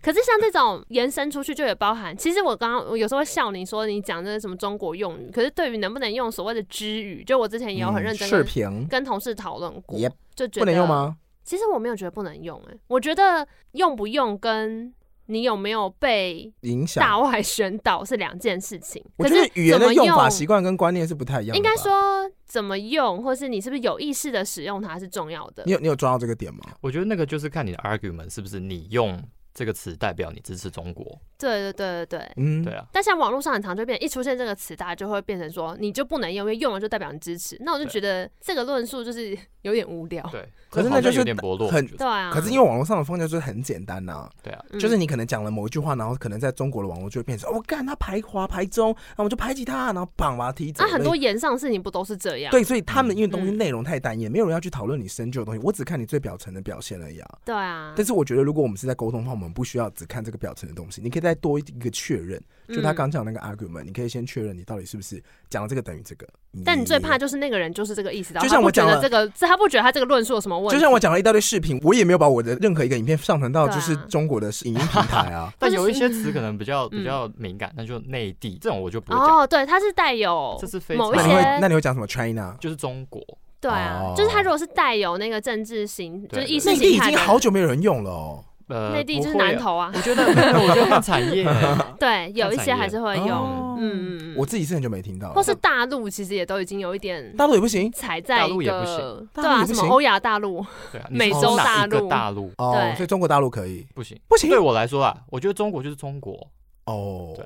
C: 可是像这种延伸出去，就也包含。其实我刚刚我有时候会笑你说你讲这是什么中国用语，可是对于能不能用所谓的知语，就我之前也有很认真
D: 嗯视
C: 跟、
D: 频
C: 跟同事讨论过
D: Yep，
C: 就觉得
D: 不能用？吗？
C: 其实我没有觉得不能用、欸，我觉得用不用跟你有没有被
D: 影
C: 大
D: 响？
C: 外宣导是两件事情。
D: 我
C: 可
D: 觉
C: 是
D: 得语言
C: 怎
D: 的
C: 么
D: 用
C: 用
D: 法习惯跟观念是不太一样。
C: 应该，说怎么用，或是你是不是有意识的使用它是重要的
D: 你。有你有抓到这个点吗？
E: 我觉得那个就是看你的 argument 是不是你用这个词代表你支持中国，
C: 对对对对对。
D: 嗯，
E: 对。啊，
C: 但像网络上很常就变，一出现这个词，大家就会变成说你就不能用，因为用了就代表你支持。那我就
E: 对
C: 觉得这个论述就是有点无聊。
E: 对，
D: 哦可是
E: 这
D: 那
E: 好像
D: 就是
E: 有点薄弱，
D: 很
E: 我觉
C: (laughs)
E: 得
C: 对啊，嗯
D: 可是因为网络上的风潮就是很简单呐、
E: 对啊，。
C: 为
D: 就是你可能讲了某一句话，然后可能在中国的网络就会变成哦，干他排华排中，然后我就排挤他，然后绑把他踢走。
C: 那啊很多言上事情不都是这样？
D: 对，所以他们因为东西
C: 嗯
D: 内容太单一，没有人要去讨论你深究的东西，我只看你最表层的表现而已啊。
C: 对啊，
D: 但是我觉得，如果我们是在沟通的话，我们不需要只看这个表层的东西，你可以再多一个确认。就他
C: 嗯
D: 刚讲那个 argument，、你可以先确认你到底是不是讲了这个等于这个。
C: 但你最怕就是那个人就是这个意思，然后
D: 就像
C: 他
D: 我
C: 不觉
D: 讲
C: 得
D: 了
C: 这个，这他不觉得他这个论述有什么问题，
D: 就像我讲了一大堆视频，我也没有把我的任何一个影片上传到
C: 对啊
D: 就是中国的影音平台啊
C: (laughs)
E: 但
C: 就是
E: 有一些词可能比较
C: 嗯
E: 比较敏感，那就内地这种我就不会讲，
C: 哦，对，他是带有
E: 这是非
C: 某一
D: 那
E: 常
D: 你
C: 些
D: 会那你会讲什么 China？
E: 就是中国，
C: 对啊，
D: 哦
C: 就是他如果是带有那个政治型，就
E: 对
C: 是意识
D: 内地
C: 形
D: 已
C: 态
D: 经
C: 的，
D: 好久没有人用了哦。
E: 呃，
C: 内地
E: 不
C: 就是
E: 会
C: 南投啊，
E: 我觉得，我觉得看
D: (laughs)
E: 产业，
D: 啊
C: 对，有一些还是会用，
D: 哦
C: 嗯嗯
D: 我
C: 嗯，
D: 自己是很久没听到了。哦
C: 或是大陆其实也都已经有一点
D: 大陆也不行
C: 踩在
E: 大
C: 一
E: 陆也不
C: 个
E: 行，
D: 大
C: 对
D: 陆也
C: 啊，
D: 不
C: 什
D: 行
C: 么欧亚大陆，
E: 对啊，
C: 美
E: 你是
C: 洲
E: 从哪
C: 大
E: 一个
C: 陆
E: 大陆
D: 哦
C: 对，
D: 所以中国大陆可以，
E: 不行。
D: 不行
E: 对我来说啊，我觉得中国就是中国，
D: 哦
E: 对。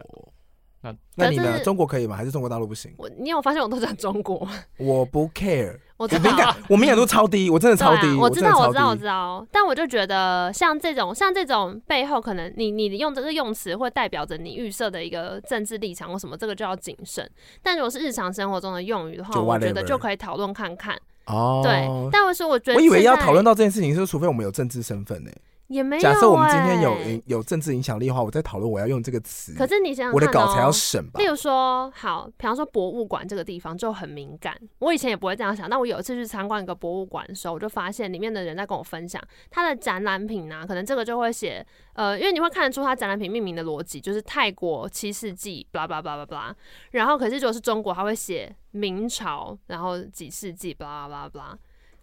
E: 那
D: 那你
C: 可
D: 呢？
C: 是
D: 中国可以吗？还是中国大陆不行？
C: 我你有发现我都讲中国吗，
D: 我不 care，
C: 我
D: (laughs)
C: 知
D: 我敏
C: 道。啊
D: 感，我敏感度超低，我真的
C: 对
D: 超低，
C: 啊，我知
D: 真的
C: 道，我
D: 超
C: 知道，我知
D: 低。
C: 道，但我就觉得像这种像这种背后，可能你你的用这个用词会代表着你预设的一个政治立场或什么，这个就要谨慎。但如果是日常生活中的用语的话，
D: 就
C: 我觉得
D: whatever
C: 就可以讨论看看。
D: 哦
C: 对，但我说我觉得
D: 我以为要讨论
C: 到
D: 到这件事情，是除非我们有政治身份呢。
C: 也没有、欸。欸
D: 假设我们今天有影有政治影响力的话，我在讨论我要用这个词，
C: 可是你想想看、哦，
D: 我的稿才要审吧
C: 例？如说，好，比方说博物馆这个地方就很敏感。我以前也不会这样想，但我有一次去参观一个博物馆的时候，我就发现里面的人在跟我分享他的展览品啊，可能这个就会写，呃，因为你会看得出他展览品命名的逻辑，就是泰国七世纪，blah blah blah blah blah。然后可是如果是中国，他会写明朝，然后几世纪，blah blah blah blah。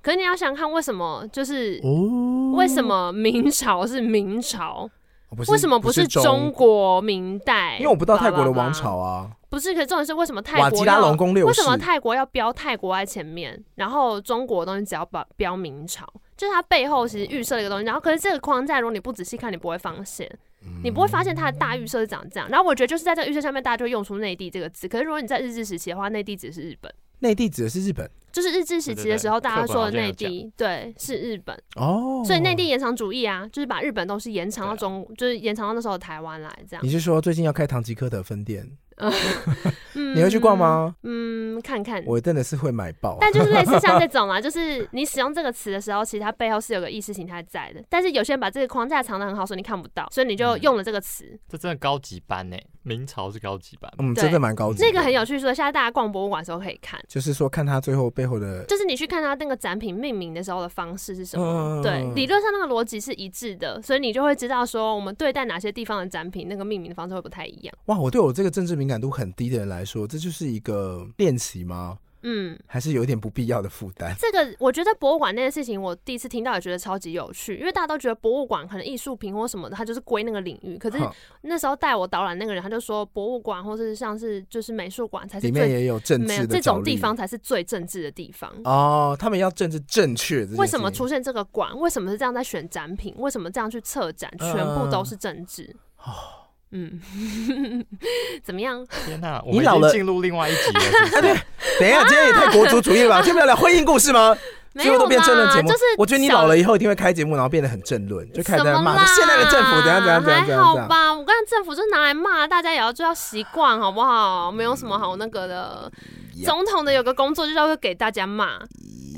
C: 可是你要想看为什么，就是
D: 哦
C: 为什？么明朝是明朝，
D: 哦不
C: 为什么
D: 不
C: 是中？国明代？
D: 因为我不知道泰国的王
C: blah blah blah
D: 朝啊。
C: 不是，可是重点是为什么泰国
D: 瓦吉拉
C: 要
D: 隆功六世
C: 为什么泰国要标泰国在前面，然后中国的东西只要标标明朝？就是它背后其实预设了一个东西，然后可是这个框架，如果你不仔细看，你不会发现，你不会发现它的大预设是长这样。然后我觉得就是在这个预设上面，大家就会用出“内地”这个字。可是如果你在日治时期的话，内地指的是日本，
D: 内地指的是日本
C: 就是日治时期的时候，
E: 对对对
C: 大家说的内
E: 课本
C: 地，对，是日本。
D: 哦，
C: 所以内地延长主义啊，就是把日本东西延长到
E: 对啊
C: 中，就是延长到那时候的台湾来这样
D: 你。是说最近要开唐吉诃德分店，
C: 嗯
D: 你会去逛？吗？
C: 嗯，看看。
D: 我真的是会买爆。啊
C: 但就是类似像这种啦，就是你使用这个词的时候，其实它背后是有个意识形态在的。但是有些人把这个框架藏得很好，所以你看不到，所以你就用了这个词。
E: 这真的高级班呢，明朝是高级班，
D: 嗯，
C: 对
D: 真的蛮高级的。
C: 那个很有趣，所以现在大家逛博物馆的时候可以看，
D: 就是说看他最后背后的
C: 就是你去看它那个展品命名的时候的方式是什么。
D: 嗯
C: 对，理论上那个逻辑是一致的，所以你就会知道说我们对待哪些地方的展品，那个命名的方式会不太一样。
D: 哇，我对我这个政治敏感度很低的人来说，这就是一个练习吗？
C: 嗯。
D: 还是有一点不必要的负担？
C: 这个我觉得博物馆那件事情，我第一次听到也觉得超级有趣，因为大家都觉得博物馆可能艺术品或什么的，它就是归那个领域。可是
D: 哼
C: 那时候带我导览那个人，他就说博物馆或是像是就是美术馆才是
D: 里面
C: 最
D: 也有政
C: 没有
D: 治
C: 这
D: 的角
C: 种
D: 力
C: 地方才是最政治的地方。
D: 哦，他们要政治正确。
C: 为什么出？现这个馆？为什么是这样在选展品？为什么这样去策展？
D: 嗯哦
C: 全部都是政治。嗯， (laughs) 怎么样？
E: 天哪、我
D: 你
E: 们已
D: 老
E: 经
D: 了
E: 进入另外一集了，是
D: (laughs)
E: 不是
D: 等一下，今天也太国族主义了
C: (laughs)
D: 吧？今天我们要聊婚姻故事吗？
C: 啊
D: (laughs)
C: 没
D: 最
C: 有
D: 后都变政论
C: 啦，
D: 节目。
C: 就是
D: 我觉得你
C: 小
D: 老了以后一定会开节目，然后变得很政论，就开始
C: 什
D: 在
C: 么
D: 骂
C: 啦？
D: 现在的政府怎样怎样怎样怎样
C: 还
D: 怎
C: 好
D: 样。
C: 吧，我刚才政府就拿来骂，大家也要就要习惯，好不好？没有什么好那个的。
D: Yeah
C: 总统的有个工作就是要给大家骂，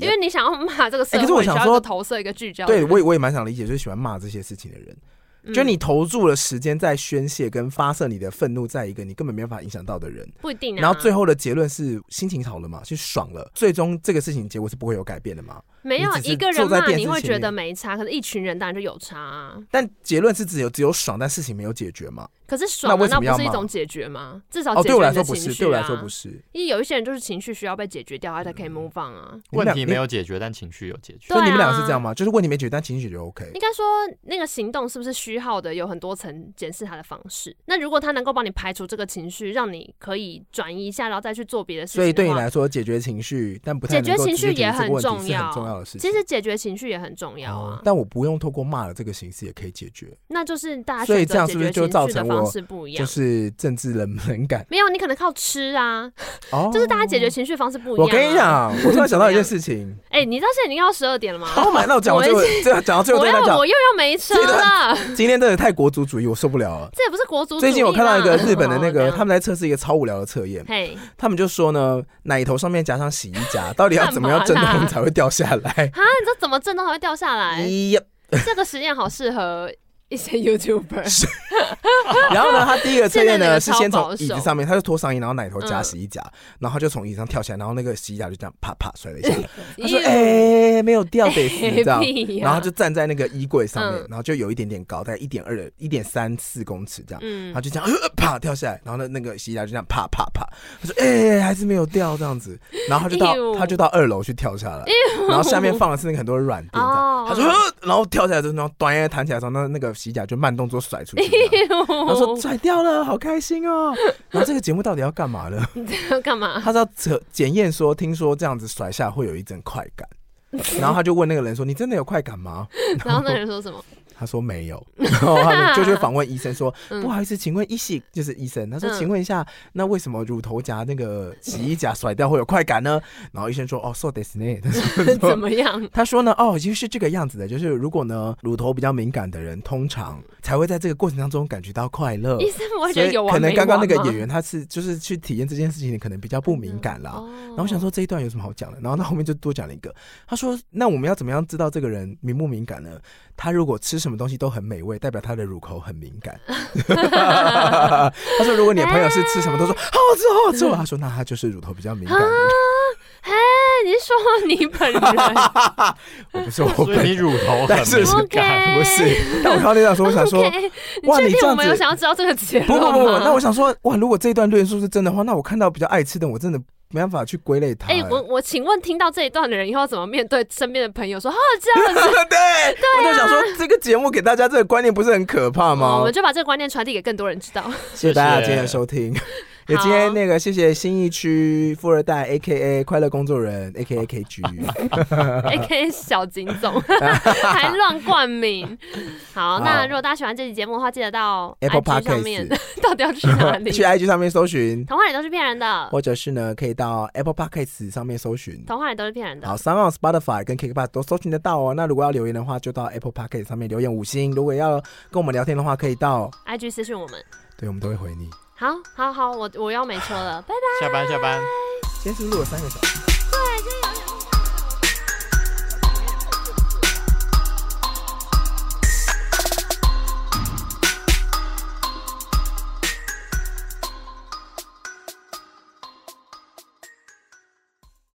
C: 因为你想要骂这个社
D: 哎
C: 会，
D: 可是我想
C: 你需要
D: 说
C: 一个投射一个聚焦。
D: 对，我也我也蛮想理解，就是喜欢骂这些事情的人，
C: 嗯
D: 就你投注了时间在宣泄跟发射你的愤怒，在一个你根本没办法影响到的人，
C: 不一定啊。
D: 然后最后的结论是心情好了嘛，是爽了，最终这个事情结果是不会有改变的嘛。
C: 没有啊
D: 你只是
C: 一个人
D: 坐在
C: 骂
D: 电视
C: 你会
D: 前
C: 觉得
D: 面
C: 没差，可是一群人当然就有差、啊。
D: 但结论是只有只有爽，但事情没有解决嘛？
C: 可是爽、
D: 那为
C: 难
D: 什
C: 道
D: 么要
C: 不是一
D: 骂
C: 种解决吗？至少
D: 哦，
C: 解
D: 对
C: 决
D: 我来
C: 你的
D: 说不
C: 情
D: 是，
C: 绪
D: 对我来
C: 啊
D: 说不。是。嗯
C: 因为有一些人就是情绪需要被解决掉，他才可以 move on 啊。
D: 你们
E: 问
D: 俩
E: 题没有解决，但情绪有解决。
D: 所以你们俩是
C: 对啊
D: 这样吗？就是问题没解决，但情绪解决 OK
C: 应。该说，那个行动是不是虚耗的，有很多层检视他的方式。那如果他能够帮你排除这个情绪，让你可以转移一下，然后再去做别的事情
D: 所以对
C: 的
D: 你
C: 话
D: 来说，解决情绪，但不太
C: 解决
D: 能够
C: 情
D: 直接
C: 绪也
D: 解决这
C: 很
D: 个问题
C: 重
D: 是
C: 要
D: 很重要的事情。
C: 其实解决情绪也很重要啊
D: 哦。但我不用透过骂了这个形式也可以解决，
C: 那就是大家
D: 所以
C: 选择
D: 这样
C: 解
D: 是不是
C: 决
D: 就
C: 情
D: 造
C: 绪的
D: 成
C: 方
D: 我
C: 式不一样。
D: 就是政治冷门感。
C: 没有，你可能靠吃啊，
D: 哦，
C: 就是大家解决情绪方式不一样、啊
D: 我跟你，讲，啊我突然想到一件事
C: (laughs)
D: 情，
C: 哎、你知道现在已经要十二点了
D: (laughs)
C: 吗？
D: 好，买到讲，我最后
C: (laughs)
D: 最后讲到最后
C: 我
D: 再
C: 又
D: 来讲
C: 我，又要没车了，
D: 今天真的太国族主义，我受不了了。
C: 这也不是国足主义啦。
D: 最近我看到一个日本的那
C: 哦
D: 个，
C: 这样
D: 他们在测试一个超无聊的测验，
C: 嘿，
D: 他们就说呢，奶头上面加上洗衣夹，
C: (laughs)
D: 到底要怎么样震
C: 干嘛
D: 动
C: 啦 (laughs)
D: 才会掉下来？ (laughs)
C: 哈，你知道怎么震动还会掉下来？
D: 咦呀，
C: 这个实验好适合一些 YouTuber，
D: 然后
C: (laughs)
D: 呢，他第一个测验呢是
C: 现在
D: 先
C: 那个超
D: 从
C: 保守
D: 椅子上面，他就脱上衣，然后奶头夹
C: 嗯
D: 洗衣夹，然后他就从椅子上跳起来，然后那个洗衣夹就这样啪啪摔
C: (laughs)
D: 了一下，他说：“
C: 咦
D: 哎、没有掉得
C: (laughs)
D: 死这样。
C: 屁呀
D: 然后就站在那个衣柜上面，
C: 嗯
D: 然后就有一点点高，大概一点二、一点三四公尺这样。
C: 嗯
D: 他就这样、呃、啪跳下来，然后呢，那个洗衣夹就这样啪啪啪。他说：“哎、还是没有掉这样
C: (laughs)
D: 子。”然后他就到
C: 哎呦哎
D: 他就到二楼去跳下来，然后下面放的是那个很多软垫这样。
C: 哦
D: 他说：“
C: (laughs)
D: 呃然后跳下来之后，然后端一弹起来之后，那那个洗衣夹就慢动作甩出去
C: (laughs)
D: 这样。
C: 哎
D: 他说甩掉了，好开心哦！然后这个节目到底要干嘛呢？
C: 要 (laughs) 干嘛？
D: (laughs) 他是要测检验说，听说这样子甩下会有一阵快
C: (laughs)
D: 感，然后他就问那个人说：“你真的有快感吗
C: 然后那人说什
D: (laughs)
C: 么？？”
D: 他说没有， (laughs) 然后他们就去访问医生说：“
C: (laughs) 嗯
D: 不好意思，请问一喜就是医生，他说
C: 嗯
D: 请问一下，那为什么乳头夹那个洗衣夹甩掉会有快感呢？”然后医生说：“哦，so this 呢？” (laughs)
C: (laughs) 怎么样？
D: 他说呢，哦，其实是这个样子的，就是如果呢乳头比较敏感的人，通常才会在这个过程当中感觉到快乐。
C: (laughs) 医生不会
D: 呃所
C: 觉
D: 以
C: 得有完
D: 可能
C: 没
D: 刚刚那
C: 完
D: 个
C: 吗
D: 演员他是就是去体验这件事情，可能比较不敏感啦。
C: 哦
D: 然后我想说这一段有什么好讲的？然后他后面就多讲了一个，他说：“那我们要怎么样知道这个人敏不敏感呢？他如果吃什么东西都很美味，代表他的乳口很敏
C: (laughs)
D: 感。”他说：“如果你的朋友是吃什么都说好好吃好好吃，他说那他就是乳头比较敏感的人。
C: 哎，你是说你
D: (laughs)
C: 本人
D: 我不是我
E: 所以
D: 本，
E: 你乳头
D: 但 (laughs) 是
E: 很敏感，
D: 不
C: OK
D: 是。但我看到那段时候，我想
C: (laughs)
D: 说，
C: ？OK，
D: (laughs)
C: 你
D: 哇
C: 确
D: 你
C: 定
D: 这
C: 我
D: 样
C: 们有
D: 子
C: 想要知道这个结论
D: 不不不不，
C: 吗
D: 那我想说，哇，如果这一段论述是真的话，那我看到比较爱吃的，我真的没办法去归类它、，
C: 哎、我我请问听到这一段的人以后要怎么面对身边的朋友说哦这样子
D: (laughs) 对，
C: 啊
D: 我就想说，这个节目给大家这个观念不是很可怕吗？
C: 哦我们就把这个观念传递给更多人知
D: (laughs)
C: 道。
D: 谢谢大家今天的收听。也今天那个谢谢新义区富二代 A K A 快乐工作人 A K A K G，
C: A K 小警
D: (laughs)
C: 总还乱冠名。好，那
D: 好
C: 如果大家喜欢这期节目的话，记得到
D: Apple
C: IG 上
D: Podcast
C: 面， (laughs) 到底要去哪
D: (laughs)
C: 里？
D: 去啊 I G 上面搜寻，
C: 童话里都是骗人的，
D: 或者是呢可以到 Apple Podcast 上面搜寻。
C: 童话里都是骗人的
D: 好。s o u n Spotify 跟 KKBox 都搜寻得到哦。那如果要留言的话，就到 Apple Podcast 上面留言五星。如果要跟我们聊天的话，可以到，
C: IG 私讯我们。
D: 对我们都会回你。
C: 好好好，我我要没车了，拜拜。
E: 下班下班。
D: 今天是不是录了三个小时？